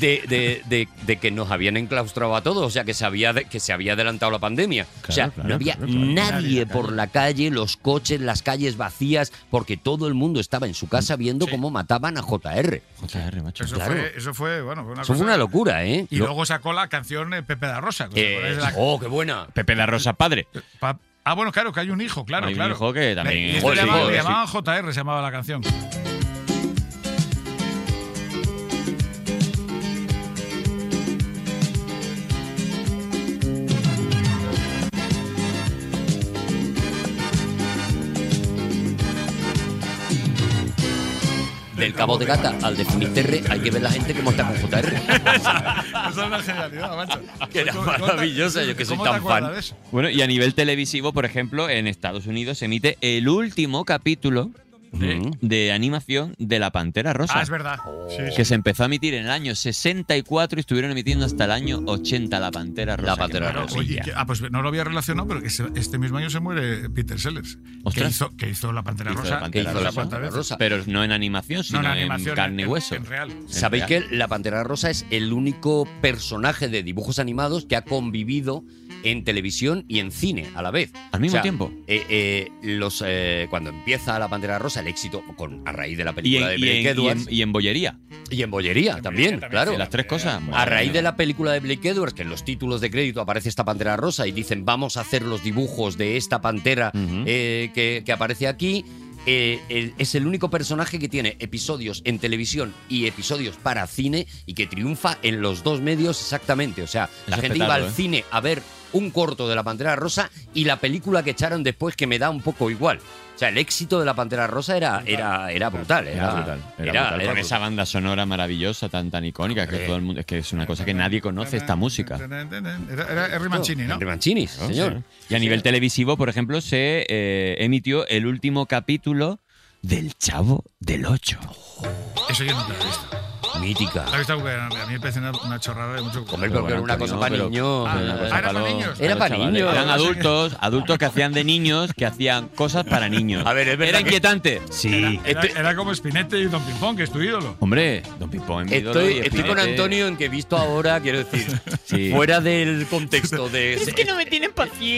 Speaker 3: de, de- de- de que nos habían enclaustrado a todos, o sea, que se había, de- que se había adelantado la pandemia. o sea,
Speaker 4: claro,
Speaker 3: no había
Speaker 4: claro, claro.
Speaker 3: nadie
Speaker 4: Nadie
Speaker 3: por la calle, los coches, las calles vacías, porque todo el mundo estaba en su casa viendo cómo mataban a JR.
Speaker 4: J.R., macho.
Speaker 2: Eso,
Speaker 3: Claro.
Speaker 2: fue, eso fue, bueno, fue una
Speaker 3: Eso
Speaker 2: cosa-
Speaker 3: fue una locura, ¿eh?
Speaker 2: Y
Speaker 3: Lo-
Speaker 2: luego sacó la canción eh, Pepe da Rosa. ¿os
Speaker 3: eh,
Speaker 2: acordáis de la-
Speaker 3: ¡Oh, qué buena!
Speaker 4: Pepe la Rosa padre.
Speaker 2: pa- Ah, bueno, claro, que hay un hijo, claro,
Speaker 4: Hay un
Speaker 2: claro.
Speaker 4: hijo que también-
Speaker 2: Le, y este
Speaker 4: Joder,
Speaker 2: le llamaban-
Speaker 4: joder,
Speaker 2: le
Speaker 4: sí.
Speaker 2: llamaban JR, se llamaba la
Speaker 3: [laughs]
Speaker 2: canción.
Speaker 3: Del Cabo de Gata al de Finisterre hay que ver la gente que monta con JR.
Speaker 2: Esa es una genialidad, macho.
Speaker 3: Que era
Speaker 2: ¿Cómo- cómo te-
Speaker 3: maravillosa, yo que soy
Speaker 2: ¿cómo te
Speaker 3: tan
Speaker 2: acuerdas
Speaker 3: fan.
Speaker 2: de eso?
Speaker 4: Bueno, y a nivel televisivo, por ejemplo, en Estados Unidos se emite el último capítulo de animación de La Pantera Rosa.
Speaker 2: Ah, es verdad. Sí, sí.
Speaker 4: Que se empezó a emitir en el año 64 y estuvieron emitiendo hasta el año 80 La Pantera Rosa.
Speaker 3: La Pantera
Speaker 4: Qué
Speaker 3: Rosa.
Speaker 4: maravilla.
Speaker 2: Oye, que- ah, pues no lo había relacionado, pero que se- este mismo año se muere Peter Sellers, que
Speaker 4: Ostras.
Speaker 2: hizo, que hizo La Pantera
Speaker 4: Hizo La
Speaker 2: Rosa.
Speaker 4: Pantera
Speaker 2: hizo La
Speaker 4: Rosa.
Speaker 2: Pantera Rosa.
Speaker 4: Pero no en animación,
Speaker 2: No,
Speaker 4: sino
Speaker 2: en
Speaker 4: en,
Speaker 2: animación,
Speaker 4: carne y
Speaker 2: en-
Speaker 4: hueso.
Speaker 2: en real.
Speaker 3: Sabéis
Speaker 4: En
Speaker 3: que
Speaker 4: real.
Speaker 3: la Pantera Rosa es el único personaje de dibujos animados que ha convivido en televisión y en cine a la vez.
Speaker 4: Al mismo tiempo.
Speaker 3: eh, eh, los, eh, cuando empieza la Pantera Rosa, el éxito con, a raíz de la
Speaker 4: Y
Speaker 3: película
Speaker 4: en,
Speaker 3: de
Speaker 4: y,
Speaker 3: Blake
Speaker 4: en, y,
Speaker 3: Edwards
Speaker 4: en, y en Bollería.
Speaker 3: y en Bollería también, claro.
Speaker 4: Las tres cosas.
Speaker 3: A raíz de la película de Blake Edwards, que en los títulos de crédito aparece esta pantera rosa y dicen vamos a hacer los dibujos de esta pantera
Speaker 4: Ujú.
Speaker 3: eh, que, que aparece aquí, eh, el- es el único personaje que tiene episodios en televisión y episodios para cine y que triunfa en los dos medios exactamente. O sea, la
Speaker 4: es
Speaker 3: gente iba al
Speaker 4: petardo, ¿eh?
Speaker 3: cine a ver un corto de la pantera rosa y la película que echaron después que me da un poco igual. O sea, el éxito de la Pantera Rosa era, era, era brutal. Era,
Speaker 4: Era brutal. Era
Speaker 3: era-
Speaker 4: brutal,
Speaker 3: era
Speaker 4: con esa
Speaker 3: brutal.
Speaker 4: banda sonora maravillosa, tan, tan icónica, que
Speaker 3: Hombre.
Speaker 4: todo el mundo. Es que es una cosa que nadie conoce esta música.
Speaker 2: Era, era Henry Mancini, ¿no?
Speaker 3: Henry Mancini,
Speaker 4: ¿no?
Speaker 3: señor.
Speaker 4: Sí. Y a nivel televisivo, por ejemplo, se eh, emitió el último capítulo del Chavo del Ocho.
Speaker 2: Eso yo no lo he visto.
Speaker 3: Mítica.
Speaker 2: ¿La habéis visto? Porque A mí me parece una, una chorrada de mucho
Speaker 3: Hombre, porque era una cosa para niños.
Speaker 2: Ah, ah, era para niños.
Speaker 3: Era para niños.
Speaker 4: Eran adultos, adultos que hacían de niños, que hacían cosas para niños.
Speaker 3: A ver, es verdad
Speaker 4: Era
Speaker 3: que-
Speaker 4: inquietante. Sí.
Speaker 2: Era, era como Spinette y Don Pimpón, que es tu ídolo.
Speaker 4: Hombre, Don Pipón es mi ídolo
Speaker 3: Estoy,
Speaker 4: y
Speaker 3: estoy con
Speaker 4: Espinete-
Speaker 3: Antonio en que visto ahora, quiero decir,
Speaker 4: Sí.
Speaker 3: fuera del contexto de
Speaker 17: no me tienen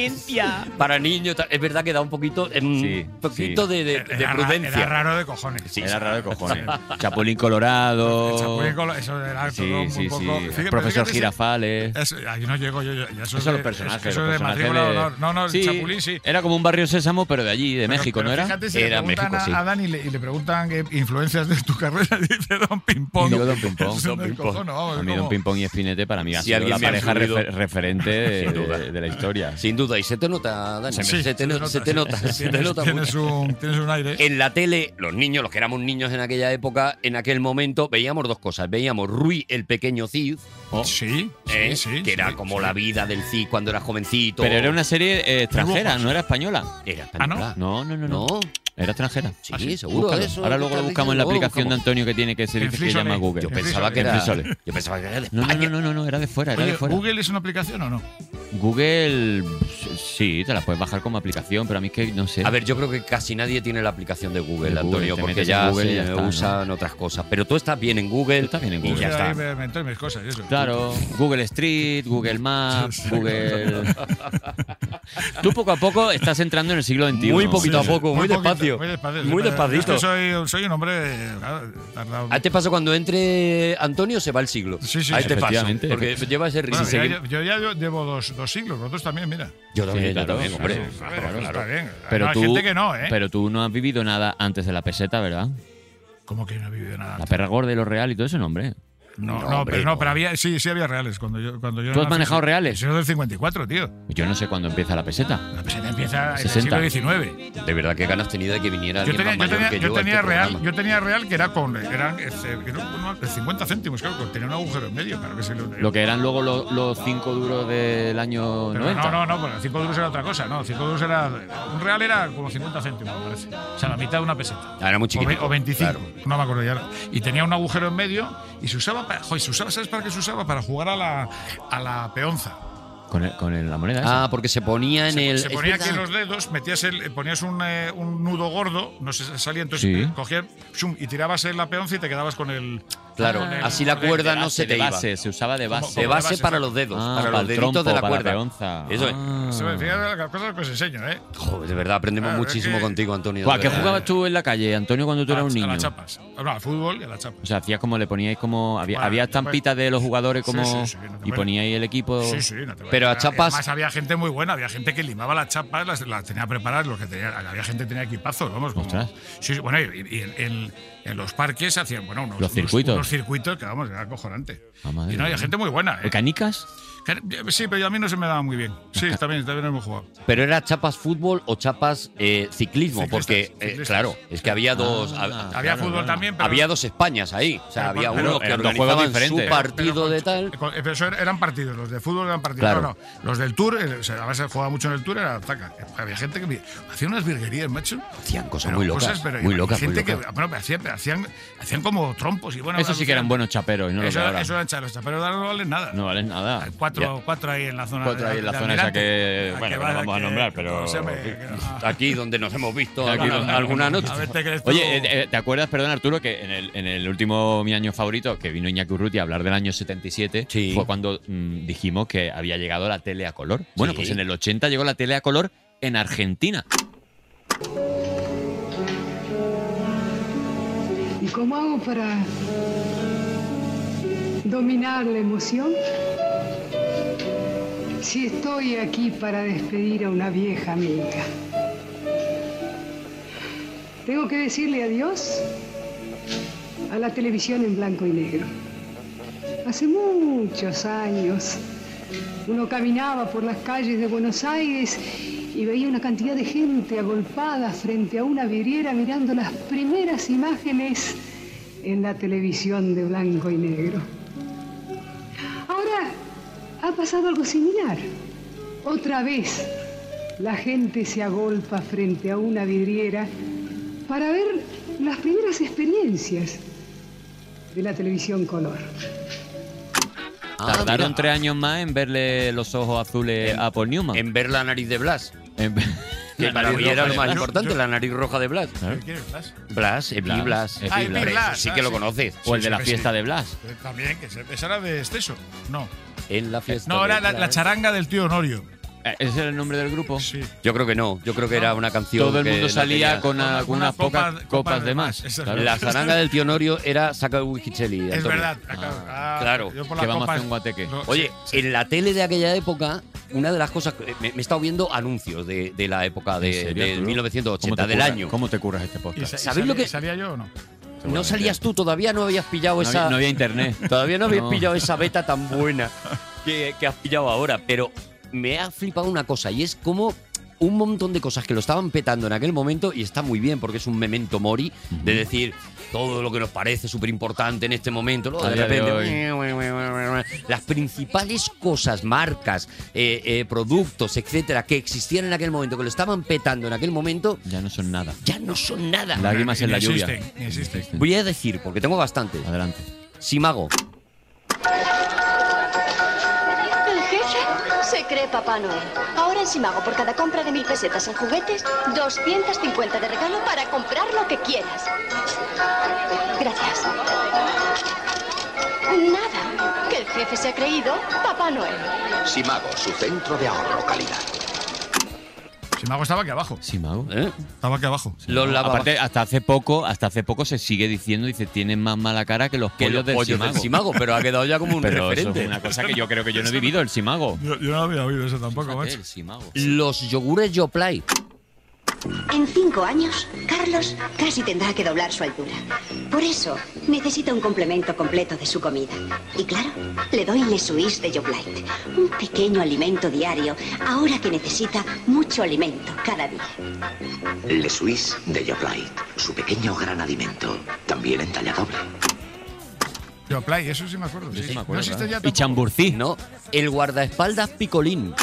Speaker 17: paciencia.
Speaker 3: para niños, tal, es verdad que da un poquito, em, un poquito de, de- de
Speaker 2: Era ra-
Speaker 3: prudencia.
Speaker 2: Era raro de cojones.
Speaker 4: Era raro de cojones. [laughs] Chapulín Colorado.
Speaker 2: Chapulín Colo- eso era
Speaker 4: Sí,
Speaker 2: todo un
Speaker 4: sí,
Speaker 2: poco-
Speaker 4: sí.
Speaker 2: Fíjate, fíjate
Speaker 4: Profesor
Speaker 2: que-
Speaker 4: Girafales.
Speaker 2: Eso, ahí no llego yo. ya- ya eso
Speaker 4: Esos
Speaker 2: es
Speaker 4: son
Speaker 2: de-
Speaker 4: los personajes.
Speaker 2: Eso
Speaker 4: los
Speaker 2: de
Speaker 4: personajes
Speaker 2: matrícula de
Speaker 4: de-
Speaker 2: honor. No, no, el
Speaker 4: Sí,
Speaker 2: Chapulín sí.
Speaker 4: Era como un barrio sésamo, pero de allí, de
Speaker 2: Pero-
Speaker 4: México,
Speaker 2: pero
Speaker 4: ¿no era?
Speaker 2: fíjate si le
Speaker 4: era
Speaker 2: preguntan
Speaker 4: México, sí.
Speaker 2: a, a Dan y le, y le preguntan qué influencias de tu [laughs] carrera, dice Don Pimpón.
Speaker 4: Digo Don Pimpón.
Speaker 2: Es un descojono, vamos,
Speaker 4: A mí Don
Speaker 2: como-
Speaker 4: Pimpón y Espinete para mí ha
Speaker 3: Si
Speaker 4: sido
Speaker 3: alguien
Speaker 4: la
Speaker 3: me ha
Speaker 4: pareja
Speaker 3: influido.
Speaker 4: refer- referente de,
Speaker 3: [laughs] Sin duda.
Speaker 4: de- de la historia.
Speaker 3: Sin duda, y se te nota, Dani,
Speaker 4: Se me-
Speaker 3: se, te, no- se te nota,
Speaker 2: sí.
Speaker 3: se te nota Eh,
Speaker 2: Tienes
Speaker 3: mucho.
Speaker 2: un, tienes un aire.
Speaker 3: En la tele, los niños, los que éramos niños en aquella época, en aquel momento, veíamos dos cosas. Veíamos Rui, el pequeño Cid.
Speaker 2: Oh, Sí,
Speaker 3: sí, sí. eh, Que era como la vida del Cid cuando era jovencito.
Speaker 4: Pero era una serie eh, extranjera,
Speaker 3: Dibujos.
Speaker 4: no era española.
Speaker 3: Era española.
Speaker 4: No, no, no. no. Era extranjera.
Speaker 3: Ah.
Speaker 4: Ah,
Speaker 3: Sí, seguro, eso
Speaker 4: Ahora
Speaker 3: que
Speaker 4: luego lo
Speaker 3: estás
Speaker 4: buscamos en la
Speaker 3: diciendo, luego lo
Speaker 4: aplicación de
Speaker 3: buscamos.
Speaker 4: Antonio que tiene que se,
Speaker 3: En
Speaker 4: que
Speaker 3: Flisole.
Speaker 4: llama Google.
Speaker 3: Yo pensaba que
Speaker 4: En
Speaker 3: era-
Speaker 4: Flisole.
Speaker 3: yo pensaba que era de
Speaker 4: No, no, no, no, no, no, era de fuera, era
Speaker 2: Oye,
Speaker 4: de fuera.
Speaker 2: ¿Google es una aplicación o no?
Speaker 4: Google, sí, te la puedes bajar como aplicación, pero a mí es que no sé.
Speaker 3: A ver, yo creo que casi nadie tiene la aplicación de Google,
Speaker 4: De Google,
Speaker 3: Antonio,
Speaker 4: te
Speaker 3: porque
Speaker 4: metes
Speaker 3: ya,
Speaker 4: en Google
Speaker 3: se
Speaker 4: y ya está,
Speaker 3: usan otras cosas. Pero tú estás bien en Google.
Speaker 4: en
Speaker 3: Y
Speaker 2: Yo
Speaker 3: ya está.
Speaker 2: ahí me, me entero mis cosas. y Eso.
Speaker 4: Claro, Google Street,
Speaker 2: [laughs]
Speaker 4: Google Maps, Google. Tú poco a poco estás entrando en el siglo XXI.
Speaker 3: Muy poquito a poco, muy,
Speaker 2: poquito,
Speaker 3: despacio.
Speaker 2: Muy despacio.
Speaker 3: Muy
Speaker 2: Es que
Speaker 3: despacito.
Speaker 2: soy, soy un hombre claro, tardado.
Speaker 3: A este paso, cuando entre Antonio, se va el siglo.
Speaker 2: Sí, sí,
Speaker 3: a
Speaker 2: sí.
Speaker 3: este paso.
Speaker 4: Efectivamente.
Speaker 3: Porque lleva ese
Speaker 2: Bueno,
Speaker 3: ritmo.
Speaker 2: ya- yo, yo ya llevo dos, dos siglos, vosotros también, mira.
Speaker 3: Yo también,
Speaker 4: Sí, claro,
Speaker 3: yo también,
Speaker 4: claro,
Speaker 3: hombre.
Speaker 4: claro,
Speaker 2: A ver, eso está bien.
Speaker 4: Pero
Speaker 2: No, hay
Speaker 4: tú,
Speaker 2: gente que no, ¿eh?
Speaker 4: Pero tú no has vivido nada antes de la peseta, ¿verdad?
Speaker 2: ¿Cómo que no he vivido nada?
Speaker 4: La perra gorda y lo real y todo eso, no, hombre.
Speaker 2: No, no,
Speaker 4: hombre,
Speaker 2: pero, no, pero había, sí, sí había reales. Cuando yo, cuando yo
Speaker 4: ¿Tú has
Speaker 2: nací.
Speaker 4: manejado reales?
Speaker 2: Yo del 54, tío.
Speaker 4: Yo no sé cuándo empieza la peseta.
Speaker 2: La peseta empieza en
Speaker 4: 60.
Speaker 2: el siglo XIX.
Speaker 3: De verdad, qué ganas tenía de que viniera
Speaker 2: Yo
Speaker 3: alguien
Speaker 2: tenía,
Speaker 3: más
Speaker 2: yo
Speaker 3: mayor
Speaker 2: tenía,
Speaker 3: que
Speaker 2: yo
Speaker 3: yo. a
Speaker 2: tenía
Speaker 3: este
Speaker 2: real,
Speaker 3: programa.
Speaker 2: yo tenía real que era con eran, este, era uno- 50 céntimos, claro, con- tenía un agujero en medio, claro que sí. Lo,
Speaker 4: Lo que eran luego los, los cinco duros del año
Speaker 2: pero
Speaker 4: 90.
Speaker 2: no, no, no, porque 5 duros era otra cosa, no, 5 duros era. Un real era como 50 céntimos, me parece. O sea, la mitad de una peseta.
Speaker 3: Ah, Era muy
Speaker 2: O, ve-
Speaker 3: chiquito.
Speaker 2: o 25,
Speaker 3: claro.
Speaker 2: no me acuerdo ya. Y tenía un agujero en medio y se usaba para. Joder, se usaba, ¿sabes para qué se usaba? Para jugar a la, a la peonza.
Speaker 4: Con, el- con el- la moneda esa.
Speaker 3: Ah, porque se ponía en el.
Speaker 2: Se
Speaker 3: es
Speaker 2: ponía aquí
Speaker 3: verdad.
Speaker 2: en los dedos, metías el, ponías un, eh, un nudo gordo, no se salía, entonces
Speaker 4: Sí.
Speaker 2: cogías shum, y tirabas en la peonza y te quedabas con el.
Speaker 3: Claro,
Speaker 2: con el-
Speaker 3: así la
Speaker 2: con el-
Speaker 3: cuerda
Speaker 4: De
Speaker 3: no
Speaker 4: base,
Speaker 3: se te
Speaker 4: de
Speaker 3: iba.
Speaker 4: base, se usaba de base.
Speaker 3: De base
Speaker 2: exacto.
Speaker 3: para los dedos,
Speaker 4: Ah,
Speaker 3: para
Speaker 4: para
Speaker 3: los
Speaker 4: el
Speaker 3: deditos
Speaker 4: trompo,
Speaker 3: de la
Speaker 4: para la
Speaker 3: cuerda.
Speaker 4: peonza.
Speaker 3: Eso es.
Speaker 4: Ah.
Speaker 2: Se me- Fíjate las cosas que os enseño, ¿eh?
Speaker 3: Joder, de verdad, aprendemos
Speaker 2: Claro, es
Speaker 3: muchísimo
Speaker 2: que-
Speaker 3: contigo, Antonio.
Speaker 4: Buah,
Speaker 3: de
Speaker 4: ¿Qué
Speaker 3: verdad. eh.
Speaker 4: jugabas tú en la calle, Antonio, cuando tú
Speaker 2: a,
Speaker 4: eras un
Speaker 2: a
Speaker 4: niño?
Speaker 2: las chapas. No, al fútbol y a las chapas.
Speaker 4: O sea, hacías como le poníais como. Había,
Speaker 2: Bueno,
Speaker 4: había
Speaker 2: no te puedes-
Speaker 4: estampitas de los jugadores
Speaker 2: Sí,
Speaker 4: como.
Speaker 2: sí, sí, no te
Speaker 4: y
Speaker 2: puedes-
Speaker 4: poníais el equipo.
Speaker 2: Sí, sí, no te voy
Speaker 3: Pero a
Speaker 2: engañar.
Speaker 3: chapas-
Speaker 2: Además, había gente muy buena, había gente que limaba las chapas, las, las tenía preparadas, los que tenía, había gente que tenía equipazos, vamos. como-
Speaker 4: Ostras.
Speaker 2: sí, sí, bueno, y, y en, en- en los parques hacían, bueno, unos, unos-
Speaker 4: Los circuitos.
Speaker 2: unos circuitos que, vamos, era acojonante.
Speaker 4: Ah, madre
Speaker 2: y no, había
Speaker 4: mía.
Speaker 2: gente muy buena. ¿eh?
Speaker 4: ¿Canicas?
Speaker 2: Que- eh, Sí, pero a mí no se me daba muy bien. Sí, también, también hemos jugado.
Speaker 3: Pero era chapas fútbol o chapas eh, ciclismo,
Speaker 2: Ciclistas,
Speaker 3: porque, eh,
Speaker 2: ciclistas. Ah,
Speaker 3: claro, es que había dos. hab-
Speaker 2: Había fútbol también, pero.
Speaker 3: Había dos Españas ahí. O sea, había
Speaker 2: pero-
Speaker 3: unos que
Speaker 4: eran dos juegos
Speaker 3: organizaban su
Speaker 4: diferentes.
Speaker 3: partido de tal.
Speaker 2: Con- eh, pero eso era- eran partidos, los de fútbol eran partidos.
Speaker 3: Claro.
Speaker 2: No, no, los del Tour, eh, o sea, además se jugaba mucho en el Tour, era ataca. Había gente que vi- hacía unas virguerías, macho.
Speaker 3: Hacían cosas
Speaker 2: Pero
Speaker 3: muy locas.
Speaker 2: cosas, pero
Speaker 3: muy
Speaker 2: y
Speaker 3: locas, muy
Speaker 2: gente que
Speaker 3: locas.
Speaker 2: bueno, pero hacían, pero hacían, hacían como trompos y bueno.
Speaker 4: Eso sí que eran buenos chaperos y no lo que
Speaker 2: eso,
Speaker 4: ahora.
Speaker 2: eso eran chalos, pero ahora no valen nada.
Speaker 4: No valen nada.
Speaker 2: Hay cuatro,
Speaker 4: Ya.
Speaker 2: cuatro ahí en la zona.
Speaker 4: Cuatro
Speaker 2: de-
Speaker 4: ahí en la
Speaker 2: de
Speaker 4: zona esa
Speaker 2: Almirante.
Speaker 4: que.
Speaker 2: Ah,
Speaker 4: Bueno, no
Speaker 2: vaya
Speaker 4: vamos a
Speaker 2: que-
Speaker 4: nombrar,
Speaker 2: no
Speaker 4: pero.
Speaker 2: se me- que no.
Speaker 3: Aquí donde nos hemos visto
Speaker 4: Aquí
Speaker 3: alguna,
Speaker 4: donde-
Speaker 3: alguna noche.
Speaker 2: A ver, ¿te crees tú?
Speaker 4: Oye, eh, eh, ¿te acuerdas, perdón Arturo, que en el, en el último Mi Año Favorito, que vino Iñaki Urruti a hablar del año 77,
Speaker 3: Sí.
Speaker 4: fue cuando mm, dijimos que había llegado la tele a color? Bueno,
Speaker 3: Sí.
Speaker 4: pues en el 80 llegó la tele a color en Argentina.
Speaker 18: ¿Y cómo hago para dominar la emoción? Si estoy aquí para despedir a una vieja amiga. Tengo que decirle adiós a la televisión en blanco y negro. Hace muchos años uno caminaba por las calles de Buenos Aires y veía una cantidad de gente agolpada frente a una vidriera mirando las primeras imágenes en la televisión de blanco y negro. Ahora ha pasado algo similar. Otra vez la gente se agolpa frente a una vidriera para ver las primeras experiencias de la televisión color.
Speaker 3: ah,
Speaker 4: Tardaron tres años más en verle los ojos azules a Paul Newman. Ah, En
Speaker 3: ver la nariz de Blas. Que
Speaker 4: La
Speaker 3: para
Speaker 4: nariz
Speaker 3: mí era
Speaker 4: roja
Speaker 3: lo
Speaker 4: de
Speaker 3: más
Speaker 4: Blas.
Speaker 3: importante,
Speaker 4: Yo-
Speaker 3: la nariz roja de Blas.
Speaker 2: ¿Quién es Blas?
Speaker 3: Blas, Epi
Speaker 4: Blas,
Speaker 3: Blas.
Speaker 4: Epi Ah, Epi Blas. Blas,
Speaker 3: Sí
Speaker 4: ah,
Speaker 3: que lo
Speaker 4: sí.
Speaker 3: conoces.
Speaker 4: O el de la fiesta de Blas.
Speaker 2: Eh, También, que se, esa era de exceso. No.
Speaker 3: En la fiesta
Speaker 2: Eh, No,
Speaker 3: de
Speaker 2: era la, la
Speaker 3: Blas.
Speaker 2: charanga del tío Honorio.
Speaker 4: [laughs] ¿Ese era el nombre del grupo? Sí.
Speaker 3: Yo creo que no, yo creo que era una canción.
Speaker 4: Todo el
Speaker 3: que
Speaker 4: mundo
Speaker 3: no
Speaker 4: salía
Speaker 3: tenía-
Speaker 4: con, a- con unas pocas copas, de más. Claro.
Speaker 3: La zaranga del tío Norio era saca el Wikicheli.
Speaker 4: Es
Speaker 3: Antonio. Ah,
Speaker 4: verdad,
Speaker 2: claro.
Speaker 3: claro.
Speaker 2: ah, yo por las
Speaker 3: Que vamos a
Speaker 2: copas-
Speaker 3: hacer un
Speaker 4: guateque.
Speaker 2: No,
Speaker 3: Oye, en la tele de aquella época, una de las cosas. que- eh, Me, me he estado viendo anuncios de, de la época de,
Speaker 4: ¿En serio,
Speaker 3: del
Speaker 4: Arturo?
Speaker 3: 1980,
Speaker 4: ¿Cómo te
Speaker 3: del
Speaker 4: curras-
Speaker 3: año.
Speaker 4: ¿Cómo te curras este
Speaker 2: ¿Y
Speaker 4: podcast?
Speaker 2: sa- y
Speaker 3: ¿Sabéis lo
Speaker 2: salía-
Speaker 3: que-
Speaker 2: ¿Salía yo o no?
Speaker 3: No salías tú, todavía no habías pillado
Speaker 4: No
Speaker 3: esa.
Speaker 4: había- no había [laughs] internet.
Speaker 3: Todavía no habías
Speaker 4: Pues, ah, No.
Speaker 3: pillado esa
Speaker 4: [laughs]
Speaker 3: beta tan buena que, que has pillado ahora. Pero me ha flipado una cosa y es como un montón de cosas que lo estaban petando en aquel momento y está muy bien porque es un memento mori de decir todo lo que nos parece súper importante en este momento. luego
Speaker 4: A
Speaker 3: de
Speaker 4: día de
Speaker 3: repente,
Speaker 4: hoy.
Speaker 3: las principales cosas, marcas, eh, eh, productos, etcétera, que existían en aquel momento, que lo estaban petando en aquel momento,
Speaker 4: Ya no son nada.
Speaker 3: ya no son nada.
Speaker 4: Lágrimas en la
Speaker 3: Ni
Speaker 4: lluvia.
Speaker 3: existen. Voy a decir, porque tengo bastante.
Speaker 4: Adelante.
Speaker 3: Simago.
Speaker 19: El jefe se cree Papá Noel. Ahora en Simago, por cada compra de mil pesetas en juguetes, 250 de regalo para comprar lo que quieras. Gracias. Nada, que el jefe se ha creído Papá Noel.
Speaker 20: Simago, su centro de ahorro, calidad.
Speaker 2: Simago estaba aquí abajo.
Speaker 4: Simago.
Speaker 2: Estaba aquí abajo.
Speaker 3: ¿eh? Los lavaba-
Speaker 4: Aparte, hasta hace poco, hasta hace poco se sigue diciendo, dice, tienen más mala cara que los
Speaker 3: Que
Speaker 4: pollos,
Speaker 3: los pollos del Simago, pero ha quedado ya como
Speaker 4: [laughs]
Speaker 3: un
Speaker 4: Pero eso
Speaker 3: referente.
Speaker 4: es una cosa que yo creo que yo no he vivido, el Simago.
Speaker 2: Yo, yo no había oído eso tampoco, macho.
Speaker 3: Los yogures Yoplait.
Speaker 19: En cinco años, Carlos casi tendrá que doblar su altura. Por eso, necesita un complemento completo de su comida. Y claro, le doy Mesuís de Yoplait. Un pequeño alimento diario, ahora que necesita mucho alimento cada día.
Speaker 20: Le Suisse de Yoplait, su pequeño gran alimento, también en talla doble.
Speaker 2: Yo, Play, eso sí me acuerdo. Sí, No existe ya
Speaker 3: Y
Speaker 2: tampoco.
Speaker 3: chamburcí. No, el guardaespaldas picolín.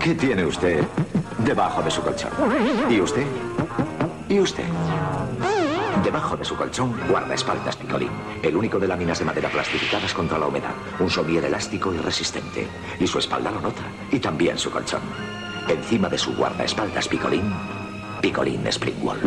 Speaker 20: ¿Qué tiene usted debajo de su colchón? ¿Y usted? ¿Y usted? Debajo de su colchón guarda espaldas picolín, el único de láminas de madera plastificadas contra la humedad, un somier elástico y resistente. Y su espalda lo nota, y también su colchón. Encima de su guardaespaldas picolín, picolín Springwall.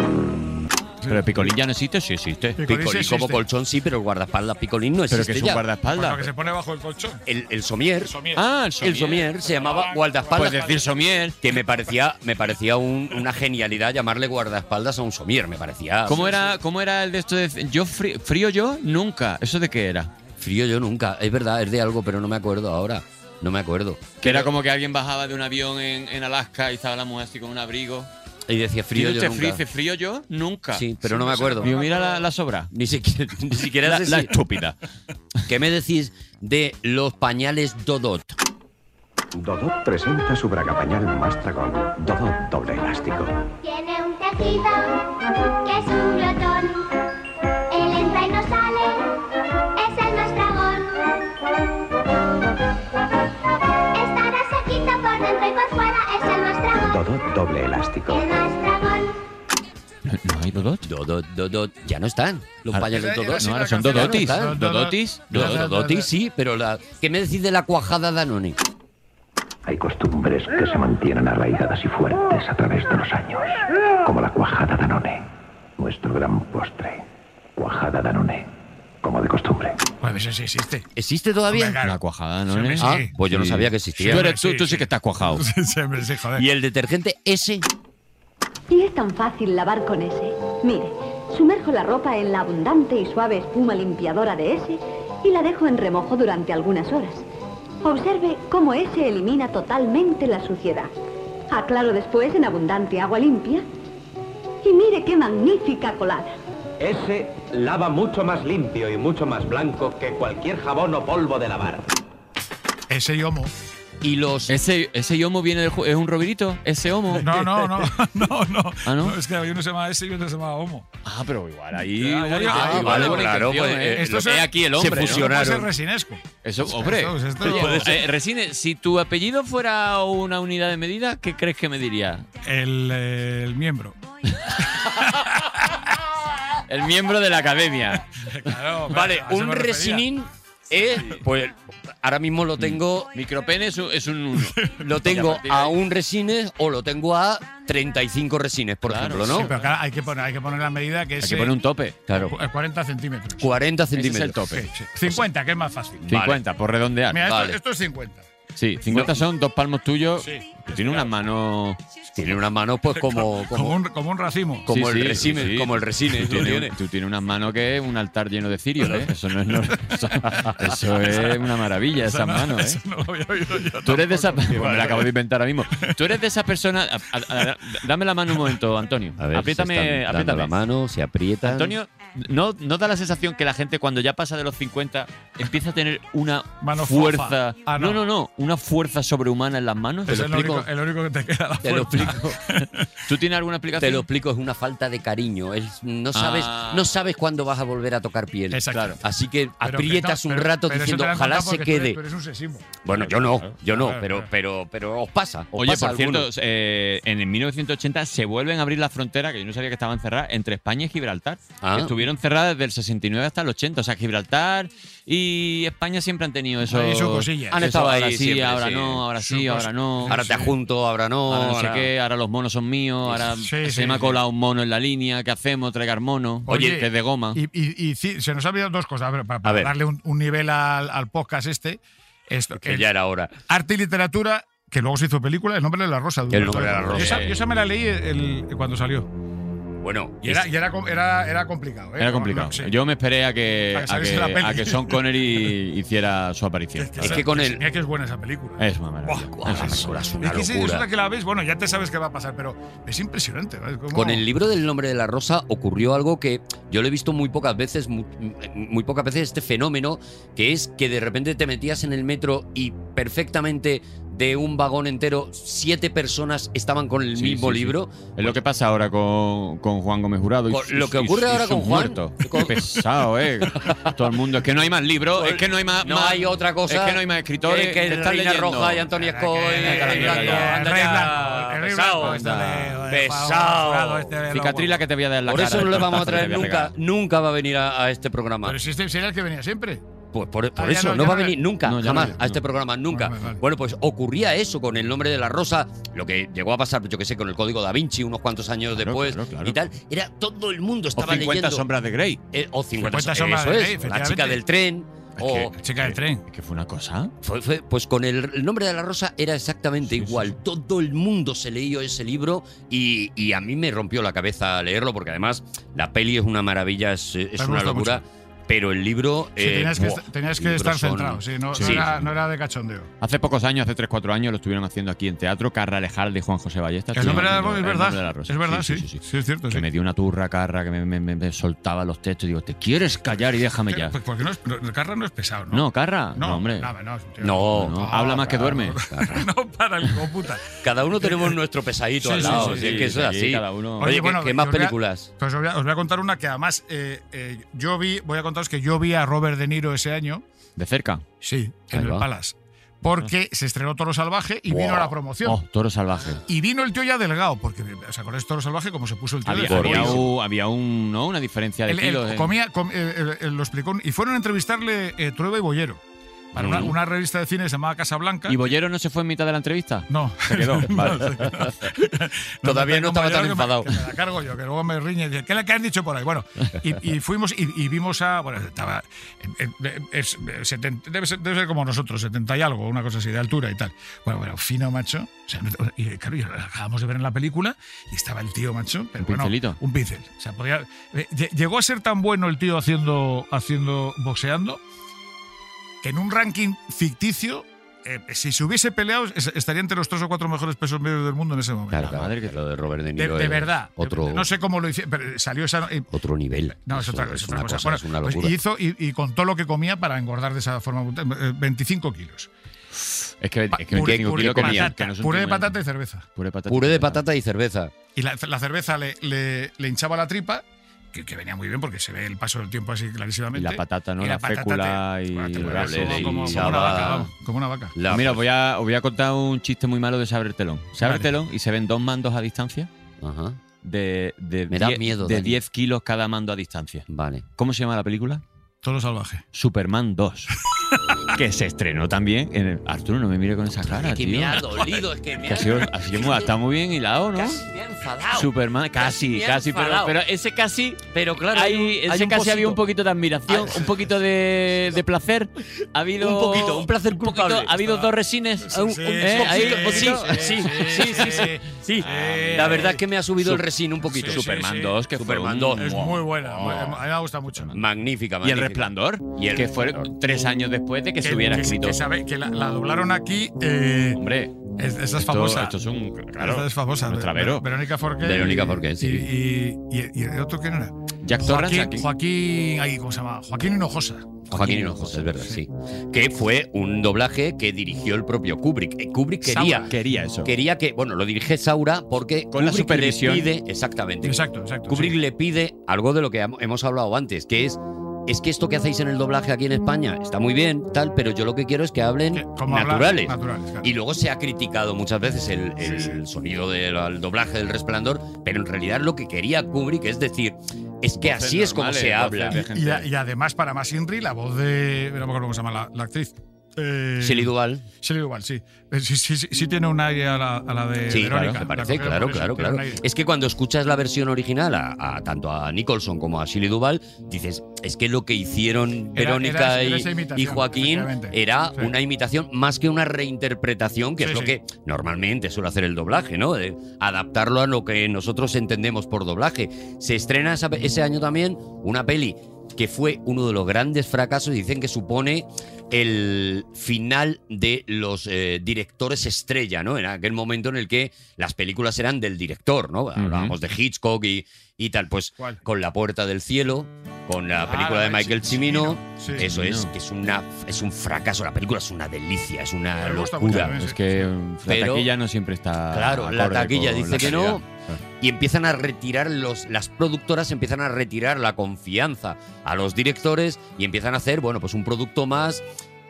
Speaker 4: Pero Picolín ya no existe, sí existe.
Speaker 3: Picolín, como colchón sí, pero el guardaespaldas picolín no
Speaker 4: Pero que
Speaker 3: existe
Speaker 4: es un
Speaker 3: ya.
Speaker 4: guardaespaldas. Bueno, que
Speaker 2: se pone bajo el colchón.
Speaker 3: El, el somier.
Speaker 4: Ah, el
Speaker 3: El somier se llamaba guardaespaldas.
Speaker 4: Puedes decir somier.
Speaker 3: Que me parecía, me parecía un- una genialidad llamarle guardaespaldas a un somier, me parecía.
Speaker 4: ¿Cómo era, ¿Cómo era el de esto de yo frío, frío yo nunca? ¿Eso de qué era?
Speaker 3: Frío yo nunca. Es verdad, es de algo, pero no me acuerdo ahora. No me acuerdo.
Speaker 4: Que era como que alguien bajaba de un avión en, en Alaska y estaba la mujer así con un abrigo.
Speaker 3: Y decía frío
Speaker 4: Dice
Speaker 3: yo
Speaker 4: usted
Speaker 3: nunca.
Speaker 4: frío, dice frío yo nunca.
Speaker 3: Sí, pero no me acuerdo.
Speaker 4: Digo, mira la, la sobra.
Speaker 3: Ni siquiera, ni siquiera
Speaker 4: La-
Speaker 3: sé si-
Speaker 4: la [laughs] estúpida.
Speaker 3: ¿Qué me decís de los pañales Dodot?
Speaker 20: Dodot presenta su braga pañal Mastragón, Dodot doble elástico.
Speaker 13: Tiene un tejido que es un glotón. Él entra y no sale, es el Nostragón. Estará sequito por dentro y por fuera, es el Nostragón.
Speaker 20: Dodot doble elástico.
Speaker 13: El Nostragón.
Speaker 4: ¿No, no hay Dodot?
Speaker 3: Dodot, Dodot. Ya no están. Los
Speaker 4: Ahora-
Speaker 3: pañales Dodot.
Speaker 4: No, ahora son Dodotis. Dodotis.
Speaker 3: Los Dodotis sí, pero la. ¿Qué me decís de la cuajada Danone?
Speaker 20: Hay costumbres que se mantienen arraigadas y fuertes a través de los años, como la cuajada Danone, nuestro gran postre. Cuajada Danone, como de costumbre.
Speaker 2: Pues eso sí existe.
Speaker 3: ¿Existe todavía?
Speaker 4: La cuajada, ¿no?
Speaker 3: hombre,
Speaker 4: eh?
Speaker 3: sí. Ah, pues yo no sabía que existía.
Speaker 4: Tú, eres- tú-
Speaker 3: Sí,
Speaker 4: tú
Speaker 3: sí.
Speaker 4: sí que estás cuajado.
Speaker 2: [laughs] Sí, hombre, sí, joder.
Speaker 3: Y el detergente ese.
Speaker 21: Y es tan fácil lavar con ese. Mire, sumerjo la ropa en la abundante y suave espuma limpiadora de ese y la dejo en remojo durante algunas horas. Observe cómo ese elimina totalmente la suciedad. Aclaro después en abundante agua limpia. Y mire qué magnífica colada.
Speaker 22: Ese lava mucho más limpio y mucho más blanco que cualquier jabón o polvo de lavar.
Speaker 2: Ese yomo.
Speaker 3: Y los.
Speaker 4: Ese, ese yomo viene del. ju- ¿Es un robirito? Ese homo.
Speaker 2: [laughs] No, no, no. No, no.
Speaker 4: Ah, ¿no?
Speaker 2: Es que había uno que se llamaba ese y otro se llamaba Homo.
Speaker 4: Ah, pero igual ahí.
Speaker 2: Ah, ya,
Speaker 4: igual-
Speaker 2: ya,
Speaker 4: ah,
Speaker 2: ya.
Speaker 4: igual
Speaker 2: Vale,
Speaker 4: es buena
Speaker 2: claro,
Speaker 4: intención,
Speaker 2: pues,
Speaker 4: ¿eh?
Speaker 2: esto
Speaker 4: Lo
Speaker 2: es-
Speaker 4: que hay aquí el
Speaker 2: se
Speaker 4: hombre. ¿no?
Speaker 2: fusionaron. Esto es resinesco.
Speaker 4: Eso,
Speaker 2: Esto-
Speaker 4: hombre.
Speaker 2: esto- esto- pues,
Speaker 4: Oye,
Speaker 2: puede ser.
Speaker 4: eh, Resine, si tu apellido fuera una unidad de medida, ¿qué crees que me diría?
Speaker 2: El, eh, el miembro.
Speaker 4: El miembro de la academia.
Speaker 2: Claro, hombre,
Speaker 3: Vale,
Speaker 2: a eso
Speaker 3: un
Speaker 2: me refería.
Speaker 3: resinín es. Pues ahora mismo lo tengo.
Speaker 4: Micropene es un, es un
Speaker 3: [laughs] Lo
Speaker 4: Y a
Speaker 3: tengo
Speaker 4: partir de
Speaker 3: a
Speaker 4: ahí-
Speaker 3: un resines o lo tengo a 35 resines, por ejemplo, ¿no?
Speaker 2: Sí, pero claro, hay que poner, hay que poner la medida que es. eh,
Speaker 4: tope. Claro.
Speaker 2: cu- 40 centímetros.
Speaker 3: 40
Speaker 2: Ese es el
Speaker 3: centímetros.
Speaker 4: tope.
Speaker 2: Sí, sí. 50, que es más fácil.
Speaker 4: 50, por redondear.
Speaker 2: Mira, esto- esto, es 50.
Speaker 4: Sí, 50 son dos palmos tuyos.
Speaker 2: Sí.
Speaker 4: Tiene unas manos.
Speaker 3: Tiene unas manos, pues, como.
Speaker 2: Como un, como un racimo.
Speaker 3: como el resine, como el resine,
Speaker 4: Tú
Speaker 3: lo tiene.
Speaker 4: tienes, tú tienes unas manos que es un altar lleno de cirios, ¿eh? Eso no es normal. Eso, eso es una maravilla,
Speaker 2: Eso
Speaker 4: esas
Speaker 2: no-
Speaker 4: manos,
Speaker 2: eso
Speaker 4: ¿eh?
Speaker 2: no lo había oído yo
Speaker 4: [laughs] Tú eres de esas.
Speaker 2: tampoco.
Speaker 4: Pues me la acabo de inventar ahora mismo. Tú eres de esas personas. a- a- a- dame la mano un momento, Antonio.
Speaker 3: A ver, se
Speaker 4: apriétame,
Speaker 3: están dando
Speaker 4: apriétame.
Speaker 3: la mano, se aprieta.
Speaker 4: Antonio, ¿no, ¿no da la sensación que la gente cuando ya pasa de los 50 empieza a tener una
Speaker 2: Mano
Speaker 4: fuerza?
Speaker 2: fofa. Ah,
Speaker 4: no.
Speaker 2: no.
Speaker 4: no, no, una fuerza sobrehumana en las manos.
Speaker 2: Es el único, el único que te queda la
Speaker 3: Te lo
Speaker 2: fuerza. [laughs]
Speaker 3: explico.
Speaker 4: ¿Tú tienes alguna explicación?
Speaker 3: Te lo explico, es una falta de cariño. Es- no sabes,
Speaker 4: Ah.
Speaker 3: no sabes cuándo vas a volver a tocar piel.
Speaker 2: Exacto. Claro.
Speaker 3: Así que
Speaker 2: Pero que
Speaker 3: aprietas
Speaker 2: no,
Speaker 3: un
Speaker 2: pero-
Speaker 3: rato
Speaker 2: pero eso
Speaker 3: diciendo,
Speaker 2: te lo han
Speaker 3: ojalá
Speaker 2: contado
Speaker 3: se
Speaker 2: porque tú eres-
Speaker 3: quede.
Speaker 2: tú eres un sesimo.
Speaker 3: Bueno, yo no, yo no,
Speaker 4: Claro,
Speaker 3: pero,
Speaker 4: claro.
Speaker 3: pero, pero os pasa. os
Speaker 4: Oye,
Speaker 3: pasa
Speaker 4: por
Speaker 3: a algunos.
Speaker 4: cierto, eh, en el 1980 se vuelven a abrir la frontera, que yo no sabía que estaban cerradas, entre España y Gibraltar.
Speaker 3: Ah.
Speaker 4: que Estuvieron cerradas desde el 69 hasta el 80. O sea, Gibraltar y España siempre han tenido eso.
Speaker 3: Ahí sus cosillas. Han estado
Speaker 4: ahora
Speaker 3: ahí
Speaker 4: sí,
Speaker 3: siempre,
Speaker 4: ahora
Speaker 3: sí.
Speaker 4: no, ahora
Speaker 3: Sus
Speaker 4: sí,
Speaker 3: cos-
Speaker 4: ahora no.
Speaker 3: Ahora te adjunto, ahora no.
Speaker 4: Ahora no sé qué, ahora los monos son míos, ahora
Speaker 2: Sí,
Speaker 4: se
Speaker 2: sí,
Speaker 4: me ha
Speaker 2: sí.
Speaker 4: colado un mono en la línea, ¿qué hacemos? Traigar mono,
Speaker 2: Oye,
Speaker 4: que es de goma.
Speaker 2: Y, y- y sí, se nos ha olvidado dos cosas. A ver, para, para
Speaker 4: ver.
Speaker 2: darle un, un nivel al, al podcast este. Esto,
Speaker 3: Que
Speaker 2: el
Speaker 3: ya era hora.
Speaker 2: Arte y literatura, que luego se hizo película, El nombre de la rosa.
Speaker 3: El nombre de la rosa.
Speaker 2: Yo esa, yo esa me la leí el- el- cuando salió.
Speaker 3: Bueno,
Speaker 2: Y era, y era, com- era, era complicado. ¿eh?
Speaker 4: Era
Speaker 2: No,
Speaker 4: complicado.
Speaker 2: no, sí.
Speaker 4: Yo me esperé a que,
Speaker 2: A que
Speaker 4: a
Speaker 2: saliese
Speaker 4: que-
Speaker 2: la peli.
Speaker 4: a que Sean Connery hiciera su aparición.
Speaker 3: es que con él.
Speaker 2: Mira que es buena esa película.
Speaker 4: Es una maravilla. Es una
Speaker 3: locura, es
Speaker 2: Es
Speaker 3: una
Speaker 2: que si es
Speaker 3: locura.
Speaker 2: una que la ves, bueno, ya te sabes qué va a pasar, pero es impresionante. ¿no? Es como-
Speaker 3: Con el libro del nombre de la rosa ocurrió algo que yo lo he visto muy pocas veces, mu- muy, pocas veces este fenómeno, que es que de repente te metías en el metro y perfectamente de un vagón entero siete personas estaban con el
Speaker 4: Sí,
Speaker 3: mismo
Speaker 4: sí, sí.
Speaker 3: libro.
Speaker 4: Es lo que pasa ahora con, con Juan Gómez Jurado. y
Speaker 3: Con-
Speaker 4: su-
Speaker 3: lo
Speaker 4: y
Speaker 3: que
Speaker 4: su-
Speaker 3: ocurre
Speaker 4: y
Speaker 3: ahora
Speaker 4: sus
Speaker 3: con Juan-
Speaker 4: muertos. Qué pesado,
Speaker 3: [laughs]
Speaker 4: ¿eh? Todo el mundo. Es que no hay más libros, es que no hay más.
Speaker 3: No
Speaker 4: más-
Speaker 3: hay otra cosa.
Speaker 4: Es que no hay más escritores.
Speaker 3: Es que
Speaker 4: están
Speaker 3: Reina
Speaker 4: leyendo.
Speaker 3: Roja y Antonio Escoy.
Speaker 4: Anda
Speaker 3: El
Speaker 4: ya,
Speaker 3: Blanco,
Speaker 4: ya,
Speaker 3: anda
Speaker 2: el Rey
Speaker 3: ya.
Speaker 2: Blanco, el Rey
Speaker 3: Pesado,
Speaker 2: Blanco, este
Speaker 3: anda.
Speaker 2: de- de Juan Jurado, este de
Speaker 3: Pesado.
Speaker 2: los
Speaker 4: Cicatriz la que te voy a dar en [laughs] la
Speaker 3: Por
Speaker 4: cara.
Speaker 3: eso no le vamos
Speaker 4: Tartazo
Speaker 3: a
Speaker 4: que
Speaker 3: traer
Speaker 4: te voy a
Speaker 3: nunca,
Speaker 4: pegar.
Speaker 3: nunca va a venir a, a este programa.
Speaker 2: Pero si este sería el que venía siempre.
Speaker 3: Pues por, por
Speaker 2: Ah, ya
Speaker 3: eso,
Speaker 2: no,
Speaker 3: no,
Speaker 2: ya
Speaker 3: va a
Speaker 2: no,
Speaker 3: venir
Speaker 2: ya-
Speaker 3: nunca,
Speaker 4: no, ya
Speaker 3: jamás,
Speaker 4: no, ya
Speaker 3: a este programa, nunca.
Speaker 2: Vale, vale.
Speaker 3: Bueno, pues ocurría eso con el nombre de la rosa, lo que llegó a pasar, yo qué sé, con el código da Vinci unos cuantos años
Speaker 4: Claro,
Speaker 3: después
Speaker 4: claro, claro.
Speaker 3: y tal. Era todo el mundo
Speaker 4: O
Speaker 3: estaba
Speaker 4: 50
Speaker 3: leyendo.
Speaker 4: sombras de Grey.
Speaker 3: eh, o 50,
Speaker 2: 50 sombras
Speaker 3: eso
Speaker 2: de
Speaker 3: es,
Speaker 2: Grey,
Speaker 3: La chica
Speaker 2: efectivamente.
Speaker 3: del tren. o-
Speaker 2: La chica del tren.
Speaker 4: Es que fue una cosa.
Speaker 3: fue- fue- pues con el, el nombre de la rosa era exactamente igual. Todo el mundo se leyó ese libro y, y a mí me rompió la cabeza leerlo porque además la peli es una maravilla, es,
Speaker 2: Me
Speaker 3: es
Speaker 2: ha
Speaker 3: una
Speaker 2: gustado
Speaker 3: locura. Pero el libro.
Speaker 2: Sí,
Speaker 3: eh,
Speaker 2: tenías que,
Speaker 3: buah,
Speaker 2: est- tenías que
Speaker 3: libros
Speaker 2: estar
Speaker 3: son-
Speaker 2: centrado, sí, no, no
Speaker 3: Sí.
Speaker 2: era, no era de cachondeo.
Speaker 4: Hace pocos años, hace 3-4 años, lo estuvieron haciendo aquí en teatro. Carralejar de Juan José Ballesta.
Speaker 2: El nombre de la
Speaker 4: Estuvieron
Speaker 2: rosa es
Speaker 4: haciendo El nombre de la
Speaker 2: verdad.
Speaker 4: rosa.
Speaker 2: Es verdad, sí.
Speaker 4: sí, sí.
Speaker 2: Sí, es cierto.
Speaker 4: Que
Speaker 2: sí.
Speaker 4: me dio una turra carra que me, me- me- me soltaba los textos y digo, ¿te quieres callar y déjame ya?
Speaker 2: Pues Porque no es- no- el carro no es pesado, ¿no?
Speaker 4: No, carra. No, hombre.
Speaker 2: nada, no, es un tío-
Speaker 3: No, Ah,
Speaker 4: No, habla más que duerme.
Speaker 2: [laughs] No para el computa.
Speaker 3: Cada uno
Speaker 2: [laughs]
Speaker 3: tenemos nuestro pesadito
Speaker 2: Sí,
Speaker 3: al
Speaker 2: sí,
Speaker 3: lado.
Speaker 2: sí,
Speaker 3: si es
Speaker 4: sí,
Speaker 3: que eso es
Speaker 4: aquí
Speaker 3: así.
Speaker 4: cada uno-
Speaker 3: Oye, ¿qué- ¿qué, más
Speaker 2: os voy a-
Speaker 3: películas?
Speaker 2: pues os, voy a, os voy a contar una que además eh, eh, yo vi, voy a contaros que yo vi a Robert De Niro ese año,
Speaker 4: De cerca.
Speaker 2: sí,
Speaker 3: Ahí
Speaker 2: en
Speaker 3: va.
Speaker 2: el Palace, porque se estrenó Toro Salvaje y vino
Speaker 3: Buah.
Speaker 2: la promoción.
Speaker 4: Oh, toro salvaje.
Speaker 2: Y vino el tío ya delgado, porque ¿os acordáis de Toro Salvaje? Como se puso el tío de
Speaker 4: Había,
Speaker 2: feliz.
Speaker 4: había un, había un- ¿no? una diferencia de
Speaker 2: Él- él
Speaker 4: kilos. eh.
Speaker 2: comía, com- eh, eh, eh, lo explicó, y fueron a entrevistarle eh, Trueba y Bollero para una,
Speaker 4: Mm.
Speaker 2: una revista de cine que se llamaba Casa Blanca.
Speaker 4: ¿Y Bollero no se fue en mitad de la entrevista? [laughs]
Speaker 2: no,
Speaker 4: Se quedó. Vale.
Speaker 3: Todavía no
Speaker 2: como
Speaker 3: estaba tan
Speaker 2: yo, que me-
Speaker 3: enfadado.
Speaker 2: que me la cargo yo, que luego me riñe. dice, ¿Qué le que has dicho por ahí? Bueno, y, y fuimos y, y vimos a. Bueno, estaba. eh, eh, es- eh, 70 debe, ser, debe ser como nosotros, 70 y algo, una cosa así de altura y tal. Bueno, bueno, fino, macho. O sea, no- y claro, yo lo acabamos de ver en la película y estaba el tío, macho. Pero
Speaker 4: Un
Speaker 2: bueno,
Speaker 4: pincelito.
Speaker 2: un pincel. O sea, podía- eh, lle- llegó a ser tan bueno el tío haciendo, haciendo boxeando que en un ranking ficticio. eh, si se hubiese peleado, es- estaría entre los tres o cuatro mejores pesos medios del mundo en ese momento.
Speaker 3: Claro, madre que lo de Robert De
Speaker 2: De,
Speaker 3: Niro.
Speaker 2: de
Speaker 3: es
Speaker 2: verdad.
Speaker 3: Otro,
Speaker 2: No sé cómo lo hicieron, pero salió esa. eh,
Speaker 3: otro nivel.
Speaker 2: No, es
Speaker 3: Eso
Speaker 2: otra, es otra
Speaker 3: una
Speaker 2: cosa.
Speaker 3: cosa,
Speaker 2: Bueno,
Speaker 3: es una
Speaker 2: pues
Speaker 3: locura.
Speaker 2: hizo y, y contó lo que comía para engordar de esa forma. brutal, eh, 25 kilos.
Speaker 4: Es que,
Speaker 2: Pa-
Speaker 4: es que 25
Speaker 2: puré,
Speaker 4: kilos
Speaker 2: de
Speaker 4: comía,
Speaker 2: patata,
Speaker 4: que no es un
Speaker 2: puré de
Speaker 4: tema-
Speaker 2: patata y cerveza.
Speaker 4: Puré de patata.
Speaker 3: Puré de patata y cerveza.
Speaker 2: Y la, la cerveza le, le- le hinchaba la tripa, que, que venía muy bien porque se ve el paso del tiempo así
Speaker 4: Y
Speaker 2: clarísimamente.
Speaker 4: la patata, ¿no?
Speaker 2: Y
Speaker 4: La,
Speaker 2: patata te-
Speaker 4: fécula y
Speaker 2: bueno, te
Speaker 4: el
Speaker 2: mueves
Speaker 4: brazo.
Speaker 3: le
Speaker 2: como, como- como
Speaker 3: hinchaba-
Speaker 2: una vaca, vamos, como una vaca.
Speaker 3: La-
Speaker 4: Pues Mira, voy a, os voy a contar un chiste muy malo de se abre el telón. Se abre el
Speaker 2: Vale.
Speaker 4: telón y se ven dos mandos a distancia
Speaker 3: Ajá.
Speaker 4: de, de
Speaker 3: Me da
Speaker 4: die-
Speaker 3: miedo,
Speaker 4: de
Speaker 3: Dani.
Speaker 4: 10 kilos cada mando a distancia.
Speaker 3: Vale.
Speaker 4: ¿Cómo se llama la película?
Speaker 2: Todo salvaje.
Speaker 4: Superman
Speaker 3: [laughs]
Speaker 4: 2. que se estrenó también en el... Arturo, no me mire con esa cara,
Speaker 3: que
Speaker 4: tío.
Speaker 3: me ha dolido, es que me
Speaker 4: Que
Speaker 3: ha
Speaker 4: ha sido- ha sido muy- está muy bien hilado, ¿no?
Speaker 3: Casi me ha enfadado.
Speaker 4: Superman, casi,
Speaker 3: me ha
Speaker 4: casi, pero,
Speaker 3: enfadado.
Speaker 4: pero ese casi.
Speaker 3: Pero claro,
Speaker 4: hay-
Speaker 3: hay un-
Speaker 4: ese
Speaker 3: hay un
Speaker 4: casi había
Speaker 3: pocito.
Speaker 4: un poquito de admiración, un poquito de, de placer. Ha habido.
Speaker 3: Un poquito, un placer culpable.
Speaker 4: Ha habido dos resines.
Speaker 3: Ah,
Speaker 4: un- un- ¿eh? Ahí, poquito.
Speaker 3: sí, sí, sí, sí, sí. La verdad es que me ha subido el resín un poquito.
Speaker 4: Sí, sí, Superman sí. 2, que fue
Speaker 3: Superman
Speaker 4: un-
Speaker 3: 2.
Speaker 4: Es
Speaker 2: Muy buena. muy- A mí me gusta mucho.
Speaker 4: Y
Speaker 3: Magnífica,
Speaker 4: el
Speaker 3: magnífica.
Speaker 4: resplandor,
Speaker 3: Y el
Speaker 4: que fueron tres años después de que, se hubiera
Speaker 2: que-
Speaker 4: escrito.
Speaker 2: Que, sabe- que la, la doblaron aquí. eh,
Speaker 4: Hombre,
Speaker 2: es- esa es
Speaker 4: esto-
Speaker 2: famosa.
Speaker 4: Esto es un. Claro,
Speaker 2: Esa es famosa.
Speaker 4: nuestra Vero.
Speaker 2: Ver- Verónica Forqué.
Speaker 4: Verónica
Speaker 2: y-
Speaker 4: Forqué, sí.
Speaker 2: Y, y- y el otro quién era?
Speaker 4: Jack Torrance,
Speaker 2: Joaquín,
Speaker 4: aquí.
Speaker 2: Joaquín- ay, ¿cómo se llama? Joaquín Hinojosa.
Speaker 3: Joaquín Hinojosa, es verdad, sí. Que fue un doblaje que dirigió el propio Kubrick. Eh, Kubrick quería,
Speaker 4: Saura. Quería eso.
Speaker 3: Quería que, bueno, lo dirige Saura porque
Speaker 4: Con la
Speaker 3: Kubrick
Speaker 4: supervisión.
Speaker 3: le pide, exactamente.
Speaker 2: Exacto, exacto.
Speaker 3: Kubrick le pide algo de lo que ham- hemos hablado antes, que es es que esto que hacéis en el doblaje aquí en España está muy bien, tal, pero yo lo que quiero es que hablen
Speaker 2: Como hablar-
Speaker 3: naturales.
Speaker 2: naturales, claro.
Speaker 3: Y luego se ha criticado muchas veces el, el sonido del al doblaje del resplandor, pero en realidad lo que quería Kubrick es decir, es que
Speaker 4: Voces
Speaker 3: así es como
Speaker 4: normales,
Speaker 3: se
Speaker 4: voces
Speaker 3: habla.
Speaker 4: de
Speaker 2: Y, a- y además, para más Inri, la voz de. No me acuerdo cómo se llama la, la actriz. Eh,
Speaker 3: Shelley Duvall.
Speaker 2: Shelley Duvall, sí. Eh, Sí, sí, sí, sí tiene un aire a la, a la de
Speaker 3: Sí, claro,
Speaker 2: Verónica.
Speaker 3: me
Speaker 2: la
Speaker 3: parece,
Speaker 2: cogieron
Speaker 3: claro,
Speaker 2: por eso,
Speaker 3: claro,
Speaker 2: tiene
Speaker 3: claro.
Speaker 2: un aire.
Speaker 3: Es que cuando escuchas la versión original, a, a- tanto a Nicholson como a Shirley Duval, dices, es que lo que hicieron
Speaker 2: Era-
Speaker 3: Verónica
Speaker 2: era- era
Speaker 3: y-
Speaker 2: esa
Speaker 3: y,
Speaker 2: imitación,
Speaker 3: Joaquín
Speaker 2: efectivamente.
Speaker 3: era
Speaker 2: Sí.
Speaker 3: una imitación más que una reinterpretación, que
Speaker 2: Sí,
Speaker 3: es lo
Speaker 2: sí.
Speaker 3: que normalmente suele hacer el doblaje, ¿no? De adaptarlo a lo que nosotros entendemos por doblaje. Se estrena esa- ese año también una peli que fue uno de los grandes fracasos, dicen que supone el final de los eh, directores estrella, ¿no? En aquel momento en el que las películas eran del director, ¿no? Hablábamos de Hitchcock y, y tal, pues con La Puerta del Cielo, con la
Speaker 2: Ah,
Speaker 3: película
Speaker 2: la
Speaker 3: de
Speaker 2: de
Speaker 3: Michael Cimino,
Speaker 2: Cimino, sí.
Speaker 3: eso
Speaker 2: Cimino.
Speaker 3: es, que es, una, es un fracaso, la película es una delicia, es una
Speaker 2: Me gusta mucho,
Speaker 3: locura.
Speaker 2: también,
Speaker 4: Es que mm, la
Speaker 3: Pero-
Speaker 4: taquilla no siempre está.
Speaker 3: Claro, la
Speaker 4: acorde
Speaker 3: taquilla
Speaker 4: con
Speaker 3: dice
Speaker 4: la
Speaker 3: que
Speaker 4: calidad.
Speaker 3: no. Y empiezan a retirar los, las productoras empiezan a retirar la confianza a los directores y empiezan a hacer, bueno, pues un producto más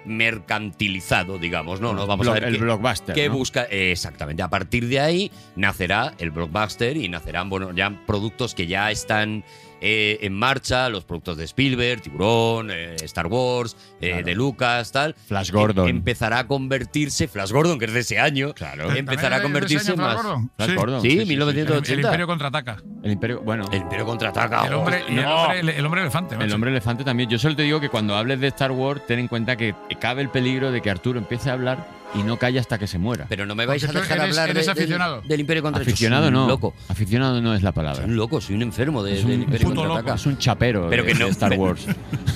Speaker 3: mercantilizado, digamos, ¿no? no vamos
Speaker 4: Block-
Speaker 3: a ver
Speaker 4: Ah, el
Speaker 3: qué-
Speaker 4: blockbuster,
Speaker 3: qué
Speaker 4: ¿no?
Speaker 3: busca. eh, exactamente. A partir de ahí nacerá el blockbuster y nacerán, bueno, ya productos que ya están eh, en marcha, los productos de Spielberg, Tiburón, eh, Star Wars, eh, de Lucas, tal.
Speaker 4: Flash Gordon.
Speaker 3: empezará a convertirse, Flash Gordon, que es de ese año, claro. empezará a
Speaker 2: ¿También es de ese
Speaker 3: convertirse
Speaker 2: año,
Speaker 3: más.
Speaker 2: Flash Gordon?
Speaker 4: Flash
Speaker 2: Sí.
Speaker 4: Gordon,
Speaker 3: Sí,
Speaker 4: sí, sí, sí.
Speaker 2: El,
Speaker 3: 1980.
Speaker 2: el Imperio contraataca.
Speaker 4: El Imperio, bueno.
Speaker 3: El Imperio contraataca.
Speaker 2: El hombre, el,
Speaker 4: No.
Speaker 2: hombre, el hombre elefante. macho.
Speaker 4: El hombre elefante también. Yo solo te digo que cuando hables de Star Wars, ten en cuenta que cabe el peligro de que Arturo empiece a hablar y no calle hasta que se muera.
Speaker 3: Pero no me vais
Speaker 2: Porque
Speaker 3: a
Speaker 2: tú
Speaker 3: dejar
Speaker 2: eres-
Speaker 3: hablar
Speaker 2: eres
Speaker 3: de- del-
Speaker 2: aficionado.
Speaker 3: Del, Imperio Contraataca.
Speaker 4: Aficionado
Speaker 3: Soy un
Speaker 4: no.
Speaker 3: Loco.
Speaker 4: Aficionado no es la palabra.
Speaker 3: Soy un loco, soy un enfermo de-
Speaker 4: Es
Speaker 3: del
Speaker 4: un
Speaker 3: Imperio
Speaker 4: puto loco.
Speaker 3: Contraataca.
Speaker 4: Es un chapero
Speaker 3: Pero
Speaker 4: de-
Speaker 3: que no-
Speaker 4: de Star
Speaker 3: me-
Speaker 4: Wars.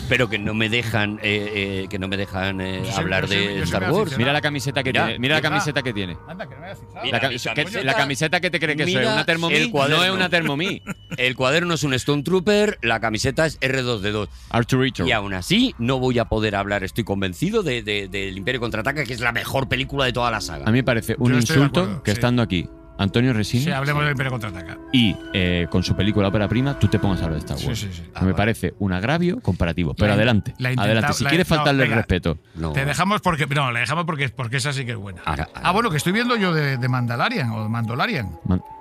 Speaker 3: Pero que no me dejan, eh, eh, que no me dejan eh,
Speaker 4: soy-
Speaker 3: hablar
Speaker 4: yo soy-
Speaker 3: de
Speaker 4: yo soy
Speaker 3: Star
Speaker 4: muy
Speaker 3: Wars.
Speaker 4: Mira la camiseta que tiene. Mira la camiseta que tiene.
Speaker 2: Anda, que no me hayas fichado.
Speaker 4: La, ca- que- la camiseta que te cree que soy
Speaker 3: Mira
Speaker 4: una
Speaker 3: el
Speaker 4: Thermomix
Speaker 3: cuaderno.
Speaker 4: no es una
Speaker 3: [laughs]
Speaker 4: Thermomix.
Speaker 3: El cuaderno es un Stone Trooper, la camiseta es R2D2.
Speaker 4: Arturito.
Speaker 3: Y aún así no voy a poder hablar, estoy convencido, de- de- del Imperio Contraataca, que es la mejor película de toda la saga.
Speaker 4: A mí me parece un
Speaker 3: Yo estoy de
Speaker 4: insulto
Speaker 3: acuerdo,
Speaker 4: que
Speaker 3: sí.
Speaker 4: estando aquí Antonio Resines
Speaker 2: Sí, hablemos del Imperio contraataca.
Speaker 4: y eh, con su película ópera prima tú te pongas a hablar de Star
Speaker 2: Sí,
Speaker 4: Wars.
Speaker 2: sí, sí.
Speaker 4: me parece un agravio comparativo. Pero
Speaker 2: La in-
Speaker 4: adelante.
Speaker 2: la intenta-
Speaker 4: adelante. Si
Speaker 2: la-
Speaker 4: quieres
Speaker 2: no,
Speaker 4: faltarle el
Speaker 2: venga.
Speaker 4: respeto.
Speaker 2: Te dejamos porque. No, la dejamos porque, porque esa sí que es buena. Ah, bueno, que estoy viendo yo de, de Mandalorian o de Mandalorian.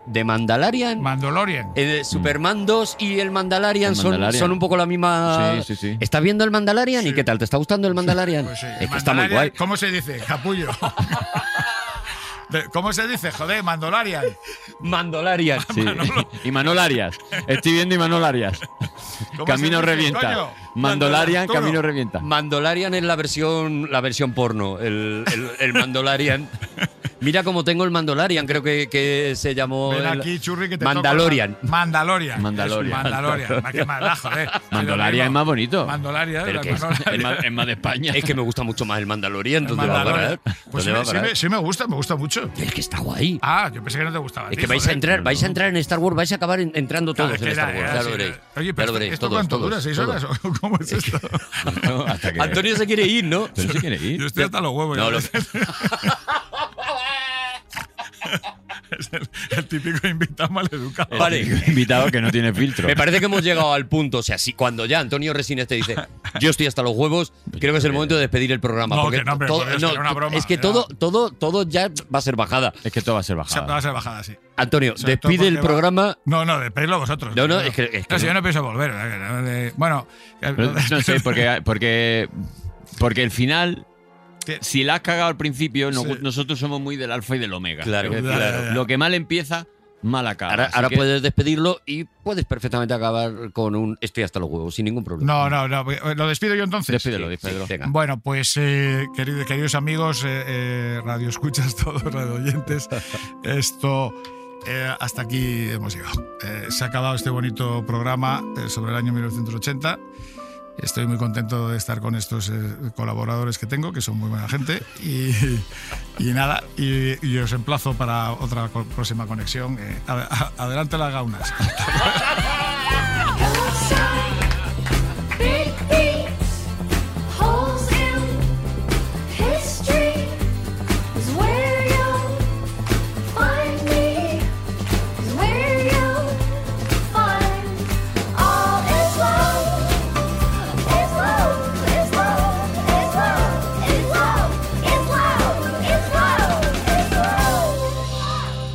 Speaker 3: De Mandalorian.
Speaker 2: Mandalorian.
Speaker 3: Eh, Superman 2 y el Mandalorian,
Speaker 2: El
Speaker 3: son-
Speaker 2: Mandalorian.
Speaker 3: Son, un poco la misma.
Speaker 2: Sí, sí, sí.
Speaker 3: [laughs] ¿Estás viendo el Mandalorian y qué tal? ¿Te está gustando el Mandalorian?
Speaker 2: Pues sí,
Speaker 3: es que está muy
Speaker 2: Mandalorian,
Speaker 3: guay.
Speaker 2: ¿Cómo se dice?
Speaker 3: [laughs]
Speaker 2: Capullo. [laughs] De- ¿Cómo se dice? Joder, Mandalorian.
Speaker 3: Mandolarias.
Speaker 4: Sí. Y Manol Arias. Estoy viendo y Manol Arias.
Speaker 3: [laughs]
Speaker 4: [laughs]
Speaker 3: ¿Cómo
Speaker 4: Camino
Speaker 3: se dice,
Speaker 4: revienta.
Speaker 3: coño?
Speaker 4: Mandolarian,
Speaker 3: Arturo.
Speaker 4: camino revienta.
Speaker 3: Mandolarian es la versión, la versión porno. El, el-
Speaker 2: [laughs]
Speaker 3: el Mandolarian. Mira cómo tengo el Mandolarian, creo que, que se llamó.
Speaker 2: Ven
Speaker 3: el-
Speaker 2: aquí, churri, que te
Speaker 3: Mandalorian.
Speaker 2: toco la- Mandalorian.
Speaker 4: Mandalorian.
Speaker 2: Es Mandalorian. Más que más, da,
Speaker 3: [laughs]
Speaker 2: joder.
Speaker 4: Mandolaria es más bonito.
Speaker 2: Mandalorian.
Speaker 3: Pero
Speaker 2: la
Speaker 3: que es,
Speaker 2: Mandalorian.
Speaker 3: es más,
Speaker 4: es más de España.
Speaker 3: Es que me gusta mucho más el Mandalorian. ¿Dónde va a
Speaker 2: Mandalorian.
Speaker 3: parar?
Speaker 2: Pues sí
Speaker 3: ¿Dónde va
Speaker 2: me,
Speaker 3: a
Speaker 2: sí,
Speaker 3: parar?
Speaker 2: me, sí me gusta, me gusta mucho.
Speaker 3: Es que está guay.
Speaker 2: Ah, yo pensé que no te gustaba. a
Speaker 3: Es
Speaker 2: ti,
Speaker 3: que vais a
Speaker 2: joder.
Speaker 3: entrar, vais a entrar en Star Wars, vais a acabar en- entrando
Speaker 2: Claro,
Speaker 3: todos
Speaker 2: es
Speaker 3: en
Speaker 2: que
Speaker 3: Star
Speaker 2: era-
Speaker 3: Wars.
Speaker 2: era
Speaker 3: Ya
Speaker 2: así,
Speaker 3: lo veréis.
Speaker 2: era- Oye,
Speaker 3: Ya
Speaker 2: pero
Speaker 3: lo
Speaker 2: esto,
Speaker 3: veréis,
Speaker 2: ¿esto
Speaker 3: todos,
Speaker 2: cuánto
Speaker 3: todos,
Speaker 2: dura? ¿Seis
Speaker 3: todos.
Speaker 2: horas? ¿O [laughs] ¿Cómo es esto?
Speaker 4: [laughs] Hasta que-
Speaker 3: Antonio se quiere ir, ¿no?
Speaker 4: Pero se quiere ir.
Speaker 2: ¿eh? [laughs] Yo estoy hasta los huevos.
Speaker 3: No,
Speaker 2: ya.
Speaker 3: lo-
Speaker 2: el, el típico invitado maleducado.
Speaker 3: Vale.
Speaker 4: Invitado que no tiene filtro.
Speaker 3: Me parece que hemos llegado al punto. O sea, si cuando ya Antonio Resines te dice, yo estoy hasta los huevos, creo que es el momento de despedir el programa.
Speaker 2: Pues No,
Speaker 3: porque
Speaker 2: que no, hombre,
Speaker 3: todo-
Speaker 2: por Dios,
Speaker 3: no,
Speaker 2: que era una broma,
Speaker 3: es que
Speaker 2: era-
Speaker 3: todo, todo, todo ya va a ser bajada.
Speaker 4: Es que todo va a ser bajada.
Speaker 2: Va a ser bajada, sí.
Speaker 3: Antonio,
Speaker 2: Sobre todo
Speaker 3: despide el
Speaker 2: porque va-
Speaker 3: programa.
Speaker 2: No, no, despedidlo vosotros.
Speaker 3: No, no,
Speaker 2: Despedidlo.
Speaker 3: es que- es que
Speaker 2: No, si
Speaker 3: no.
Speaker 2: yo no pienso volver. eh, eh, Bueno, eh, [laughs]
Speaker 4: Pero no sé, porque, porque, porque el final, si la has cagado al principio, nos-
Speaker 3: Sí.
Speaker 4: nosotros somos muy del alfa y del omega.
Speaker 3: Claro,
Speaker 4: Es decir,
Speaker 3: claro.
Speaker 4: Lo que mal empieza, mal acaba.
Speaker 3: Ahora,
Speaker 4: Así
Speaker 3: ahora
Speaker 4: que-
Speaker 3: puedes despedirlo y puedes perfectamente acabar con un estoy hasta los huevos, sin ningún problema.
Speaker 2: No, no, no. eh, ¿Lo despido yo entonces?
Speaker 3: Despídelo, despídelo.
Speaker 2: Bueno, pues eh, querido- queridos amigos, eh, eh, radioescuchas [laughs] todos, radioyentes, esto eh, hasta aquí hemos llegado. Eh, se ha acabado este bonito programa eh, sobre el año 1980. Estoy muy contento de estar con estos eh, colaboradores que tengo, que son muy buena gente. Y, y nada, y, y os emplazo para otra co- próxima conexión. Eh, a- a- adelante las gaunas.
Speaker 13: Big beats, holes in history is where you'll find me. Is where you'll find all is love. Is love. Is love. Is love. Is love. Is love. Is love. Is love.